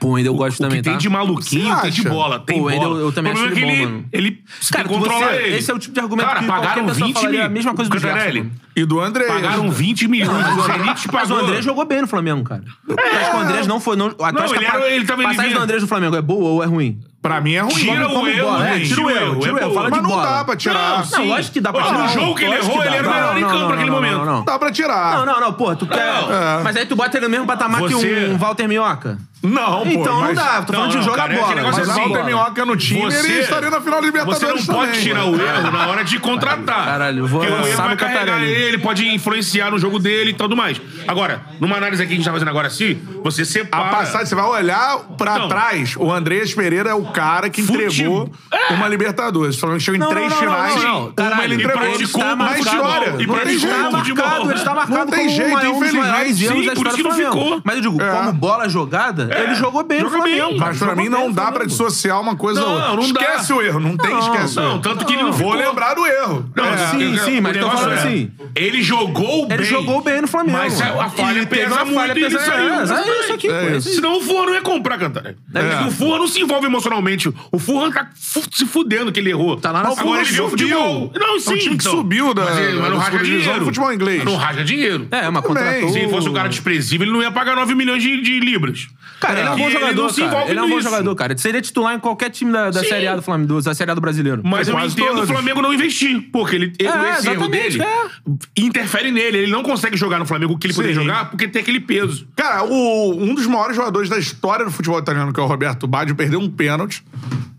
C: Pô, ainda eu gosto
B: O
C: também,
B: que tem
C: tá?
B: de maluquinho,
A: Você
B: tem de
A: acha?
B: bola, tem
C: Pô,
B: bola.
C: ele- eu- eu também
B: O problema
C: acho ele
B: é que
C: bom,
B: ele,
C: mano.
B: ele se
C: Cara,
B: controla
C: você-
B: ele.
C: esse é o tipo de argumento
B: Cara,
C: que qualquer
B: pagaram
C: pessoa
B: 20
C: falaria
B: milhões.
C: a mesma coisa do Gerson,
B: Cantarelli,
C: mano.
A: E do André.
B: pagaram 20 milhões. O Zenit
C: Mas o
B: pagou.
C: Andrés jogou bem no Flamengo, cara. Acho que o Andrés não foi. Não, acho
B: Não,
C: que
B: ele
C: a pa-
B: era- ele tava- ele
C: passagem
B: vinha-
C: do Andrés no Flamengo é boa ou é ruim?
A: Pra mim é ruim.
B: Tira o
C: Como
B: erro,
C: bola, é,
B: gente,
C: tira o erro, tira o erro,
B: bola.
C: fala de
A: Mas não
C: bola.
A: dá pra tirar.
B: Não,
A: Não,
C: Não, lógico que dá pra
B: Ó,
C: tirar.
B: no jogo que ele
C: lógico
B: errou,
C: dá.
B: ele era o melhor em
C: Não, não,
B: campo
C: não,
B: naquele
C: não,
B: momento.
C: Não, não.
A: dá pra
C: Não,
A: tirar.
C: não, não, porra, tu quer.
A: Não.
C: Mas aí tu bota ele no mesmo patamar
B: Você-
C: que um Walter Minhoca?
A: Não, pô.
C: então
A: mas-
C: não dá, tô
B: Não,
C: falando
B: não,
C: de jogar
B: cara, esse
C: bola.
B: negócio
A: Mas
B: é
C: mas
A: o
B: assim,
C: bola.
A: Walter Minhoca no time,
B: Você-
A: ele estaria na final da
B: Você
A: Libertadores
B: não pode
A: também,
B: tirar
A: mano.
B: o erro na hora de contratar.
C: Caralho, eu vou
B: Porque o erro
C: lançar
B: vai
C: no
B: carregar
C: Cantarelli.
B: ele, pode influenciar no jogo dele e tudo mais. Agora, numa análise aqui que a gente tá fazendo agora assim, você
A: A
B: separa.
A: passagem, você vai olhar pra
B: Então.
A: trás, o Andrés Pereira é o cara que
B: Futebol.
A: entregou
B: É.
A: uma Libertadores. O Flamengo chegou em
C: Não,
A: três
C: não, não,
A: finais,
C: não, não,
A: uma
C: caralho,
A: ele
B: e
A: entregou.
B: praticou
A: Mas
B: um bom futebol.
A: história,
B: E
A: não tem
B: praticou
A: jeito.
C: Tá
B: um bom futebol.
C: marcado, ele tá marcado
A: tem
C: como
A: jeito,
C: um, um dos
A: infelizmente.
C: maiores erros
B: Sim,
C: da
B: por isso
C: história
B: que
C: do
B: não
C: Flamengo.
B: ficou.
C: Mas eu digo,
A: É.
C: como bola jogada, nada. Ele jogou bem no
B: Joga bem.
C: Flamengo. cara.
A: Mas pra
C: Jogou
A: mim
C: bem no
A: não dá pra
C: Flamengo.
A: dissociar uma coisa ou
B: Não,
A: outra.
B: não dá.
A: esquece o erro, não tem
C: Não,
A: esquece o erro.
B: Não, tanto que ele não
A: Vou
B: ficou-
A: lembrar do erro.
B: Não,
A: É.
C: sim,
B: eu-
C: sim,
B: o
C: mas tô
B: negócio
C: falando
B: é,
C: assim.
B: Ele jogou bem.
C: Ele jogou bem no Flamengo.
B: Mas é, a, a falha
C: Ele teve
B: pesa
C: uma
B: muito né?
C: falha
B: e ele
C: pesada.
B: saiu.
C: É,
B: mas
C: é
B: bem.
C: isso aqui, pô, é isso aí.
B: Senão o Furran não ia comprar, cantar.
C: É.
B: O Furran não se envolve emocionalmente. O Furran tá fu- se fudendo que ele errou.
C: Tá lá na
B: Mas Agora ele viu o
A: subiu.
B: futebol. Não, sim.
A: É um time que
B: então.
A: subiu da-
B: mas, ele- mas não
A: da
B: rasga
A: segunda divisão do
B: dinheiro.
A: futebol inglês.
B: Mas Não rasga dinheiro.
C: É, mas contratou...
B: Se ele fosse um cara desprezível, ele não ia pagar 9 milhões de, de libras.
C: Cara, ele é um
B: E
C: bom
B: Ele não
C: jogador,
B: se
C: cara.
B: envolve
C: Ele é um bom
B: nisso.
C: jogador, cara. Ele Seria titular em qualquer time da, da
B: Sim.
C: Série A do Flamengo, do- da Série A do brasileiro. É
B: Mas eu
A: Quase
B: entendo
A: todos.
B: o Flamengo não investir. Porque ele, esse erro
C: exatamente,
B: dele
C: é.
B: interfere nele. Ele não consegue jogar no Flamengo o que ele poderia
A: Sim.
B: jogar porque tem aquele peso.
A: Cara, o- um dos maiores jogadores da história do futebol italiano, que é o Roberto Baggio, perdeu um pênalti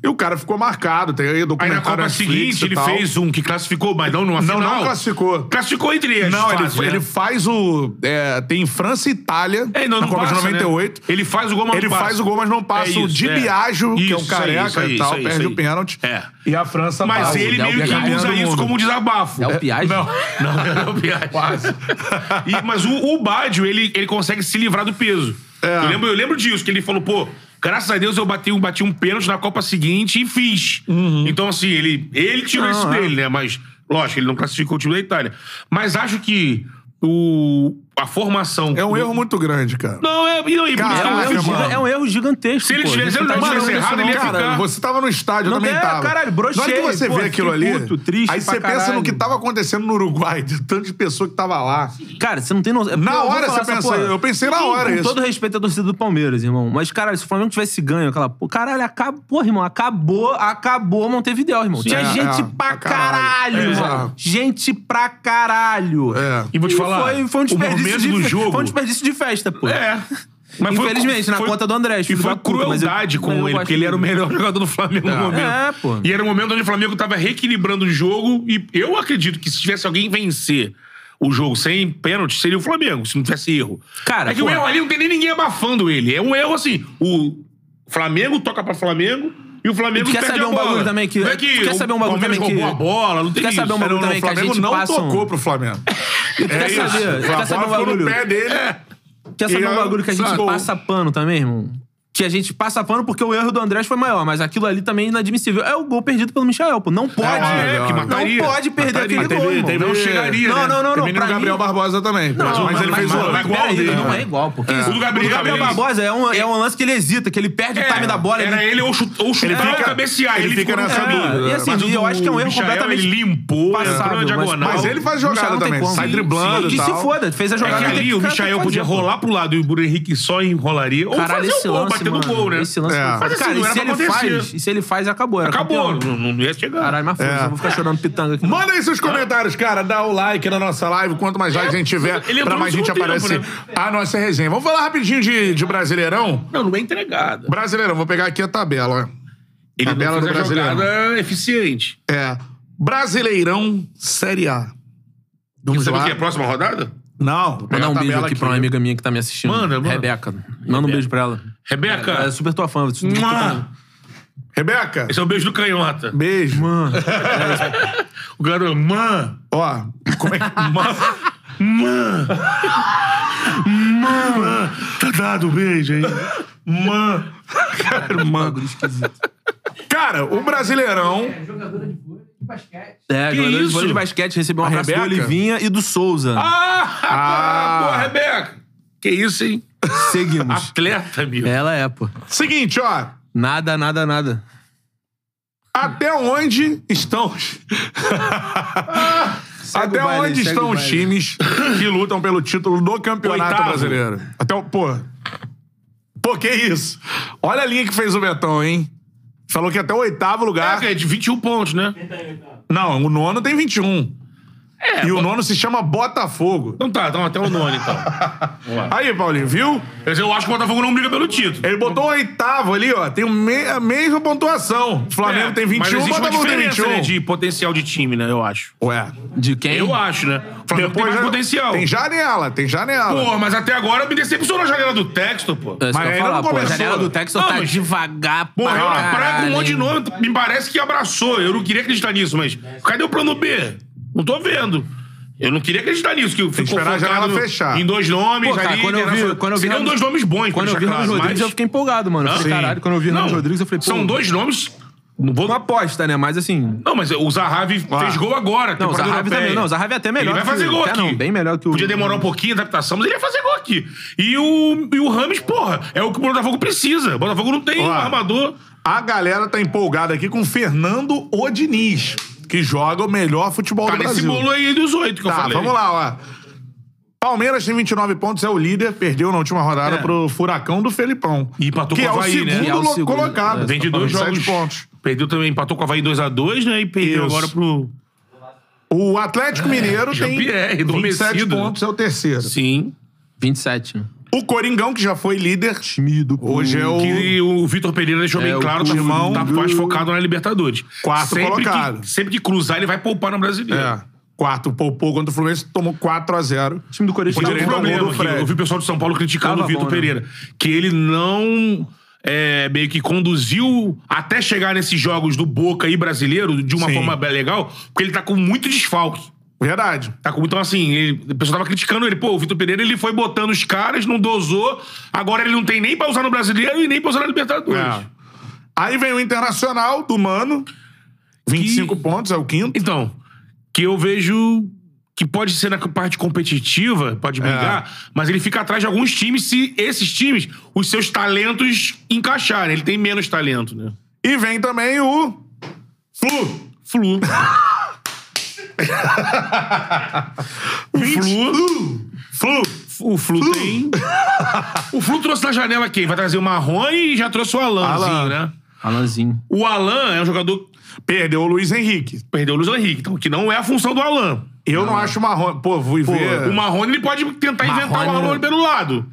A: e o cara ficou marcado. Tem aí
B: Aí
A: documentário
B: na Copa
A: Netflix
B: seguinte,
A: é e
B: ele
A: tal.
B: fez um que classificou, mas não numa
A: Não,
B: final.
A: não classificou.
B: Classificou entre as
A: Não, ele,
B: fases, né?
A: ele faz o... é, tem França e Itália
B: É, não,
A: na
B: não
A: Copa de
B: passa,
A: 98.
B: né? Ele faz o gol, mas
A: Ele
B: não passa.
A: faz o gol, mas não passa.
B: É isso,
A: o Di
B: é.
A: Biagio, que é um
B: Isso aí, isso
A: careca
B: aí,
A: e tal,
B: isso aí,
A: perde
B: isso
A: o
B: aí.
A: pênalti.
B: É.
A: E a França
B: Mas
A: passa.
B: ele
C: Del
B: meio que
C: Piero
B: usa
A: é do
B: isso
A: mundo.
B: como um desabafo.
C: É o Piage?
A: Não.
B: Não, não, Piatti.
C: Quase.
B: E- mas o, o Bádio, ele, ele consegue se livrar do peso.
A: É.
B: Eu, lembro, eu lembro disso, que ele falou, pô, graças a Deus eu bati um, bati um pênalti na Copa seguinte e fiz.
A: Uhum.
B: Então, assim, ele, ele tirou
C: Não,
B: isso
C: é.
B: dele, né? Mas, lógico, ele não classificou o time da Itália. Mas acho que o, a formação...
A: É um erro muito grande, cara.
B: Não, é... Não, e-
A: Cara,
C: É um, erro
A: Caraca,
C: giga-
A: mano.
C: é um erro gigantesco.
B: Se ele
C: pô.
B: tivesse-
C: A gente não
B: ele não
C: tá
B: tivesse
C: falando
B: errado,
C: isso,
B: ele ia
C: não.
B: ficar-
A: Cara, você tava no estádio, eu
C: Não
A: também
C: é,
A: tava.
C: caralho,
A: Na hora que
C: brochei,
A: você
C: pô,
A: vê aquilo
C: fiquei
A: ali,
C: puto, triste
A: aí
C: pra
A: você pensa no
C: caralho.
A: que tava acontecendo no Uruguai, de tanto de pessoa que tava lá.
C: Cara, você não tem noção.
A: Na
C: Pô, eu vou
A: hora
C: falar
A: você
C: essa
A: pensa- eu pensei na
C: Com-
A: hora
C: com
A: isso.
C: todo respeito à torcida do Palmeiras, irmão. Mas, caralho, se o Flamengo tivesse ganho, aquela. Pô, caralho, acabou, porra, irmão. Acabou, acabou Montevidéu, irmão. Tinha
A: é,
C: gente
A: é, pra
C: pra
A: caralho.
C: caralho,
A: É.
C: irmão. Gente pra caralho.
A: É.
B: E vou te falar,
C: Foi, foi um
B: o
C: desperdício
B: momento
C: de,
B: do jogo-
C: Foi um desperdício de festa, pô.
B: É. foi-
C: Infelizmente, na conta do André,
B: E
C: filho
B: foi
C: da puta, mas eu-
B: crueldade
C: mas eu
B: com ele,
C: gosto
B: porque ele era o
C: dele.
B: melhor jogador do Flamengo no momento.
C: É, pô.
B: E era o momento onde o Flamengo tava reequilibrando o jogo. E eu acredito que se tivesse alguém vencer o jogo sem pênalti, seria o Flamengo, se não tivesse erro.
C: Cara,
B: é que
C: pô.
B: o erro ali não tem nem ninguém abafando ele. É um erro assim. O Flamengo toca pra Flamengo. E o Flamengo
C: E tu quer
B: perde
C: saber
B: a
C: um
B: bola.
C: bagulho também que-
B: Não é
C: tu quer
B: o
C: saber um bagulho
B: Palmeiras
C: também que-
B: roubou a bola, não tem
C: tu quer
B: isso.
C: saber um bagulho
A: Não, não,
C: também
A: o
C: que a
A: Flamengo
C: gente
A: não
C: passa um-
A: tocou pro Flamengo.
C: Quer
A: É isso.
C: saber? Quer
A: A bola
C: saber um
A: ficou no
C: bagulho?
A: pé dele.
C: Quer saber
A: E
C: um
A: eu-
C: bagulho que a gente
A: sabe?
C: passa pano também, irmão? Que a gente passa pano porque o erro do Andrés foi maior, mas aquilo ali também é inadmissível. É o gol perdido pelo Michael, pô. Não pode.
A: é,
B: porque Ah, mataria.
C: não pode perder
B: Mataria.
C: aquele
B: Mas
C: gol,
B: teve-
C: irmão.
B: teve- não chegaria,
C: Não,
B: né?
C: não, não,
A: Tem
C: não.
A: menino
C: pra
A: Gabriel
C: mim-
A: Barbosa também.
C: Não,
A: mas, mas ele fez
B: mas-
A: o
B: mas-
A: igual
B: peraí,
A: dele.
C: Não é igual, pô. Que isso?
B: O do Gabriel
C: O
B: né? é isso.
C: Barbosa é um, é um lance que ele hesita, que ele perde o time da bola.
B: Era
C: ele- é
B: ele ou chut- ou chutar
A: fica-
B: ou cabecear.
A: ele fica
B: ficou-
A: nessa
B: É,
A: dúvida.
B: e
C: assim,
B: Mas o
C: eu
B: do
C: acho que é um erro
B: Michael,
C: completamente
B: ele limpou,
C: passável,
B: entrou na
C: mas-
B: diagonal.
A: Mas ele faz jogada
C: Michael não tem
A: também.
C: como.
A: Sai
C: Sim,
A: driblando
C: Que
A: e
C: se
A: tal.
C: foda, fez a
B: É
C: jogada.
B: que
C: tem
B: ali o
C: cara, tem
B: Michael
C: que
B: podia
C: fazer, pô.
B: rolar pro lado e o Bruno Henrique só enrolaria. Ou
C: Caralho,
B: fazer
C: esse
B: o gol,
C: lance,
B: batendo o
C: mano,
B: gol, né?
C: Esse lance
A: É.
C: foi-
A: Mas
B: assim,
C: Cara,
B: não
C: e
B: era
C: se
B: pra
C: ele
B: acontecer.
C: faz, e se ele faz, acabou. era
B: Acabou,
C: campeão.
B: não, não ia chegar.
C: Caralho, mas foda,
A: É.
C: eu vou ficar chorando pitanga aqui.
A: Manda aí seus comentários, cara. Dá o like na nossa live. Quanto mais like a gente tiver,
B: Tá. ele entrou
A: pra
B: no
A: mais gente
B: segundo tempo, né?
A: aparece a nossa resenha. Vamos falar rapidinho de, de Brasileirão?
B: Não, não é entregada.
A: Brasileirão, vou pegar aqui a tabela.
B: Ele
A: Tabela
B: não
A: é do
B: fez a
A: Brasileiro.
B: jogada é eficiente.
A: ó. É. Brasileirão Série A. Vamos
B: Sabe o
A: lá.
B: que é a próxima rodada?
A: Não, vou pegar
C: Mandar
A: a
C: um beijo
A: tabela
C: aqui pra uma amiga minha que tá me assistindo.
B: Manda, manda.
C: Rebeca. Manda um beijo pra ela.
B: Rebeca.
C: Ela é super tua fã. você-
B: Mua!
A: Rebeca,
B: Esse é o beijo do canhota.
A: beijo.
B: O garoto, man,
A: Ó, como é que...
B: man, man, man, tá dado o beijo aí. Man.
A: Cara, mano. Cara, o Brasileirão...
D: É jogadora de vôlei de basquete.
C: É, jogador de
B: isso?
C: vôlei de basquete recebeu um
A: A
C: abraço do
A: Rebeca?
C: Olivinha e do Souza.
B: Ah,
A: Ah.
B: boa, Rebeca. Que isso, hein?
C: Seguimos.
B: Atleta, meu.
C: Ela é, pô.
A: Seguinte, ó.
C: Nada, nada, nada.
A: Até onde estão...
C: Segue
A: Até
C: o baile,
A: onde
C: segue o
A: estão os
C: baile.
A: times que lutam pelo título do campeonato
B: Oitavo.
A: brasileiro? Até o. Pô. Pô, que isso? Olha a linha que fez o Betão, hein? Falou que até o oitavo lugar.
B: É, de 21 pontos, né?
A: Não, o nono tem 21. É, e o nono se chama Botafogo.
B: Então tá, então até o nono, então.
A: Aí, Paulinho, viu?
B: Quer dizer, eu acho que o Botafogo não briga pelo título.
A: Ele botou o oitavo ali, ó. Tem o me- a mesma pontuação. O Flamengo
B: É,
A: tem 21,
B: mas
A: o
B: existe uma
A: Botafogo tem
B: diferença,
A: 21.
B: né, de potencial de time, né? Eu acho.
A: Ué.
C: De quem?
B: Eu acho, né? O Flamengo tem mais
A: né,
B: potencial.
A: Tem janela, tem janela.
B: Pô, mas até agora me decepcionou a janela do texto, pô.
C: É,
A: Mas
C: isso que eu
A: ainda
C: ia falar,
A: não
C: pô. A
A: começou.
C: janela do Texas
B: Não,
C: tá
B: mas-
C: devagar pra
B: Morreu na praia com um
C: caralho,
B: monte de
C: hein?
B: nome. Me parece que abraçou. Eu não queria acreditar nisso, mas cadê o plano B? Não tô vendo. Eu não queria acreditar nisso, que ficou
A: esperar a
B: focado
A: janela
B: no-
A: fechar.
B: em dois nomes
C: Pô, cara,
B: ali. né,
C: quando eu vi-
B: internacional.
C: quando eu vi
B: Seriam
C: Ramos-
B: dois um nomes bons,
C: Quando
B: pra
C: eu vi o
B: deixar
C: Ramos
B: claro,
C: Rodrigues,
B: mas-
C: eu fiquei empolgado, mano. Eu falei,
B: Sim.
C: caralho, quando eu vi o Ramos
B: Não,
C: Rodrigues, eu falei, pô.
B: São dois nomes. Não vou.
C: Uma aposta, né? Mas assim.
B: Não, mas o Zahavi fez gol agora.
C: Não, o
B: temporada
C: Zahavi
B: europeia.
C: também. Não, o Zahavi é até melhor.
B: Ele vai
C: que-
B: fazer gol
C: até
B: aqui.
C: Não, bem melhor que o.
B: Podia demorar um pouquinho a adaptação, mas ele ia fazer gol aqui. E o, e o Rames, porra, é o que o Botafogo precisa. O Botafogo não tem
A: Ó.
B: um armador.
A: A galera tá empolgada aqui com Fernando Odiniz, que joga o melhor futebol
B: Tá
A: do
B: nesse
A: Brasil.
B: bolo aí dos oito que eu
A: Tá,
B: falei.
A: vamos lá, ó. Palmeiras tem 29 pontos, é o líder, perdeu na última rodada
C: É.
A: pro Furacão do Felipão.
B: E empatou
A: que
B: com
A: é
B: o
A: o
B: Havaí, né?
A: segundo
C: E é o
A: lo-
C: segundo,
A: colocado.
C: né?
B: Vem de dois
A: 27
B: jogos.
A: pontos.
B: Perdeu também, empatou com o Havaí 2x2, né? E
A: Isso.
B: perdeu agora pro.
A: O Atlético Mineiro tem
B: Jean-Pierre,
A: 27
B: É, adormecido, né?
A: pontos, é o terceiro.
B: Sim.
C: 27. né?
A: O Coringão, que já foi líder. Hoje é o
B: Que o Vitor Pereira deixou bem
C: É, o
B: claro, tá,
A: irmão
B: tá
A: do-
B: mais focado na Libertadores.
A: Quarto
B: sempre
A: colocado.
B: que, sempre que cruzar, ele vai poupar no brasileiro.
A: é, quarto, poupou contra o Fluminense, tomou 4x0.
C: O time do Corinthians
A: O
B: Tá
C: tá
B: um
A: direito
C: bom,
A: ao
C: né?
A: gol
B: problema
A: do
B: aqui.
A: é Fred.
B: Eu vi o pessoal do São Paulo criticando
C: Tava
B: o Vitor
C: bom, né?
B: Pereira. Que ele não é, meio que conduziu até chegar nesses jogos do Boca e brasileiro de uma
A: Sim.
B: forma bem legal, porque ele tá com muito desfalque.
A: Verdade.
B: Tá com, então, assim, ele, o pessoal tava criticando ele. Pô, o Vitor Pereira ele foi botando os caras, não dosou. Agora ele não tem nem pra usar no brasileiro e nem pra usar na Libertadores.
A: É. Aí vem o Internacional do Mano. 25 pontos, é o quinto.
B: Então, que eu vejo que pode ser na parte competitiva, pode brigar, mas ele fica atrás de alguns times se esses times, os seus talentos encaixarem. Ele tem menos talento, né?
A: E vem também o Flu.
B: Flu. o Flu.
A: Flu.
B: O Flu tem. O Flu trouxe na janela quem? Vai trazer o Marrone e já trouxe o Alanzinho,
A: Alan.
B: né?
C: Alanzinho.
B: O Alan é um jogador que
A: Perdeu o Luiz Henrique.
B: perdeu o Luiz Henrique, então, que não é a função do Alan.
A: Eu não, acho o Marrone. Ah. Pô, vou ver.
B: O Marrone ele pode tentar inventar o
C: Marrone-
B: Marrone pelo lado.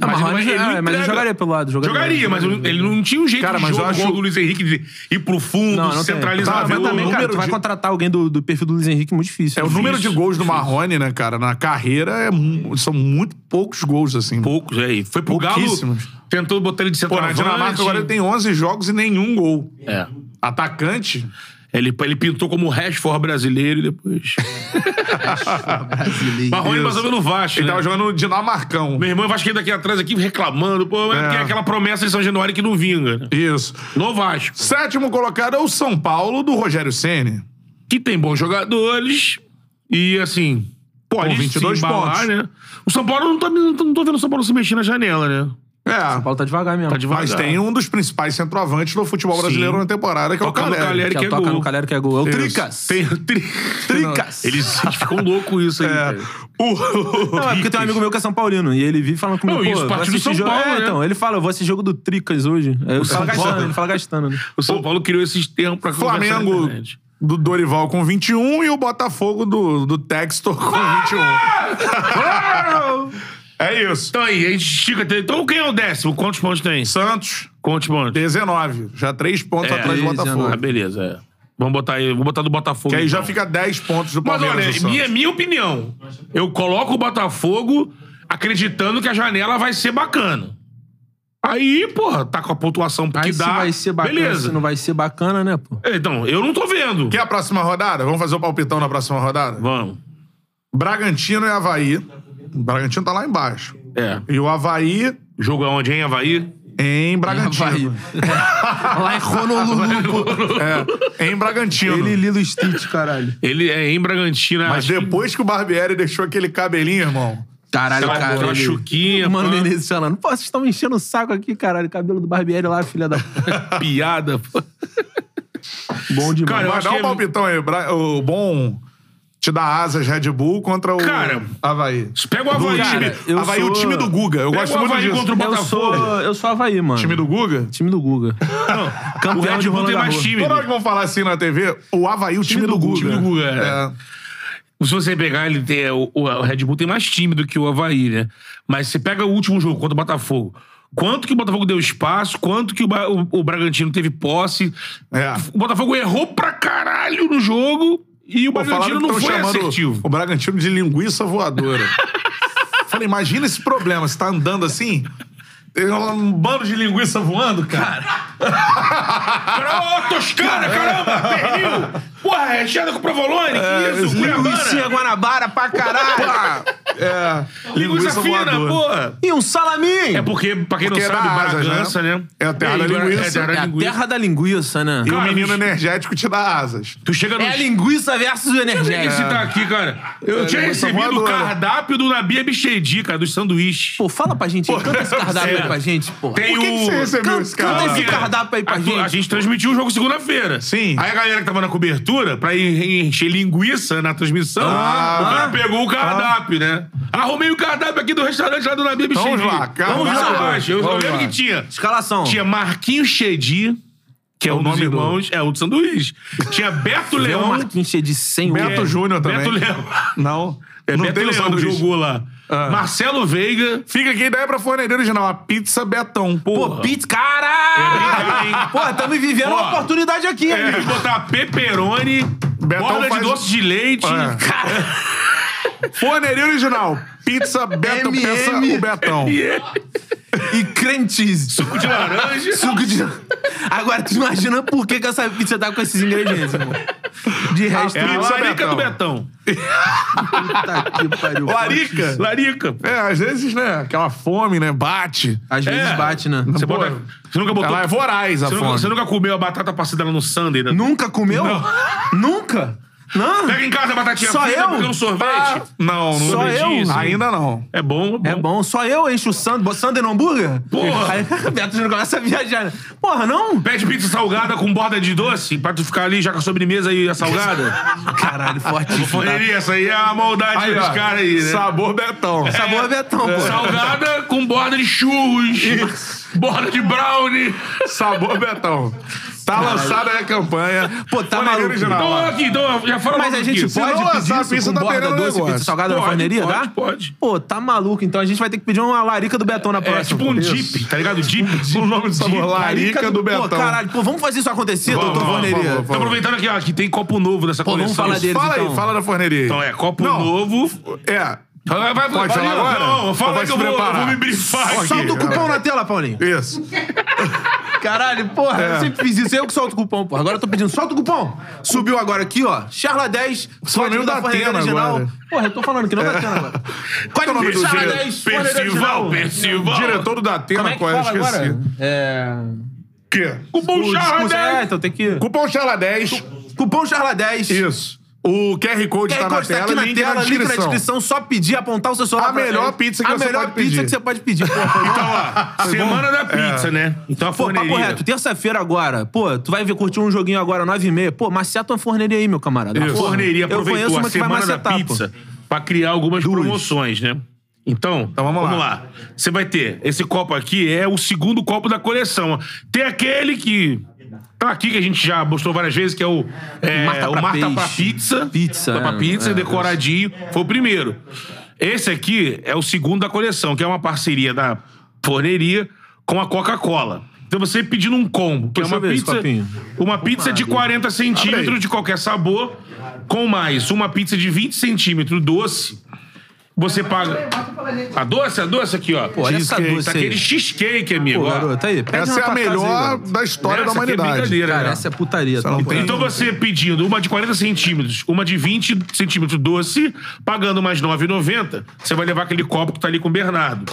C: Ah, mas,
B: ele não- ele não
C: é, mas ele
B: entrega.
C: jogaria pelo lado. Jogaria,
B: Jogaria, mas ele não tinha um jeito
A: Cara,
B: de
A: mas
B: jogo
A: eu acho-
B: igual do Luiz Henrique de ir pro fundo,
C: Não, não tem.
B: centralizar.
C: Tá,
B: ver
C: mas
B: o
C: também, cara,
B: número
C: tu vai
B: de-
C: contratar alguém do, do perfil do Luiz Henrique muito difícil.
A: É, o número de
C: Difícil.
A: gols do Marrone, né, cara, na carreira é mu- são muito poucos gols, assim.
B: Poucos, aí. Foi pro Galo,
A: Pouquíssimos.
B: tentou botar ele de
A: Pô, na
B: centroavante.
A: Dinamarca agora ele tem 11 jogos e nenhum gol.
B: É.
A: Atacante?
B: Ele, ele pintou como Rashford brasileiro e depois... Marrone
A: Isso.
B: passou pelo Vasco,
A: Ele
B: né?
A: tava jogando no Dinamarcão.
B: Meu irmão é Vasco daqui atrás aqui reclamando, pô, mas
A: É.
B: tem aquela promessa de São Januário que não vinga. né?
A: Isso.
B: No Vasco.
A: Sétimo colocado é o São Paulo do Rogério Ceni.
B: que tem bons jogadores e, assim, pode
A: Com 22
B: se embalar,
A: pontos.
B: né? O São Paulo, não, tá, não tô vendo o São Paulo se mexer na janela, né?
A: É.
C: O Paulo tá devagar mesmo.
B: Tá devagar.
A: Mas tem um dos principais centroavantes do futebol brasileiro
B: Sim.
A: na temporada, que é o
B: Toca no
A: Caleri.
B: Caleri.
C: Que
B: que é
C: é toca
B: gol.
C: no Calero que é gol. É o
A: Isso.
C: Tricas.
B: Tem, tri,
C: Tricas.
B: eles ficam loucos isso aí.
A: É.
B: velho.
A: O-
C: Não, é porque tem um amigo meu que é São Paulino e ele vive falando comigo.
B: Não, e
C: pô,
B: isso
C: vou
B: parte do
C: assistir
B: São
C: jogo.
B: Paulo,
C: é,
B: né?
C: então, ele fala, vou assistir jogo do Tricas hoje. É, Aí ele
B: São
C: fala gastando,
B: Paulo.
C: ele fala gastando, né?
B: O São Paulo criou esses termos pra conversar na
A: Flamengo
B: internet.
A: do Dorival com 21 e o Botafogo do, do Textor com
B: Ah!
A: 21. é isso.
B: Então aí, a gente estica. até- Então quem é o décimo? Quantos pontos tem?
A: Santos,
B: Quantos pontos?
A: 19. Já três pontos
B: É,
A: atrás do
C: 19.
A: Botafogo.
B: Ah, beleza, é. Vamos botar aí, vou botar do Botafogo.
A: Que aí já
B: então.
A: fica 10 pontos do
B: Mas
A: Palmeiras.
B: olha,
A: e Santos.
B: minha, minha opinião. Eu coloco o Botafogo acreditando que a janela vai ser bacana. Aí, porra, tá com a pontuação que
C: Aí se
B: dá.
C: vai ser bacana,
B: beleza.
C: se não vai ser bacana, né, pô?
B: Então, eu não tô vendo.
A: Quer a próxima rodada? Vamos fazer o palpitão na próxima rodada?
B: Vamos.
A: Bragantino e Havaí. O Bragantino tá lá embaixo.
B: É.
A: E o Havaí
B: Jogo aonde, hein, Havaí?
A: em
C: Havaí.
A: Bragantino. Ah,
C: Lá em Honolulu, pô.
A: É, em Bragantino.
C: Ele e Lilo Street, caralho.
B: Ele é em Bragantino.
A: Mas
B: acho que-
A: depois que o Barbieri deixou aquele cabelinho, irmão.
C: Caralho,
B: Aquela-
C: cara.
B: aquela
C: ele-
B: chuquinha,
C: Mano
B: pá.
C: Menezes falando, pô, vocês estão me enchendo o saco aqui, caralho. Cabelo do Barbieri lá, filha da...
B: Piada, pô.
C: Bom demais.
B: Cara, Eu
A: Vai
B: acho
A: dar
B: que
A: um
B: é-
A: palpitão aí. Bra- O bom te dá asas Red Bull contra o
B: Cara,
A: Havaí.
B: Pega o Havaí.
C: Cara, eu
A: Havaí, é o
C: sou-
A: time do Guga. Eu
B: Pega
A: gosto
B: o
A: muito
B: Havaí
A: disso.
B: contra o
C: eu
B: Botafogo.
C: sou, eu sou Havaí, mano.
A: Time do Guga?
C: Time do Guga.
B: O
C: Campeão
B: Red
C: de
B: Bull
C: Roland
B: tem mais
C: Garros.
B: time.
A: Toda hora que vão falar assim na TV, o Havaí, é o time, do, Guga.
B: time do Guga, é. Se você pegar, ele tem, é, o, o- o Red Bull tem mais time do que o Havaí, né? Mas você pega o último jogo contra o Botafogo. Quanto que o Botafogo deu espaço, quanto que o, Ba- o- o Bragantino teve posse.
A: É. é.
B: O Botafogo errou pra caralho no jogo e o
A: Pô, falaram
B: Bragantino
A: que
B: não
A: tão
B: foi
A: chamando
B: assertivo.
A: O Bragantino de linguiça voadora. Falei, imagina esse problema. Você tá andando assim, tem um bando de linguiça voando, cara.
B: Cara, ô, Toscana, caramba! Pernil! Porra, recheada com provolone, que isso?
C: Linguiça
B: Cuiabana!
C: Guanabara pra caralho.
A: É.
B: Linguiça fina,
A: voadora.
B: porra!
C: e um salaminho.
B: É porque, pra quem
A: Porque
B: não
A: era
B: sabe,
A: asas,
B: Bragança,
A: né?
B: né?
A: É a terra da
B: Igor-
A: linguiça.
B: É a terra
C: É
B: da
C: a
B: linguiça.
C: terra da linguiça, né?
A: E o
B: Cara,
A: um menino
B: bicho.
A: energético te dá asas.
B: Tu chega no...
C: É a linguiça versus o
B: Eu tinha que
C: energético.
B: citar aqui, cara. Eu tinha
A: É, linguiça
B: recebido o
A: voadora.
B: cardápio do Nabia Bichedi, cara, dos sanduíches.
C: Pô, fala pra gente. aí, Canta esse cardápio aí pra gente, porra.
A: Por que, que você recebeu
C: Canta-
A: esse cara?
C: canta esse
B: Porque
C: cardápio aí pra
B: Ah, é. a tu-
C: gente.
B: A gente transmitiu o jogo segunda-feira.
A: Sim.
B: Aí a galera que tava na cobertura, pra en- encher linguiça na transmissão,
A: Ah,
B: o cara pegou o cardápio, né? Arrumei o cardápio aqui do restaurante lá do Nabi Bichedi.
A: Vamos lá, cardápio.
B: Vamos lá, baixo. Eu
A: Vamos
B: eu lembro
A: lá.
B: que tinha.
C: Escalação.
B: Tinha Marquinhos Chedi, que é o nome
A: Produzidor.
B: irmãos, é o do sanduíche. Tinha Beto
C: É
B: Leão.
C: um Marquinhos cheio de 100
A: Beto
C: euros.
A: Júnior também.
B: Beto Leão.
A: Não.
B: É,
A: não
B: Beto
A: tem o
B: Leão que
A: sanduíche. Ah.
B: jogou lá. Marcelo Veiga.
A: Fica aqui a ideia pra forneira original. A pizza Betão.
C: Pô,
A: Porra.
C: pizza. Caralho! Pô, estamos vivendo
B: É. Ó.
C: uma oportunidade aqui,
B: É,
C: amigo.
B: botar peperoni,
A: Betão
B: borda
A: faz-
B: de doce de leite.
A: É.
B: Cara,
A: Forneria original. Pizza Beto.
C: MM.
A: Pensa o Betão.
C: E crentes.
B: É. suco de laranja.
C: Suco de. Agora, tu imagina por que, que essa pizza tá com esses ingredientes, irmão. De resto,
B: É a
A: Pizza
B: larica
A: Betão.
B: do Betão.
C: puta que pariu.
A: Larica.
B: Larica.
A: É, às vezes, né? Aquela fome, né? Bate.
C: Às vezes
B: É.
C: bate, né?
B: Você,
A: Pô,
B: bota- você nunca botou.
A: Ela é voraz, a
B: você, nunca,
A: fome.
B: você nunca comeu a batata passada lá no sundae? Né?
C: Nunca comeu? Nunca? Não?
B: Pega em casa a batatinha
C: Só
B: frita,
C: eu?
B: pega um sorvete.
A: Não, não
C: Só
A: entendi
C: eu?
A: isso. Ainda não.
B: É bom,
C: É bom, só eu encho o sanduíche. Sanduíche no hambúrguer?
B: Porra.
C: Aí, Beto Júnior começa a viajar. né? Porra, não?
B: Pede pizza salgada com borda de doce pra tu ficar ali já com a sobremesa e a salgada.
C: Caralho, fortíssimo.
B: Forneria, essa aí é a maldade
A: Aí,
B: dos
A: ó,
B: caras aí, né?
A: Sabor Betão.
C: Tá boa, Betão, pô.
B: Salgada com borda de churros, borda de brownie.
A: Sabor Betão. Tá lançada aí a campanha.
C: Pô, tá
A: Forneria
C: maluco.
A: original.
B: Então
A: ó.
B: aqui, então, já foram
C: Mas
B: logo
C: a gente
B: aqui.
A: não
C: pode
A: lançar
C: pedir
A: a
C: isso
A: pizza,
C: com
A: tá
C: borda
A: perdendo o
C: doce, pizza
A: negócio.
C: salgada na
B: Pode,
C: forneria,
B: pode,
C: dá?
B: pode.
C: Pô, tá maluco. Então a gente vai ter que pedir uma larica do Betão
B: É
C: na próxima.
B: tipo um
C: Isso.
B: Jeep, tá ligado? Jeep. Tá
A: O nome do sabor, Larica do
C: Pô,
A: Betão.
C: caralho. Pô, vamos fazer isso acontecer,
B: Vamos,
C: doutor
B: vamos,
C: Forneria?
A: vamos,
B: Tô aproveitando aqui, ó, que tem copo novo dessa
C: Pô, vamos
B: coleção.
C: falar deles,
A: fala
C: então.
A: aí, fala da forneria aí.
B: Então é, copo
A: Não.
B: novo.
A: É.
B: Vai, vai,
A: Pode
B: vai,
A: falar
B: não,
A: agora?
B: Não,
A: Ou
B: fala
A: vai
B: aí que eu
A: se
B: vou, eu
A: preparar?
B: vou me brifar aqui.
C: Solta o cupom na tela, Paulinho.
A: É, Isso.
C: Caralho, porra,
A: É.
C: eu sempre fiz isso. Eu que solto o cupom, porra. Agora eu tô pedindo, solta o cupom. Subiu agora aqui, ó. Charla 10,
A: Flamengo
C: código
A: da
C: da Forneria
A: Atena
C: original.
A: agora.
C: Porra, eu tô falando que não dá Atena agora.
A: Qual é o
C: Código
A: nome do
C: Charla
A: diretor?
C: 10, Forneria
B: Percival,
C: original.
B: Percival.
A: Diretor do
C: Como
A: Datena,
C: é que
A: qual é?
C: fala agora?
A: Esqueci.
C: É...
A: Quê?
B: Cupom
C: Discurso- É,
B: Charla
C: então tem que...
A: Cupom Charla 10.
C: Cupom Charla 10.
A: Isso. O QR Code tá
C: QR
A: na
C: Code tá
A: tela,
C: aqui na
A: link na
C: tela, link na
A: descrição.
C: descrição. Só pedir, apontar o seu celular
A: A
C: pra
A: melhor
C: frente.
A: pizza que
C: A
A: você
C: melhor
A: pode
C: pizza
A: pedir.
C: que você pode pedir. Pô, foi bom.
B: Ó, Semana da pizza, né? Então a
C: Pô, papo
B: forneria.
C: reto, terça-feira agora. Pô, tu vai ver, curtir um joguinho agora, 9h30. Pô, maceta uma forneria aí, meu camarada.
B: A
C: Porra,
B: forneria
C: eu conheço
B: aproveitou
C: uma
B: a
C: que vai
B: semana da
C: macetar, pô.
B: pizza pra criar algumas promoções, né? Então,
A: vamos lá.
B: Você vai ter. Esse copo aqui é o segundo copo da coleção. Tem aquele que. Tá aqui que a gente já mostrou várias vezes, que é o. É,
C: Marta
B: o
C: pra
B: Marta
C: peixe.
B: pra pizza.
C: Pizza,
B: Marta pra
C: é,
B: pizza,
C: é,
B: decoradinho. Foi o primeiro. Esse aqui é o segundo da coleção, que é uma parceria da forneria com a Coca-Cola. Então você pedindo um combo, que é
C: Deixa
B: uma
C: eu ver esse
B: pizza.
C: copinho.
B: Uma pizza de 40 centímetros de qualquer sabor, com mais uma pizza de 20 centímetros doce. Você paga.
D: Mostra pra gente.
B: A doce, a doce aqui, ó.
C: olha essa
B: Cheesecake,
C: doce
B: tá
C: aí.
B: aquele cheesecake,
C: Pô,
B: amigo. ó.
C: garoto, aí.
A: Essa
C: pede na
A: é a
C: tua casa aí,
A: melhor
C: garoto.
A: da história da
B: Essa aqui é
A: humanidade.
B: brincadeira,
C: Cara,
B: né?
C: essa é putaria.
A: não
C: tá?
A: tem.
B: Então você pedindo uma de 40 centímetros, uma de 20 centímetros doce, pagando mais 9,90, você vai levar aquele copo que tá ali com o Bernardo.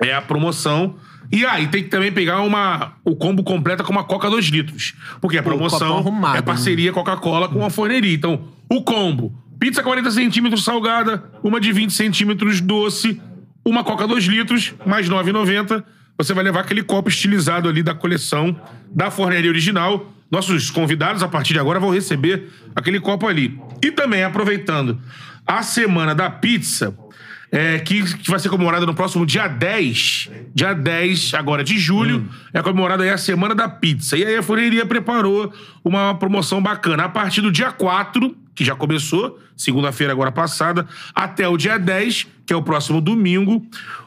B: É a promoção. E aí tem que também pegar uma, o combo completo com uma Coca 2 litros. Porque a promoção
C: copão arrumado, né?
B: é parceria Coca-Cola com a forneria. Então, o combo. Pizza 40 centímetros salgada, uma de 20 centímetros doce, uma Coca 2 litros, mais 9,90. Você vai levar aquele copo estilizado ali da coleção da forneria original. Nossos convidados, a partir de agora, vão receber aquele copo ali. E também, aproveitando a Semana da Pizza, é, que, que vai ser comemorada no próximo dia 10. Dia 10, agora de julho, é comemorada aí a Semana da Pizza. E aí a Forneria preparou uma promoção bacana. A partir do dia 4, que já começou, segunda-feira agora passada, até o dia 10, que é o próximo domingo,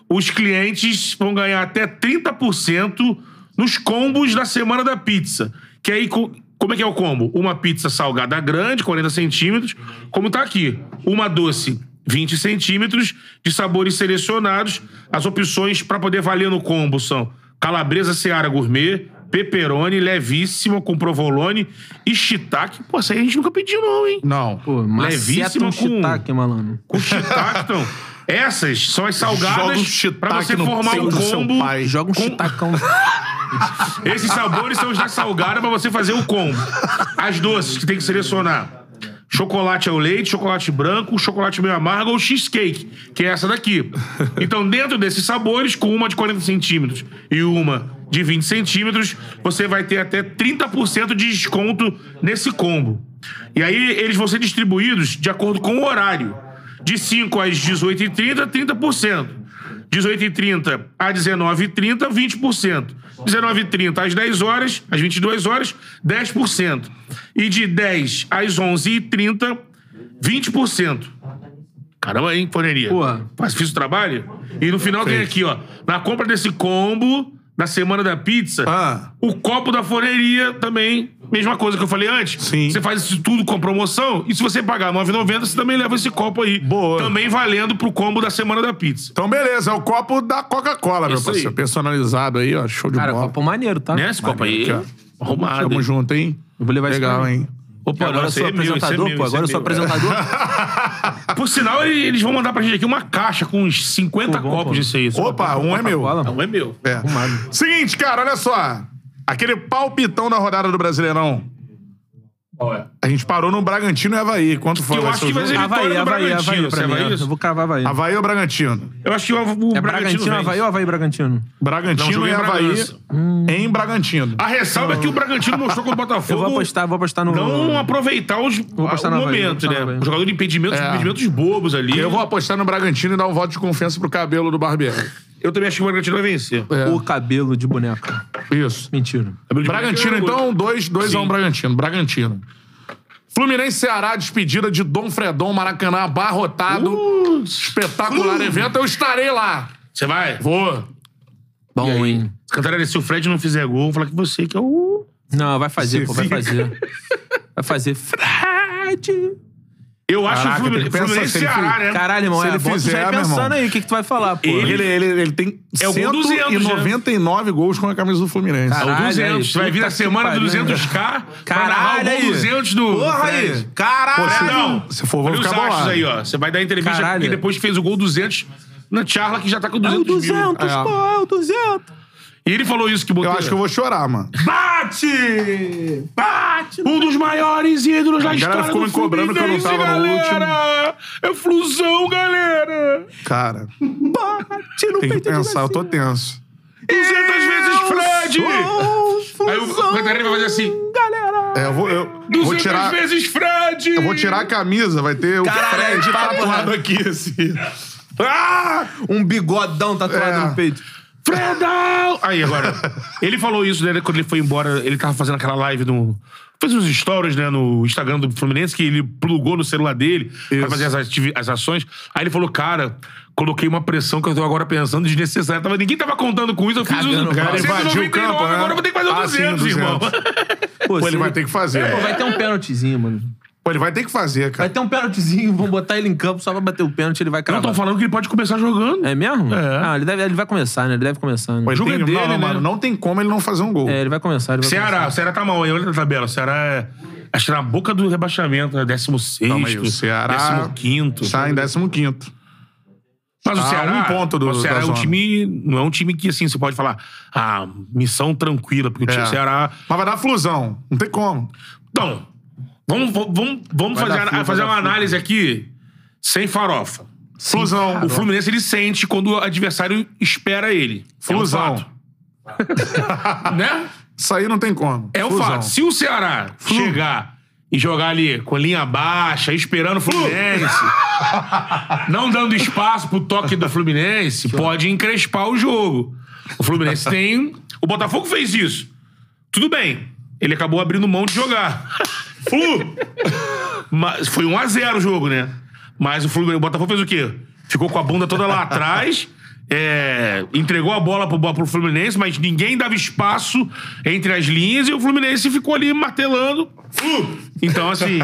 B: os clientes vão ganhar até 30% nos combos da Semana da Pizza. Que aí, co- como é que é o combo? Uma pizza salgada grande, 40 centímetros, como tá aqui. Uma doce 20 centímetros de sabores selecionados. As opções para poder valer no combo são calabresa seara gourmet, peperoni levíssima com provolone e shiitake. Pô, isso aí a gente nunca pediu não, hein?
A: Não.
C: Pô, maceta
B: Levíssima
C: um
B: com-
C: shiitake, malandro.
B: Com shiitake, então. Essas são as salgadas pra você formar um combo.
C: Joga um
B: com-
C: shiitakão.
B: Esses sabores são os da salgada pra você fazer o combo. As doces que tem que selecionar. Chocolate ao leite, chocolate branco, chocolate meio amargo ou cheesecake, que é essa daqui. Então, dentro desses sabores, com uma de 40 centímetros e uma de 20 centímetros, você vai ter até 30% de desconto nesse combo. E aí, eles vão ser distribuídos de acordo com o horário. De 5 às 18h30, 30%. 18h30 a 19h30, 20%. 19h30 às 10 horas, às 22 horas, 10%. E de 10 às 11h30, 20%. Caramba, hein, Foneria?
C: Porra.
B: Mas fiz o trabalho? E no final tem aqui, ó. Na compra desse combo da semana da pizza,
A: Ah.
B: o copo da foneria também, mesma coisa que eu falei antes.
A: Sim.
B: Você faz isso tudo com promoção e se você pagar R$ 9,90, você também leva esse copo aí.
A: Boa.
B: Também valendo pro combo da semana da pizza.
A: Então, beleza, é o copo da Coca-Cola, meu
B: Isso
A: parceiro.
B: aí.
A: Personalizado aí, ó. Show de
C: Cara,
A: bola.
C: copo maneiro, tá?
B: Né, esse copo aí?
A: Aqui, ó.
B: Arrumado.
A: Tamo
B: hein?
A: junto, hein?
C: Eu vou levar esse
A: Legal,
C: cara.
A: hein?
B: Opa,
C: agora eu
B: esse
C: sou
B: é meu, esse é
C: apresentador,
B: meu,
C: pô.
B: esse é
C: Agora eu sou
B: meu.
C: apresentador.
B: Por sinal, eles vão mandar pra gente aqui uma caixa com uns 50
C: Pô, bom,
B: copos
C: pô.
B: disso aí. só
A: Opa, um é meu.
C: Coca-Cola,
B: pra-
C: mano.
B: Não, é meu.
A: É.
C: Arrumado.
A: Seguinte, cara, olha só. Aquele palpitão da rodada do Brasileirão. A gente parou no Bragantino e Havaí. Quanto foi?
B: Eu
A: vai
B: acho
A: ser o
B: que vai
A: jogo?
B: ser-
C: Havaí,
B: Vitória do
C: Havaí,
B: Bragantino,
C: Havaí
B: você
C: pra mim.
B: vai isso?
C: Eu vou cavar Havaí.
A: Havaí ou Bragantino?
B: Eu acho que o, o
C: É
B: Bragantino,
C: Bragantino,
B: vence.
C: Havaí ou Havaí Bragantino?
B: Não,
A: Bragantino
B: joguei
A: e
B: em
A: Havaí
B: Bragança.
A: em Bragantino.
B: A ressalva é que o Bragantino mostrou contra o
C: Eu
B: Botafogo.
C: vou apostar, vou apostar no...
B: Não aproveitar os,
C: apostar
B: o
C: na Havaí, vou
B: momento,
C: apostar na
B: né?
C: Havaí.
B: O jogador de impedimentos,
A: É.
B: impedimentos bobos ali.
A: Eu vou apostar no Bragantino e dar um voto de confiança pro cabelo do Barbieri.
B: Eu também acho que o Bragantino vai vencer.
C: O cabelo de boneca.
A: Isso.
C: Mentira.
A: Bragantino, então, 2x1 dois, dois
B: Sim.
A: a um Bragantino. Bragantino. Fluminense Ceará, despedida de Dom Fredon, Maracanã, abarrotado.
B: Uh,
A: Espetacular evento, eu estarei lá.
B: então? Você vai? Se
A: Vou.
C: Bom, hein?
B: Cantarelli, se o Fred não fizer gol, eu vou falar que você que é o...
C: Não, vai fazer,
A: Você
C: pô, vai
A: fica-
C: fazer. Vai fazer. Fred!
B: Eu acho
A: Caraca,
B: o Fluminense,
A: tem que pensar
B: Fluminense
A: se ele
B: Ceará,
A: fez-
B: né?
C: Caralho, irmão,
A: Se
C: é,
A: ele
C: bota-
A: fizer,
C: já
A: meu
C: pensando
A: irmão.
C: aí o que, que tu vai falar, pô.
A: Ele, ele, ele tem
B: É o gol
A: né? 199 gols com a camisa do Fluminense.
C: Caralho.
B: É o
C: aí,
B: 200. vai vir
C: puta
B: a semana
C: que
B: do
C: pariu,
B: 200k. vai narrar o
C: Caralho
B: gol
C: aí.
B: 200 do.
C: Porra aí.
B: Fred.
C: Caralho.
B: Pô, Fredão,
A: se for, vou
B: olha os
A: ficar
B: astros
A: bolado.
B: aí, ó. Você vai dar entrevista
C: Caralho.
B: aqui depois que fez o gol 200 na Charla, que já tá com
C: É o
B: 200 mil.
C: 200,
A: É.
C: pô, é o 200.
B: E ele falou isso que botou.
A: Eu acho que eu vou chorar, mano.
B: Bate! Bate! Um dos maiores ídolos da
A: A galera
B: história
A: ficou
B: do
A: me cobrando que eu não tava no
B: Fluminense, galera. É flusão, galera!
A: Cara,
C: Bate
A: tem que
C: no peito assim, de
A: pensar, eu
C: vacina.
A: tô tenso.
B: 200 vezes Fred!
C: Sou
B: Aí o
C: fusão,
B: Cantarelli vai fazer assim.
C: Galera!
A: É, eu vou, eu, vou
B: 200
A: tirar.
B: vezes Fred!
A: Eu vou tirar a camisa, vai ter
C: Caralho,
A: o Fred
C: tá
A: tatuado
C: porra.
A: aqui, assim. Ah!
C: Um bigodão tatuado
A: É.
C: no peito.
B: Fredão! Aí, agora. ele falou isso, né? Quando ele foi embora, ele tava fazendo aquela live no. Fez uns stories, né, no Instagram do Fluminense, que ele plugou no celular dele
A: Isso.
B: pra fazer as, ativi- as ações. Aí ele falou, cara, coloquei uma pressão que eu tô agora pensando desnecessária. Tava, ninguém tava contando com isso, eu fiz um
C: Cagando,
B: os
C: cara,
A: invadiu o campo, né?
B: agora eu vou ter que fazer
A: Ah,
B: os
A: sim,
B: 200, irmão.
A: 200. Pô, ele vai ter que fazer.
C: Pô,
B: É.
C: vai ter um pênaltizinho, mano.
A: Pô, ele vai ter que fazer,
C: Vai
A: cara.
C: ter um pênaltizinho, vão botar ele em campo só pra bater o pênalti, ele vai
B: Não,
C: cravar.
B: tão falando que ele pode começar jogando.
C: É mesmo?
B: É.
C: Ah, ele, deve, ele vai começar, né? Ele deve começar, né?
A: Pô, ele
B: jogo
A: tem-
B: é dele,
A: não, não,
B: né?
A: mano, não tem como ele não fazer um gol.
C: É, ele vai começar, ele vai
B: Ceará, o Ceará tá mal aí, olha na tabela. O Ceará é. Acho que na boca do rebaixamento, né? 16.
A: Calma aí, o Ceará
B: 15.
A: Está em 15.
B: Mas o
A: Tá a
B: Ceará,
A: um ponto do-
B: o Ceará
A: da
B: é um
A: zona.
B: time, não é um time que assim você pode falar, ah, missão tranquila, porque o time
A: É.
B: do Ceará,
A: Mas vai dar flusão. Não tem como.
B: então, vamos vamos vamos
C: Vai
B: fazer
C: dar
B: a-
C: flu, vai
B: fazer
C: dar
B: uma
C: flu.
B: análise aqui sem farofa.
A: flusão.
B: O Fluminense ele sente quando o adversário espera ele. É um
A: Flusão.
B: fato, né?
A: Isso aí não tem como.
B: É um
A: Flusão.
B: fato. Se o Ceará chegar e jogar ali com linha baixa, esperando o Fluminense, não dando espaço pro toque do Fluminense, pode encrespar o jogo. O Fluminense tem. O Botafogo fez isso. Tudo bem. Ele acabou abrindo mão de jogar. Flu! Mas foi 1x0 o jogo, né? Mas o Fluminense, o Botafogo fez o quê? Ficou com a bunda toda lá atrás. é, entregou a bola pro, Bo- pro Fluminense, mas ninguém dava espaço entre as linhas e o Fluminense ficou ali martelando. Flu! Então, assim,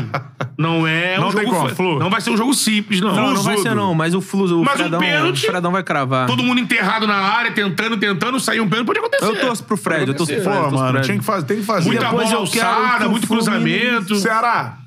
B: não é um
A: Não tem
B: jogo
A: como,
B: fa-
A: Flu.
B: Não vai ser um jogo simples, não.
C: Não, não vai
B: Fluzudo.
C: ser não, mas o Fluzo, o,
B: Mas um
C: Fredão,
B: pênalti-
C: o Fredão vai cravar.
B: Todo mundo enterrado na área, tentando, tentando, sair um pênalti, pode acontecer.
C: Eu torço pro Fred, eu torço pro Fred. eu
A: é. Pô,
C: torço pro
A: mano,
C: Fred.
A: tinha que fazer, tem que fazer.
B: Muita
C: Depois
B: bola
C: eu quero que
B: alçada,
C: o
B: muito
C: Fluminense-
B: cruzamento.
A: Ceará.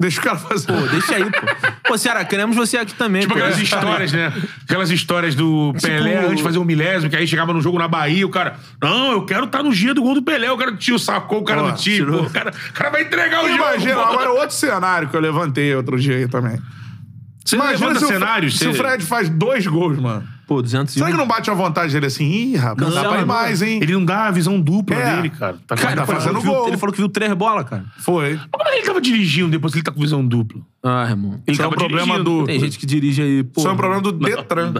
A: Deixa o cara fazer. um-
C: Pô, deixa aí, pô. Pô, Ceará, queremos você aqui também,
B: Tipo
C: pô.
A: É.
B: aquelas histórias, né? Aquelas histórias do
A: Tipo
B: Pelé antes de fazer um milésimo, que aí chegava no jogo na Bahia, o cara. Não, eu quero estar no dia do gol do Pelé. O cara do tio sacou o cara
C: Pô,
B: do time.
C: tirou.
B: pô, o, cara, o cara vai entregar o jogo.
A: Imagina,
B: pô.
A: agora é outro cenário que eu levantei outro dia aí também.
B: Você
A: Imagina
B: levanta
A: se, o Fre-
B: cenários.
A: se o
B: você-
A: Fred faz dois gols, mano.
C: Pô, 201.
A: Será que não bate a vontade dele assim? Ih, rapaz, dá pra ir
C: Cancela,
A: mais, hein?
B: Ele não dá a visão dupla
A: É.
B: dele, cara. Tá,
A: Cara,
B: tá
A: tá
B: fazendo.
A: fazendo-
C: Viu-
A: gol.
C: Ele falou que viu três bolas, cara.
A: Foi.
B: Mas como é que ele tava dirigindo depois que ele tá com visão dupla?
C: Ah, irmão.
A: Isso é um
B: tava
A: problema
B: dirigindo.
A: do.
C: Tem gente que dirige aí, pô.
A: Isso é um problema do Detran.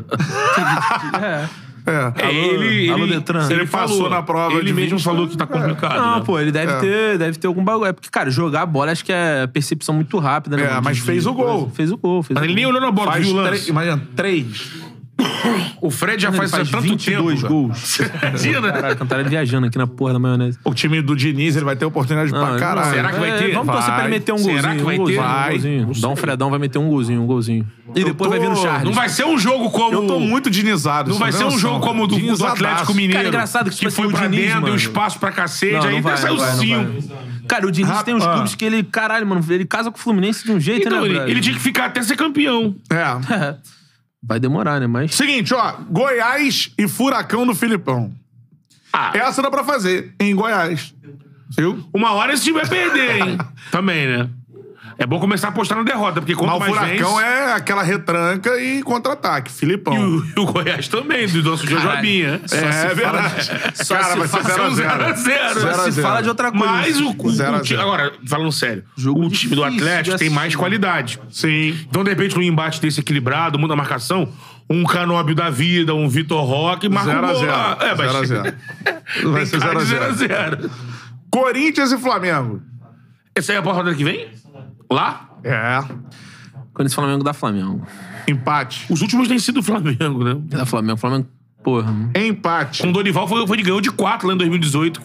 C: É.
A: É.
B: É, ele,
C: alô,
B: ele,
C: Detran.
B: ele
A: Ele passou
B: falou,
A: na prova
B: Ele
A: de É.
B: mesmo
A: 20,
B: falou que tá complicado.
C: Não,
B: né?
C: pô, ele deve,
A: É.
C: ter, deve ter algum bagulho. É porque, cara, jogar bola acho que é percepção muito rápida, né?
A: É,
C: mano?
A: mas
C: De-
A: fez
C: de
A: o gol.
C: coisa. Fez o gol, fez
B: Mas
C: o
B: ele
C: gol.
B: nem olhou na bola,
A: Faz
B: viu o
A: três,
B: lance?
A: imagina, três.
B: O Fred já faz,
C: Ele
B: faz tanto tempo.
C: 22
B: já.
C: gols.
B: Imagina.
A: né?
C: Caralho, cantaram viajando aqui na porra da maionese.
A: O time do Diniz, ele vai ter oportunidade pra
C: Não,
A: caralho.
C: não,
B: Ah, Será que vai
C: é,
B: ter?
C: Vamos torcer pra
A: Vai.
C: ele meter um
B: Será
C: golzinho.
B: que vai
C: um golzinho,
B: ter?
C: um
A: Vai.
C: golzinho. Dá um Fredão, vai meter um golzinho, um golzinho. E depois vai vir no
A: tô-
C: Charles.
B: Não vai ser um jogo como.
A: Eu tô muito dinizado.
B: Não
A: você
B: vai ser
A: tem
B: um
A: noção,
B: jogo como o do, do
A: Dinizadaço.
B: Atlético Mineiro.
C: Cara, engraçado que,
B: que,
C: tipo assim,
B: foi
C: o
B: pra
C: Diniz,
B: dentro, deu
C: mano.
B: espaço pra cacete,
C: Não,
B: aí
C: não
B: até
C: vai,
B: saiu
C: não vai, não
B: cinco.
C: Cara, o Diniz tem uns
A: Rapaz.
C: clubes que ele, caralho, mano, ele casa com o Fluminense de um jeito,
B: Então,
C: né,
B: ele,
C: brother?
B: ele tinha que ficar até ser campeão.
A: É.
C: Vai demorar, né? Mas.
A: Seguinte, ó. Goiás e Furacão do Filipão.
B: Ah.
A: Essa dá pra fazer, em Goiás. Viu?
B: Uma hora esse time vai perder, hein? Também, né? É bom começar a apostar na derrota, porque quanto
A: Mas o
B: mais
A: Furacão
B: vence,
A: é aquela retranca e contra-ataque. Filipão.
B: E o, e o Goiás também, do nosso Jojobinha.
A: É, é verdade.
C: só
A: Cara,
C: se
A: vai ser
C: fala-
B: um
A: 0 a 0
B: 0
A: Zero a
C: Só se
A: zero.
C: fala de outra coisa.
B: Mas o, o,
A: Zero a
B: o time-
A: zero.
B: Agora, falando sério,
C: Jogo
B: o time do
C: difícil de
B: Atlético tem
C: assistir.
B: mais qualidade. Sim. Então, de repente, num embate desse equilibrado, muda a marcação, um Canóbio da vida, um Vitor Roque, marca
A: Zero
B: um
A: a
B: gol
A: zero.
B: lá. É, mas...
A: Zero a zero. Vai ser
B: Tem cara de
A: 0
B: 0
A: a
B: a
A: 0.
B: 0
A: Corinthians e Flamengo.
B: Essa aí é a rodada que vem? Lá?
A: É.
C: Quando esse Flamengo dá Flamengo.
A: Empate.
B: Os últimos têm sido o Flamengo, né?
C: Dá Flamengo. Flamengo, porra. mano.
A: Empate.
B: Com o Dorival foi, foi de ganhou de 4 lá em 2018.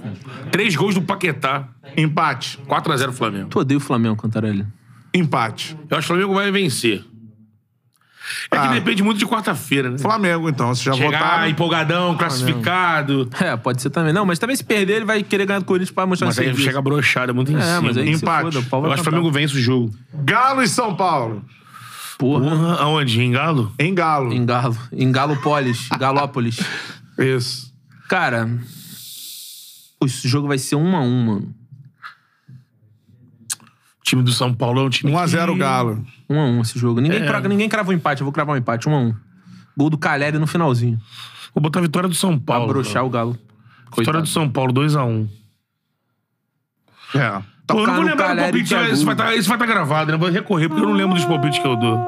B: Três gols do Paquetá.
A: Empate.
B: 4x0 Flamengo.
C: Tu odeia o Flamengo, Cantarelli.
A: Empate.
B: Eu acho que o Flamengo vai vencer. É
A: Ah.
B: que depende muito de quarta-feira, né?
A: Flamengo, então. Você já
B: Chegar
A: votaram.
B: empolgadão, classificado.
C: É, pode ser também. Não, mas também se perder, ele vai querer ganhar do Corinthians pra mostrar
B: Mas aí
C: serviço.
B: chega broxado, é muito em
C: É,
B: cima.
C: mas aí
A: Empate.
C: se foda, o pau vai
B: Eu acho que o
C: cantar.
B: Flamengo vence o jogo.
A: Galo e São Paulo.
C: Porra.
B: Porra, aonde? Em Galo?
A: Em Galo.
C: Em Galo. Em Galopolis. Galópolis.
A: Isso.
C: Cara, pô, esse jogo vai ser um a um, mano.
B: O time do São Paulo é um time.
A: 1x0
B: que-
A: Galo.
C: Um a um esse jogo. Ninguém,
B: É.
C: cra- ninguém cravou empate. Eu vou cravar um empate. Um a um. Gol do Caleri no finalzinho.
B: Vou botar a vitória do São
C: Pra
B: Paulo.
C: broxar o Galo.
B: Vitória
C: Coitado.
B: do São Paulo, 2x1.
A: É. Tá-
B: Pô, eu não vou
C: no
B: lembrar do
C: Caleri
B: palpite,
C: de
B: isso vai estar gravado, né? Eu Vou recorrer, porque eu não lembro dos palpites que eu dou.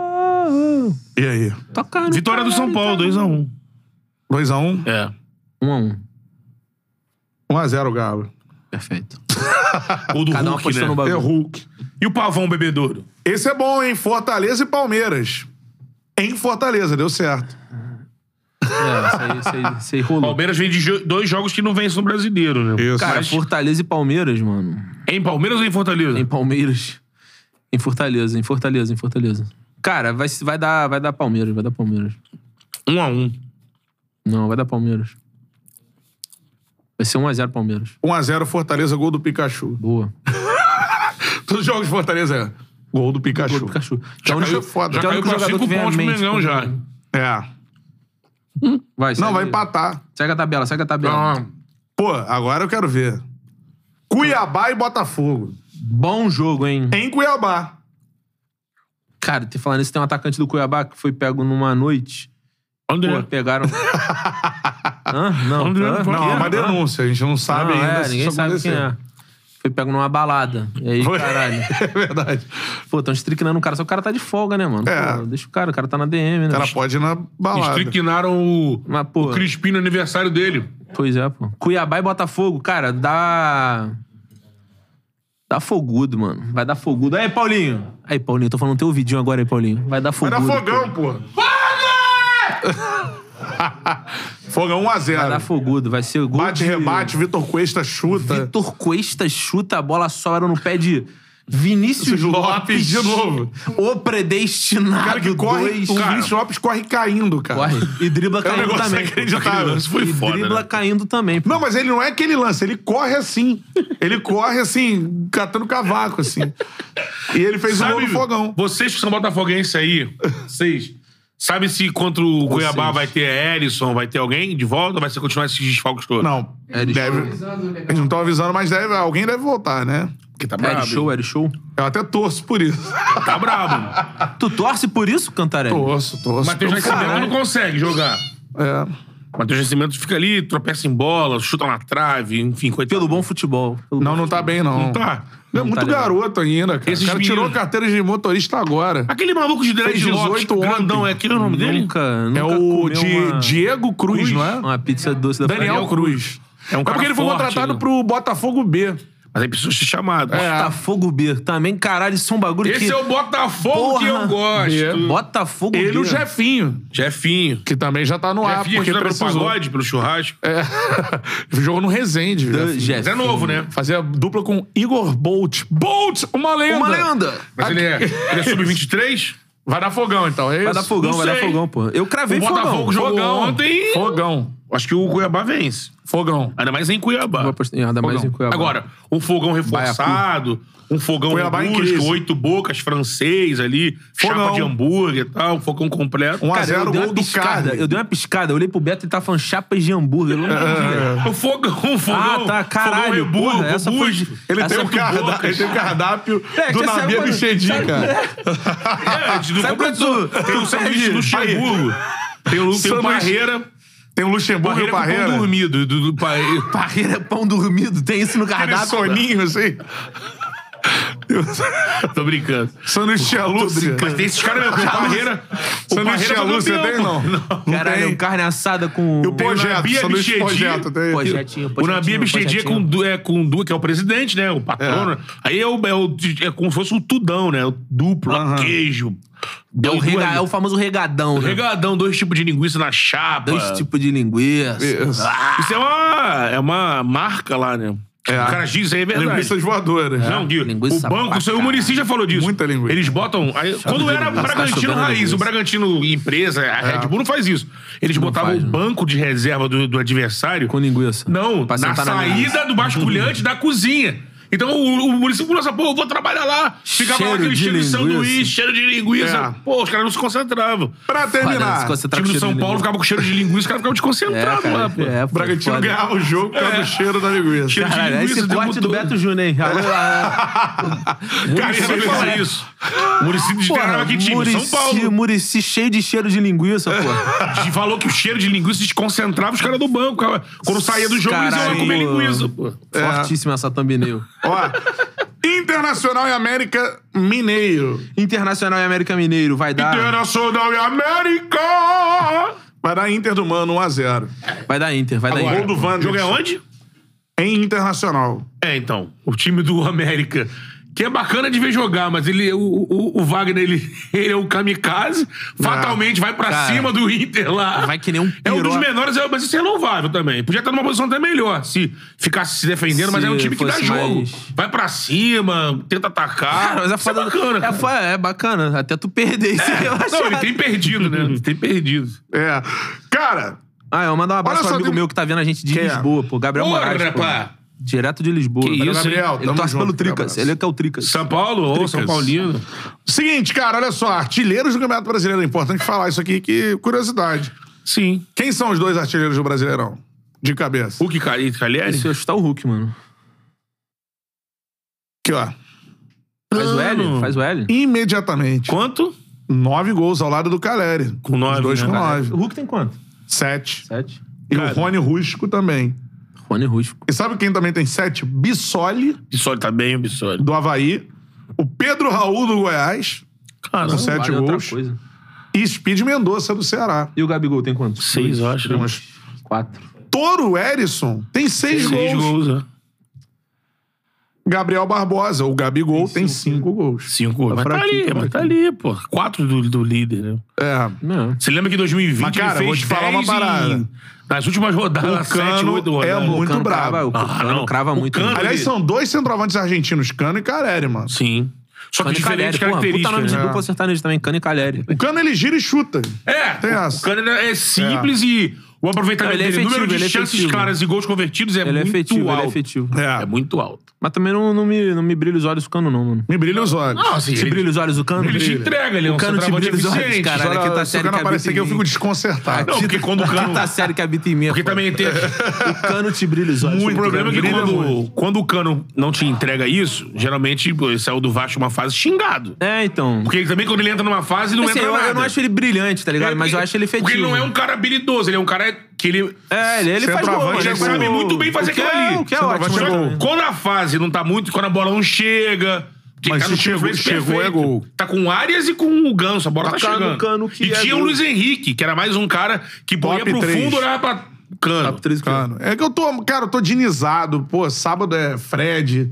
A: E aí?
C: Tocar no
B: Vitória do São Paulo, 2x1.
A: 2x1.
B: É.
C: tá Um a um.
A: 1x0 Galo.
C: Perfeito.
B: Ou do
C: Cada um
B: Hulk, né?
C: apostando no
A: É
C: bagulho.
A: Hulk.
B: E o Pavão Bebedouro?
A: Esse é bom, hein? Fortaleza e Palmeiras. Em Fortaleza, deu certo.
C: É, isso aí, isso aí, isso aí rolou.
B: Palmeiras vem de jo- dois jogos que não vence no brasileiro, né?
A: Isso.
C: Cara,
A: Mas-
C: Fortaleza e Palmeiras, mano.
B: Em Palmeiras ou em Fortaleza?
C: Em Palmeiras. Em Fortaleza, em Fortaleza, em Fortaleza. Cara, vai, vai, dar, vai dar Palmeiras, vai dar Palmeiras.
B: 1x1.
C: Não, vai dar Palmeiras. Vai ser 1x0 Palmeiras.
A: 1x0 Fortaleza, gol do Pikachu.
C: Boa.
A: Todos os jogos de Fortaleza é gol do Pikachu.
C: Pikachu.
A: Já
C: Que é o
A: caiu
C: único-
A: foda.
B: Já
A: Que
C: é o
B: caiu
C: único
B: pra
C: jogador
B: 5
C: que vem à
B: pontos pro
C: mente,
B: Mengão
C: né?
B: já.
A: É.
C: Vai, segue,
A: Não, vai empatar.
C: Segue a tabela, segue a tabela.
A: Pô, agora eu quero ver. Cuiabá e Botafogo.
C: Bom jogo, hein?
A: Em Cuiabá.
C: Cara, te falando isso, tem um atacante do Cuiabá que foi pego numa noite.
B: André.
C: Pô, pegaram. Hã? Não,
B: André,
C: hã?
B: pô.
A: Não, é uma
C: Hã?
A: denúncia. A gente não sabe
C: Não,
A: ainda
C: é,
A: se
C: ninguém
A: isso
C: sabe quem
A: aconteceu.
C: é. Foi pego numa balada. E aí, caralho.
A: É verdade.
C: Pô, tão estricnando o cara. Só que o cara tá de folga, né, mano?
A: É.
C: Pô, deixa o cara. O cara tá na DM, né?
A: O cara pode ir na balada.
B: Estricnaram o,
C: Mas, pô,
B: o Crispim no aniversário dele.
C: Pois é, pô. Cuiabá e Botafogo, cara, dá. Dá fogudo, mano. Vai dar fogudo. Aí, Paulinho. Aí, Paulinho, tô falando teu vidinho agora aí, Paulinho. Vai dar
A: Era
C: fogudo.
A: fogão, pô. Fogão
C: Vai dar
A: 1x0.
C: fogudo, vai ser gol
A: Bate,
C: de-
A: rebate, Vitor Cuesta chuta.
C: Vitor Cuesta chuta, a bola sobra no pé de Vinícius
A: Lopes
C: Lopes.
A: de novo.
C: O predestinado.
A: Cara que corre,
C: dois.
A: o
C: Cara,
A: Vinícius Lopes corre caindo, cara.
C: corre. E dribla
A: É um
C: caindo
A: negócio
C: também.
A: inacreditável.
B: Isso foi
C: e
B: foda,
C: dribla
B: né?
C: caindo também. pô.
A: Não, mas ele não é aquele lance, ele corre assim. Ele corre assim, catando cavaco, assim. E ele fez o gol no fogão.
B: Vocês que são botafoguenses aí, vocês. Sabe se contra o Cuiabá vai ter Ellison, vai ter alguém de volta ou vai ser continuar esses desfalques todos?
A: Não,
C: É de
A: deve.
C: show.
D: Avisando o legal.
A: Eles não estão avisando, mas deve, alguém deve voltar, né?
B: Porque tá
C: Era
B: brabo.
C: É show, era show.
A: Eu até torço por isso.
B: Tá brabo.
C: Tu torce por isso, Cantarelli?
A: Torço, torço. Pelo
B: Matheus Nascimento
A: cara.
B: não consegue jogar.
A: um É.
B: Matheus Nascimento fica ali, tropeça em bola, chuta na trave, enfim, coitado.
C: Pelo bom futebol. Pelo
A: Não,
C: bom
A: não tá bem, não.
B: Não tá.
A: Ele é
C: Não tá
A: muito
C: legal.
A: garoto ainda, cara.
B: Esses
A: o cara tirou
B: meninos-
A: carteira de motorista agora.
B: Aquele maluco de
A: Fez
B: 10 de
A: 18 ontem.
B: grandão, é aquele o
C: Uhum.
B: nome dele?
C: Nunca, nunca
A: É o
C: comeu
A: Di-
C: uma,
A: Diego Cruz,
B: Cruz?
A: não é?
C: uma pizza doce da
A: Daniel
C: Faria.
A: Cruz.
B: É um cara
A: porque ele foi
B: forte,
A: contratado
B: né?
A: pro Botafogo B.
B: Mas aí precisa ser chamado.
A: é.
C: É. Botafogo B. Também, caralho, isso é um bagulho
B: Esse
C: que...
B: é o Botafogo que eu
C: Porra.
B: gosto.
A: É.
C: Botafogo
A: Ele e
C: B.
A: o Jefinho,
B: Jefinho.
A: que também já tá no ar,
B: Jefinho,
A: porque
B: que lembra
A: precisou.
B: pelo pagode, pelo churrasco.
A: É. Jogou no Resende.
C: Do
A: Jefinho.
B: Mas
C: Jeff.
B: é novo, né?
A: Fazia dupla com Igor Bolt. Bolt, uma lenda.
C: Uma lenda.
B: Mas ele é, ele é sub-23?
A: Vai dar fogão, então, é isso?
C: Vai dar fogão,
B: não
C: vai dar
B: sei.
C: fogão, pô. Eu cravei
B: O
C: fogão.
B: Botafogo jogou
A: Fogão.
B: ontem.
A: Fogão.
B: Acho que o Cuiabá vence.
A: Fogão.
B: Ainda mais em Cuiabá.
C: Vou apostar em nada mais em Cuiabá.
B: Agora, um fogão reforçado, um fogão
A: Cuiabá em
B: robusto,
A: crise.
B: oito bocas, francês ali,
A: Fogão.
B: chapa de hambúrguer e tal, um fogão completo.
A: Um a
C: Cara, eu
A: zero
C: dei uma
A: gol do
C: piscada,
A: Carlos.
C: Eu dei uma piscada, eu olhei pro Beto e tava falando chapas de hambúrguer. Eu não entendi.
B: Um fogão, um fogão. é
C: Ah, tá, caralho.
B: Fogão rebu-
C: porra, essa foi...
B: robusto.
A: Ele
C: essa
A: tem, um
C: foi boa,
A: cardápio, ele tem um cardápio
C: É,
A: do
C: que essa é
A: Nabia
C: uma-
A: Bichedi,
C: sabe-
A: cara.
C: Tá,
B: É, a gente não
C: Sabe quando
B: completou.
C: tu-
B: Tem o
C: tu
B: sanduíche
A: pede-
B: do Luxemburgo. Tem o, tem o
A: Sanduíche-
B: Barreira.
A: Tem o Luxemburgo e o
B: Barreira com pão
A: Parreira.
B: dormido. Do, do, Parreira.
C: Parreira é pão dormido, tem isso no
A: Aquele
C: cardápio.
A: soninho, É assim.
B: Tô brincando.
A: Sanduíche tia Lúcia.
B: Mas tem esses caras mesmo. O Barreira. O
A: Sanduíche
B: Barreira
A: tia
B: é
A: Lúcia
B: campeão,
A: tem, não?
B: pô.
C: Caralho,
A: tem.
C: um carne assada com... é
A: E o projeto,
B: Nabia
A: sanduíche
B: Bichedi.
A: projeto. Tem.
C: Projetinho,
B: O Nabi Bichedi é com, du- é com duas, que é o presidente, né? O patrono. Aí é, o, é, o, é como se fosse um tudão, né? O duplo,
A: Aham.
B: queijo.
C: É o,
B: Duas-
C: rega- é o famoso regadão, né?
B: Regadão, dois tipos de linguiça na chapa.
C: Dois Ah! tipos de linguiça.
A: Isso.
B: É. Isso é uma, é uma marca lá, né?
A: É.
B: O cara diz isso aí, é verdade.
A: Linguiças voadoras.
B: Não, Gui,
C: É. Linguiça
B: o banco,
C: pra
B: isso aí, o
C: caralho.
B: Muricy já falou disso.
A: Muita linguiça.
B: Eles botam. aí, quando
C: de
B: era
C: linguiça. Tá
B: Bragantino
C: chovendo
B: raiz,
C: linguiça. É.
B: o Bragantino empresa, a Red Bull não faz isso. Eles botavam
C: faz,
B: o
C: né?
B: banco de reserva do, do adversário.
C: Com linguiça.
B: Não,
C: Pra
B: na
C: sentar na Uhum.
B: saída
C: linguiça.
B: do basculhante da cozinha. Então o, o Muricy falou assim: pô, eu vou trabalhar lá. Ficava
C: Cheiro
B: lá aquele
C: de
B: cheiro de
C: linguiça.
B: sanduíche, cheiro de linguiça.
A: É.
B: Pô, os caras não se concentravam.
A: Pra terminar,
C: Parece que você
B: O
C: tá
B: time
C: com
B: do
C: cheiro
B: São
C: de
B: Paulo
C: linguiça.
B: ficava com cheiro de linguiça, os caras ficavam desconcentrados
C: É,
B: lá,
C: cara,
B: pô.
C: é,
A: o
C: foi
A: Bragantino
C: foda.
A: ganhava o jogo por causa do cheiro da linguiça.
B: Cheiro de
C: Caralho, é
B: linguiça
C: esse
B: o tempo
C: corte do
B: todo.
C: Beto Junem. é.
B: Cara,
A: Muricy
B: ele
A: fala
B: fala isso. Murici desgranava que time? São Paulo.
C: Murici cheio de cheiro de linguiça, pô.
B: De- Falou que o cheiro de linguiça desconcentrava os caras do banco. cara. Quando saía do jogo, eles iam lá
C: Caralho.
B: comer linguiça, pô. É.
C: Fortíssima essa thumbnail.
A: Ó, Internacional e América Mineiro.
C: Internacional e América Mineiro, vai dar.
A: Internacional e América! Vai dar Inter do Mano 1x0.
C: Vai dar Inter, vai dar
A: Agora.
C: Inter.
A: Gol do
B: O jogo é
A: Wanderson.
B: onde?
A: Em Internacional.
B: É, então. O time do América. Que é bacana de ver jogar, mas ele, o, o, o Wagner, ele, ele é o kamikaze. Fatalmente vai pra
C: Cara,
B: cima do Inter lá.
C: vai que nem um
B: É um dos
C: piroca.
B: menores, é- mas isso é louvável também. Podia estar numa posição até melhor se ficasse se defendendo, mas
C: Se
B: é um time que dá
C: fosse
B: jogo.
C: mais-
B: Vai pra cima, tenta atacar.
C: Cara, mas é
B: Isso
C: foda.
B: é bacana.
C: É,
B: cara. É.
C: fo- é bacana. Até tu perder esse
B: Não, ele
C: relaxado.
B: tem perdido, né?
C: Uhum.
B: Ele tem perdido.
A: É. Cara,
C: Ah, eu mando um abraço
A: Olha
C: pro
A: só,
C: amigo
A: tem-
C: meu que tá vendo a gente de
A: Quem é?
C: Lisboa, pô. Gabriel
B: Porra,
C: Moraes, pô.
B: rapá.
C: Direto de Lisboa.
B: Que
C: Valeu,
B: isso,
C: Gabriel.
A: Gabriel,
C: Ele
A: tamo
C: torce
A: junto,
C: pelo
A: Gabriel.
C: Tricas. Ele é que é o Tricas.
B: São Paulo ou São Paulino?
A: Seguinte, cara, olha só. Artilheiros do Campeonato Brasileiro. É importante falar isso aqui, que curiosidade.
B: Sim.
A: Quem são os dois artilheiros do Brasileirão? De cabeça.
B: Hulk e Cali- Calieri?
C: Esse é chutar o Hulk, mano.
A: Aqui, ó.
C: Faz o
B: Mano.
C: L, faz o L.
A: Imediatamente.
B: Quanto?
A: Nove gols ao lado do Caleri.
B: Com nove,
A: Os dois
B: né,
A: com
B: Caleri?
A: nove.
C: O Hulk tem quanto?
A: Sete.
C: Sete.
A: E
B: Cara.
A: o Rony Rusco também.
C: Rony Rusco.
A: E sabe quem também tem sete? Bissoli,
B: Bissoli tá bem, o Bissoli.
A: do Havaí. O Pedro Raul, do Goiás.
B: Cara,
A: Com sete
C: Vale outra
A: gols.
C: coisa.
A: E Speed Mendonça, do Ceará.
C: E o Gabigol tem quanto?
B: seis, eu acho. né?
C: Quatro.
A: Toro Erisson tem seis,
B: Seis
A: gols.
B: gols, né?
A: Gabriel Barbosa, o Gabigol, tem cinco, gols.
B: Cinco gols. Mas tá
A: fraquinho,
B: ali, mas tá ali, pô. Quatro do, do líder, né?
A: É.
C: Não.
B: Você lembra que em 2020
A: Mas, cara,
B: ele fez
A: vou te falar uma
B: 10
A: parada.
B: em- nas últimas rodadas,
A: O Cano
B: sete, oito né?
A: é
B: rodadas.
A: muito-
C: Cano
A: brabo.
C: crava- O
B: Ah,
C: Cano
B: não.
C: crava
B: O
C: muito.
B: Cano-
A: Aliás,
B: Ele-
A: são dois centroavantes argentinos, Cano e Caleri, mano.
B: Sim. Só que
C: Cano e Caleri,
B: diferentes
C: porra. Puta nome
B: características.
C: de
B: né?
C: dupla sertaneja também, Cano e Caleri.
A: O Cano, ele gira e chuta.
B: É,
A: Tem
B: o-
A: essa.
B: o Cano é simples e o aproveitamento
C: Não, ele é
B: dele, o número
C: efetivo,
B: de
C: ele é
B: chances
C: efetivo.
B: claras e gols convertidos é
C: Ele é
B: muito
C: efetivo,
B: alto.
C: ele é efetivo.
A: É.
B: É muito alto.
C: Mas também não, não, me, não me brilha os olhos o Cano, não, mano.
A: Me brilha os olhos.
B: Não, assim,
C: Se
B: ele,
C: brilha os olhos o Cano?
B: ele te
C: brilha.
B: entrega, ele é
C: O
B: um
C: Cano te
B: centroavante
C: brilha os olhos,
B: eficiente.
A: Se
C: caralho.
A: o
C: Olha que tá sério que
A: Cano
B: é
C: habita
A: aparecer
C: em
A: aqui, eu
C: mim.
A: fico desconcertado.
B: Não, porque quando o Cano...
C: Tá sério que habita em mim.
B: Porque
C: pô.
B: também tem...
C: O Cano te brilha os olhos.
B: O problema é que
C: né? Brilha
B: quando,
C: muito.
B: quando o Cano não te entrega isso, geralmente pô, ele saiu do Vasco uma fase xingado.
C: É, então.
B: Porque ele também, quando ele entra numa fase, ele não
C: Assim,
B: entra
C: eu,
B: nada.
C: eu não acho ele brilhante, tá ligado?
B: É,
C: Mas eu acho ele efetivo.
B: Porque ele não é um cara habilidoso, ele é um cara que ele...
C: É, ele, ele faz
A: Centroavante,
C: gol.
A: ele
B: um
C: faz
A: sabe
C: gol.
B: muito bem fazer
C: O que é-
B: aquilo ali.
C: O que é
A: Centroavante
C: ótimo.
A: é
C: né?
A: gol.
B: Quando a fase não tá muito, quando a bola não chega. porque
A: Mas
B: tá no
A: se chegou-
B: perfeito,
A: chegou,
B: perfeito.
A: é gol.
B: Tá com o Arias e com o Ganso, a bola tá,
C: Tá no
B: chegando.
C: cano que
B: e
C: é
B: tinha o
C: gol.
B: Luiz Henrique, que era mais um cara que
A: Top
B: ia pro
A: três.
B: fundo, olhava pra cano.
A: Cano. É que eu tô, cara, eu tô dinizado. Pô, sábado é Fred.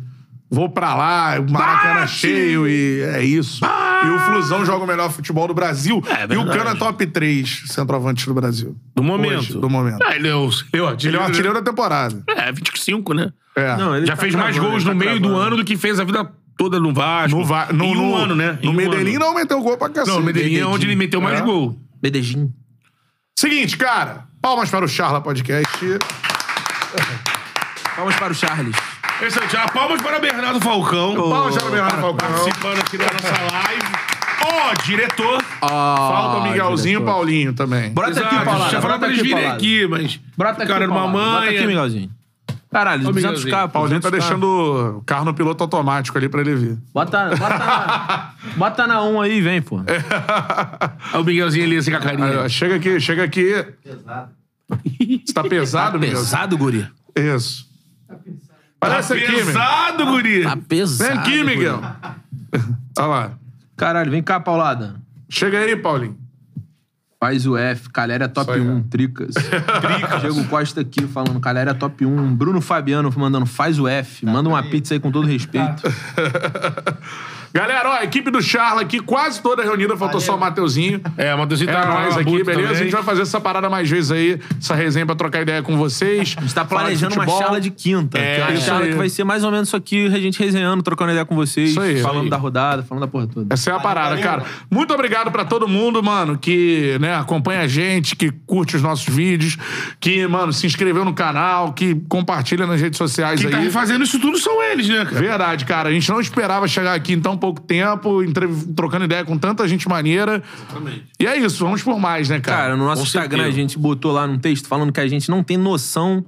A: Vou pra lá, o Maracanã
B: Bate!
A: cheio e é isso. E o Flusão joga o melhor futebol do Brasil.
B: É
A: e o
B: verdade.
A: Cano é top 3 centroavantes do Brasil.
B: Do momento.
A: Hoje, do momento.
B: Ah, ele é o eu
A: Ele é
B: artilheiro.
A: um artilheiro da temporada.
B: É, 25, né?
A: É.
C: Não, ele
B: Já
C: tá
B: fez mais
C: travando,
B: gols
C: ele
B: no
C: tá
B: meio do
C: travando.
B: ano do que fez a vida toda no Vasco.
A: no, va-
B: em
A: no,
B: um
A: no-
B: ano, né? Em
A: No
B: um
A: Medellín
B: ano.
A: não meteu gol pra cacete.
B: Não, no Medellín é onde ele meteu
A: É.
B: mais gol.
C: Medellín.
A: Seguinte, cara. Palmas para o Charla Podcast.
C: Vamos para o Charles.
B: Esse é o Thiago. Palmas para Bernardo Falcão.
A: Palmas para o Bernardo Falcão.
B: Participando aqui da nossa live. Ó, diretor.
A: Falta o Miguelzinho e o Paulinho também.
C: Bota aqui,
B: Exato,
C: Paulada.
B: Já falou
C: bota
B: pra eles
C: aqui,
B: virem
C: Paulada.
B: aqui, mas.
C: Brota aqui,
B: Cara, era uma
C: Paulada. Bota aqui,
B: manha.
C: Miguelzinho. Caralho, 200k,
B: Miguelzinho.
C: pô.
A: Paulinho tá
C: 200K.
A: deixando o carro no piloto automático ali pra ele vir.
C: Bota, bota, na- bota na 1 aí e vem, pô.
B: Olha o Miguelzinho ali, assim, com a
C: É.
A: Aí, ó,
B: carinha.
A: chega aqui, chega aqui.
D: Pesado.
A: Você tá pesado, Miguelzinho?
C: Pesado, guri.
A: Isso. Parece aqui, Miguel.
B: Pesado, guri.
C: Tá pesado.
A: Vem aqui,
C: guri.
A: Miguel. Olha lá.
C: Caralho, vem cá, Paulada.
A: Chega aí, Paulinho.
C: Faz o F, Calera é top
A: aí,
C: 1, Tricas. Tricas. Diego Costa aqui falando, Calera é top 1. Bruno Fabiano mandando, faz o F. Manda uma pizza aí com todo respeito.
A: Galera, ó, a equipe do Charla aqui, quase toda reunida, faltou só o Mateuzinho.
B: É, o Matheusinho
A: É
B: tá
A: nóis
B: na
A: aqui,
B: labuta
A: beleza?
B: também.
A: A gente vai fazer essa parada mais vezes aí, essa resenha pra trocar ideia com vocês.
C: A gente tá planejando uma charla de quinta.
A: É,
C: que é uma
A: isso
C: charla
A: aí.
C: que vai ser mais ou menos isso aqui, a gente resenhando, trocando ideia com vocês,
A: Isso aí,
C: falando
A: isso aí.
C: da rodada, falando da porra toda.
A: Essa é a parada, cara. Muito obrigado pra todo mundo, mano, que né, acompanha a gente, que curte os nossos vídeos, que, mano, se inscreveu no canal, que compartilha nas redes sociais
B: Quem tá
A: aí.
B: refazendo isso tudo são eles, né, cara?
A: Verdade, cara. A gente não esperava chegar aqui em tão pouco tempo, entre- trocando ideia com tanta gente maneira. E é isso, vamos por mais, né, cara?
C: Cara, no nosso
B: com
C: Instagram
B: certeza.
C: a gente botou lá num texto falando que a gente não tem noção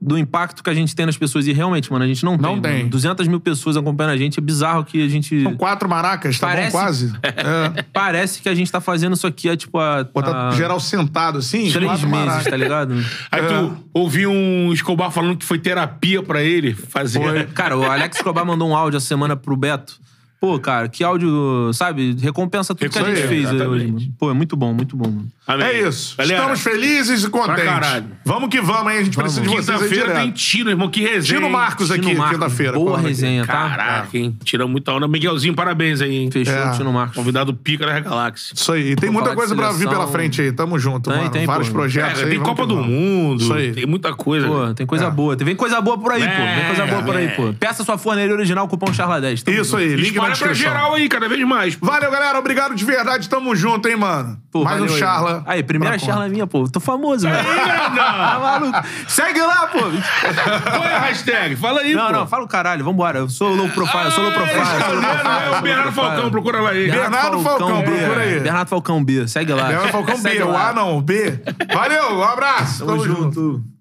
C: do impacto que a gente tem nas pessoas. E realmente, mano, a gente não tem.
A: Não tem.
C: mano. 200 mil pessoas acompanhando a gente. É bizarro que a gente...
A: São quatro maracas, tá
C: Parece-
A: bom? Quase. É.
C: Parece que a gente tá fazendo isso aqui há, tipo, há,
A: Botar
C: há
A: geral sentado assim,
C: três
A: tá quatro
C: meses,
A: maracas.
C: tá ligado?
B: Aí
A: É.
B: tu ouvi um Escobar falando que foi terapia pra ele fazer.
C: Cara, o Alex Escobar mandou um áudio a semana pro Beto. Pô, cara, que áudio, sabe? Recompensa tudo que a
B: Isso
C: gente
B: aí,
C: fez
B: exatamente.
C: hoje, mano. Pô, é muito bom, muito bom, mano.
B: Amém.
A: É isso.
B: Galera,
A: Estamos felizes e contentes.
B: caralho.
A: Vamos que vamos, hein? A gente precisa de vocês aí
B: Quinta-feira tem
A: direto.
B: tiro, irmão. Que resenha.
A: Tino
B: hein?
A: Marcos
C: Tino
A: aqui,
C: Marcos,
A: quinta-feira.
C: Boa
A: cola aqui.
C: resenha, tá?
B: Caraca, hein? Tirou muita onda. Miguelzinho, parabéns aí, hein?
C: Fechou,
A: É.
C: Tino Marcos.
B: Convidado pica da galáxia.
A: Isso aí. E tem
C: Vou
A: muita
C: falar de
A: coisa pra vir
C: seleção.
A: pela frente aí. Tamo junto,
C: Tem,
A: mano.
C: tem,
A: Vários
C: pô.
A: projetos
B: Cara,
A: aí.
B: tem
A: vamos
B: Copa
A: que
B: do
A: vamos.
B: Mundo,
A: Isso aí.
B: tem muita coisa.
C: Pô, tem coisa boa. Vem coisa boa por aí, pô. Vem coisa boa por aí, pô. Peça sua forneira original, cupom Charla10. Tamo
A: Isso aí. Link na
B: Espalha pra
A: descrição.
B: geral aí, cada vez mais. pô.
A: Valeu, galera. Obrigado de verdade. Tamo junto, hein, mano.
C: Pô,
A: Mais um
C: valeu aí.
A: charla.
C: Aí, primeira
A: pra conta.
C: charla minha, pô. Tô famoso, velho. Tá maluco? Segue lá, pô.
B: Qual é a hashtag? Fala aí,
C: Não,
B: pô.
C: não, fala o caralho. Vambora. Eu sou low profile, eu sou low profile.
B: Ah,
C: eu sou low
B: escondendo,
C: profile, eu
B: é
C: sou
B: o
C: low
B: Bernardo
C: profile.
B: Falcão, procura lá aí.
A: Bernardo Falcão,
C: B.
A: procura aí.
C: Bernardo Falcão B, segue lá.
A: Bernardo Falcão
C: Segue
A: B, é o
C: lá.
A: A não, o B. Valeu, um abraço. Tamo,
C: Tamo
A: junto.
C: junto.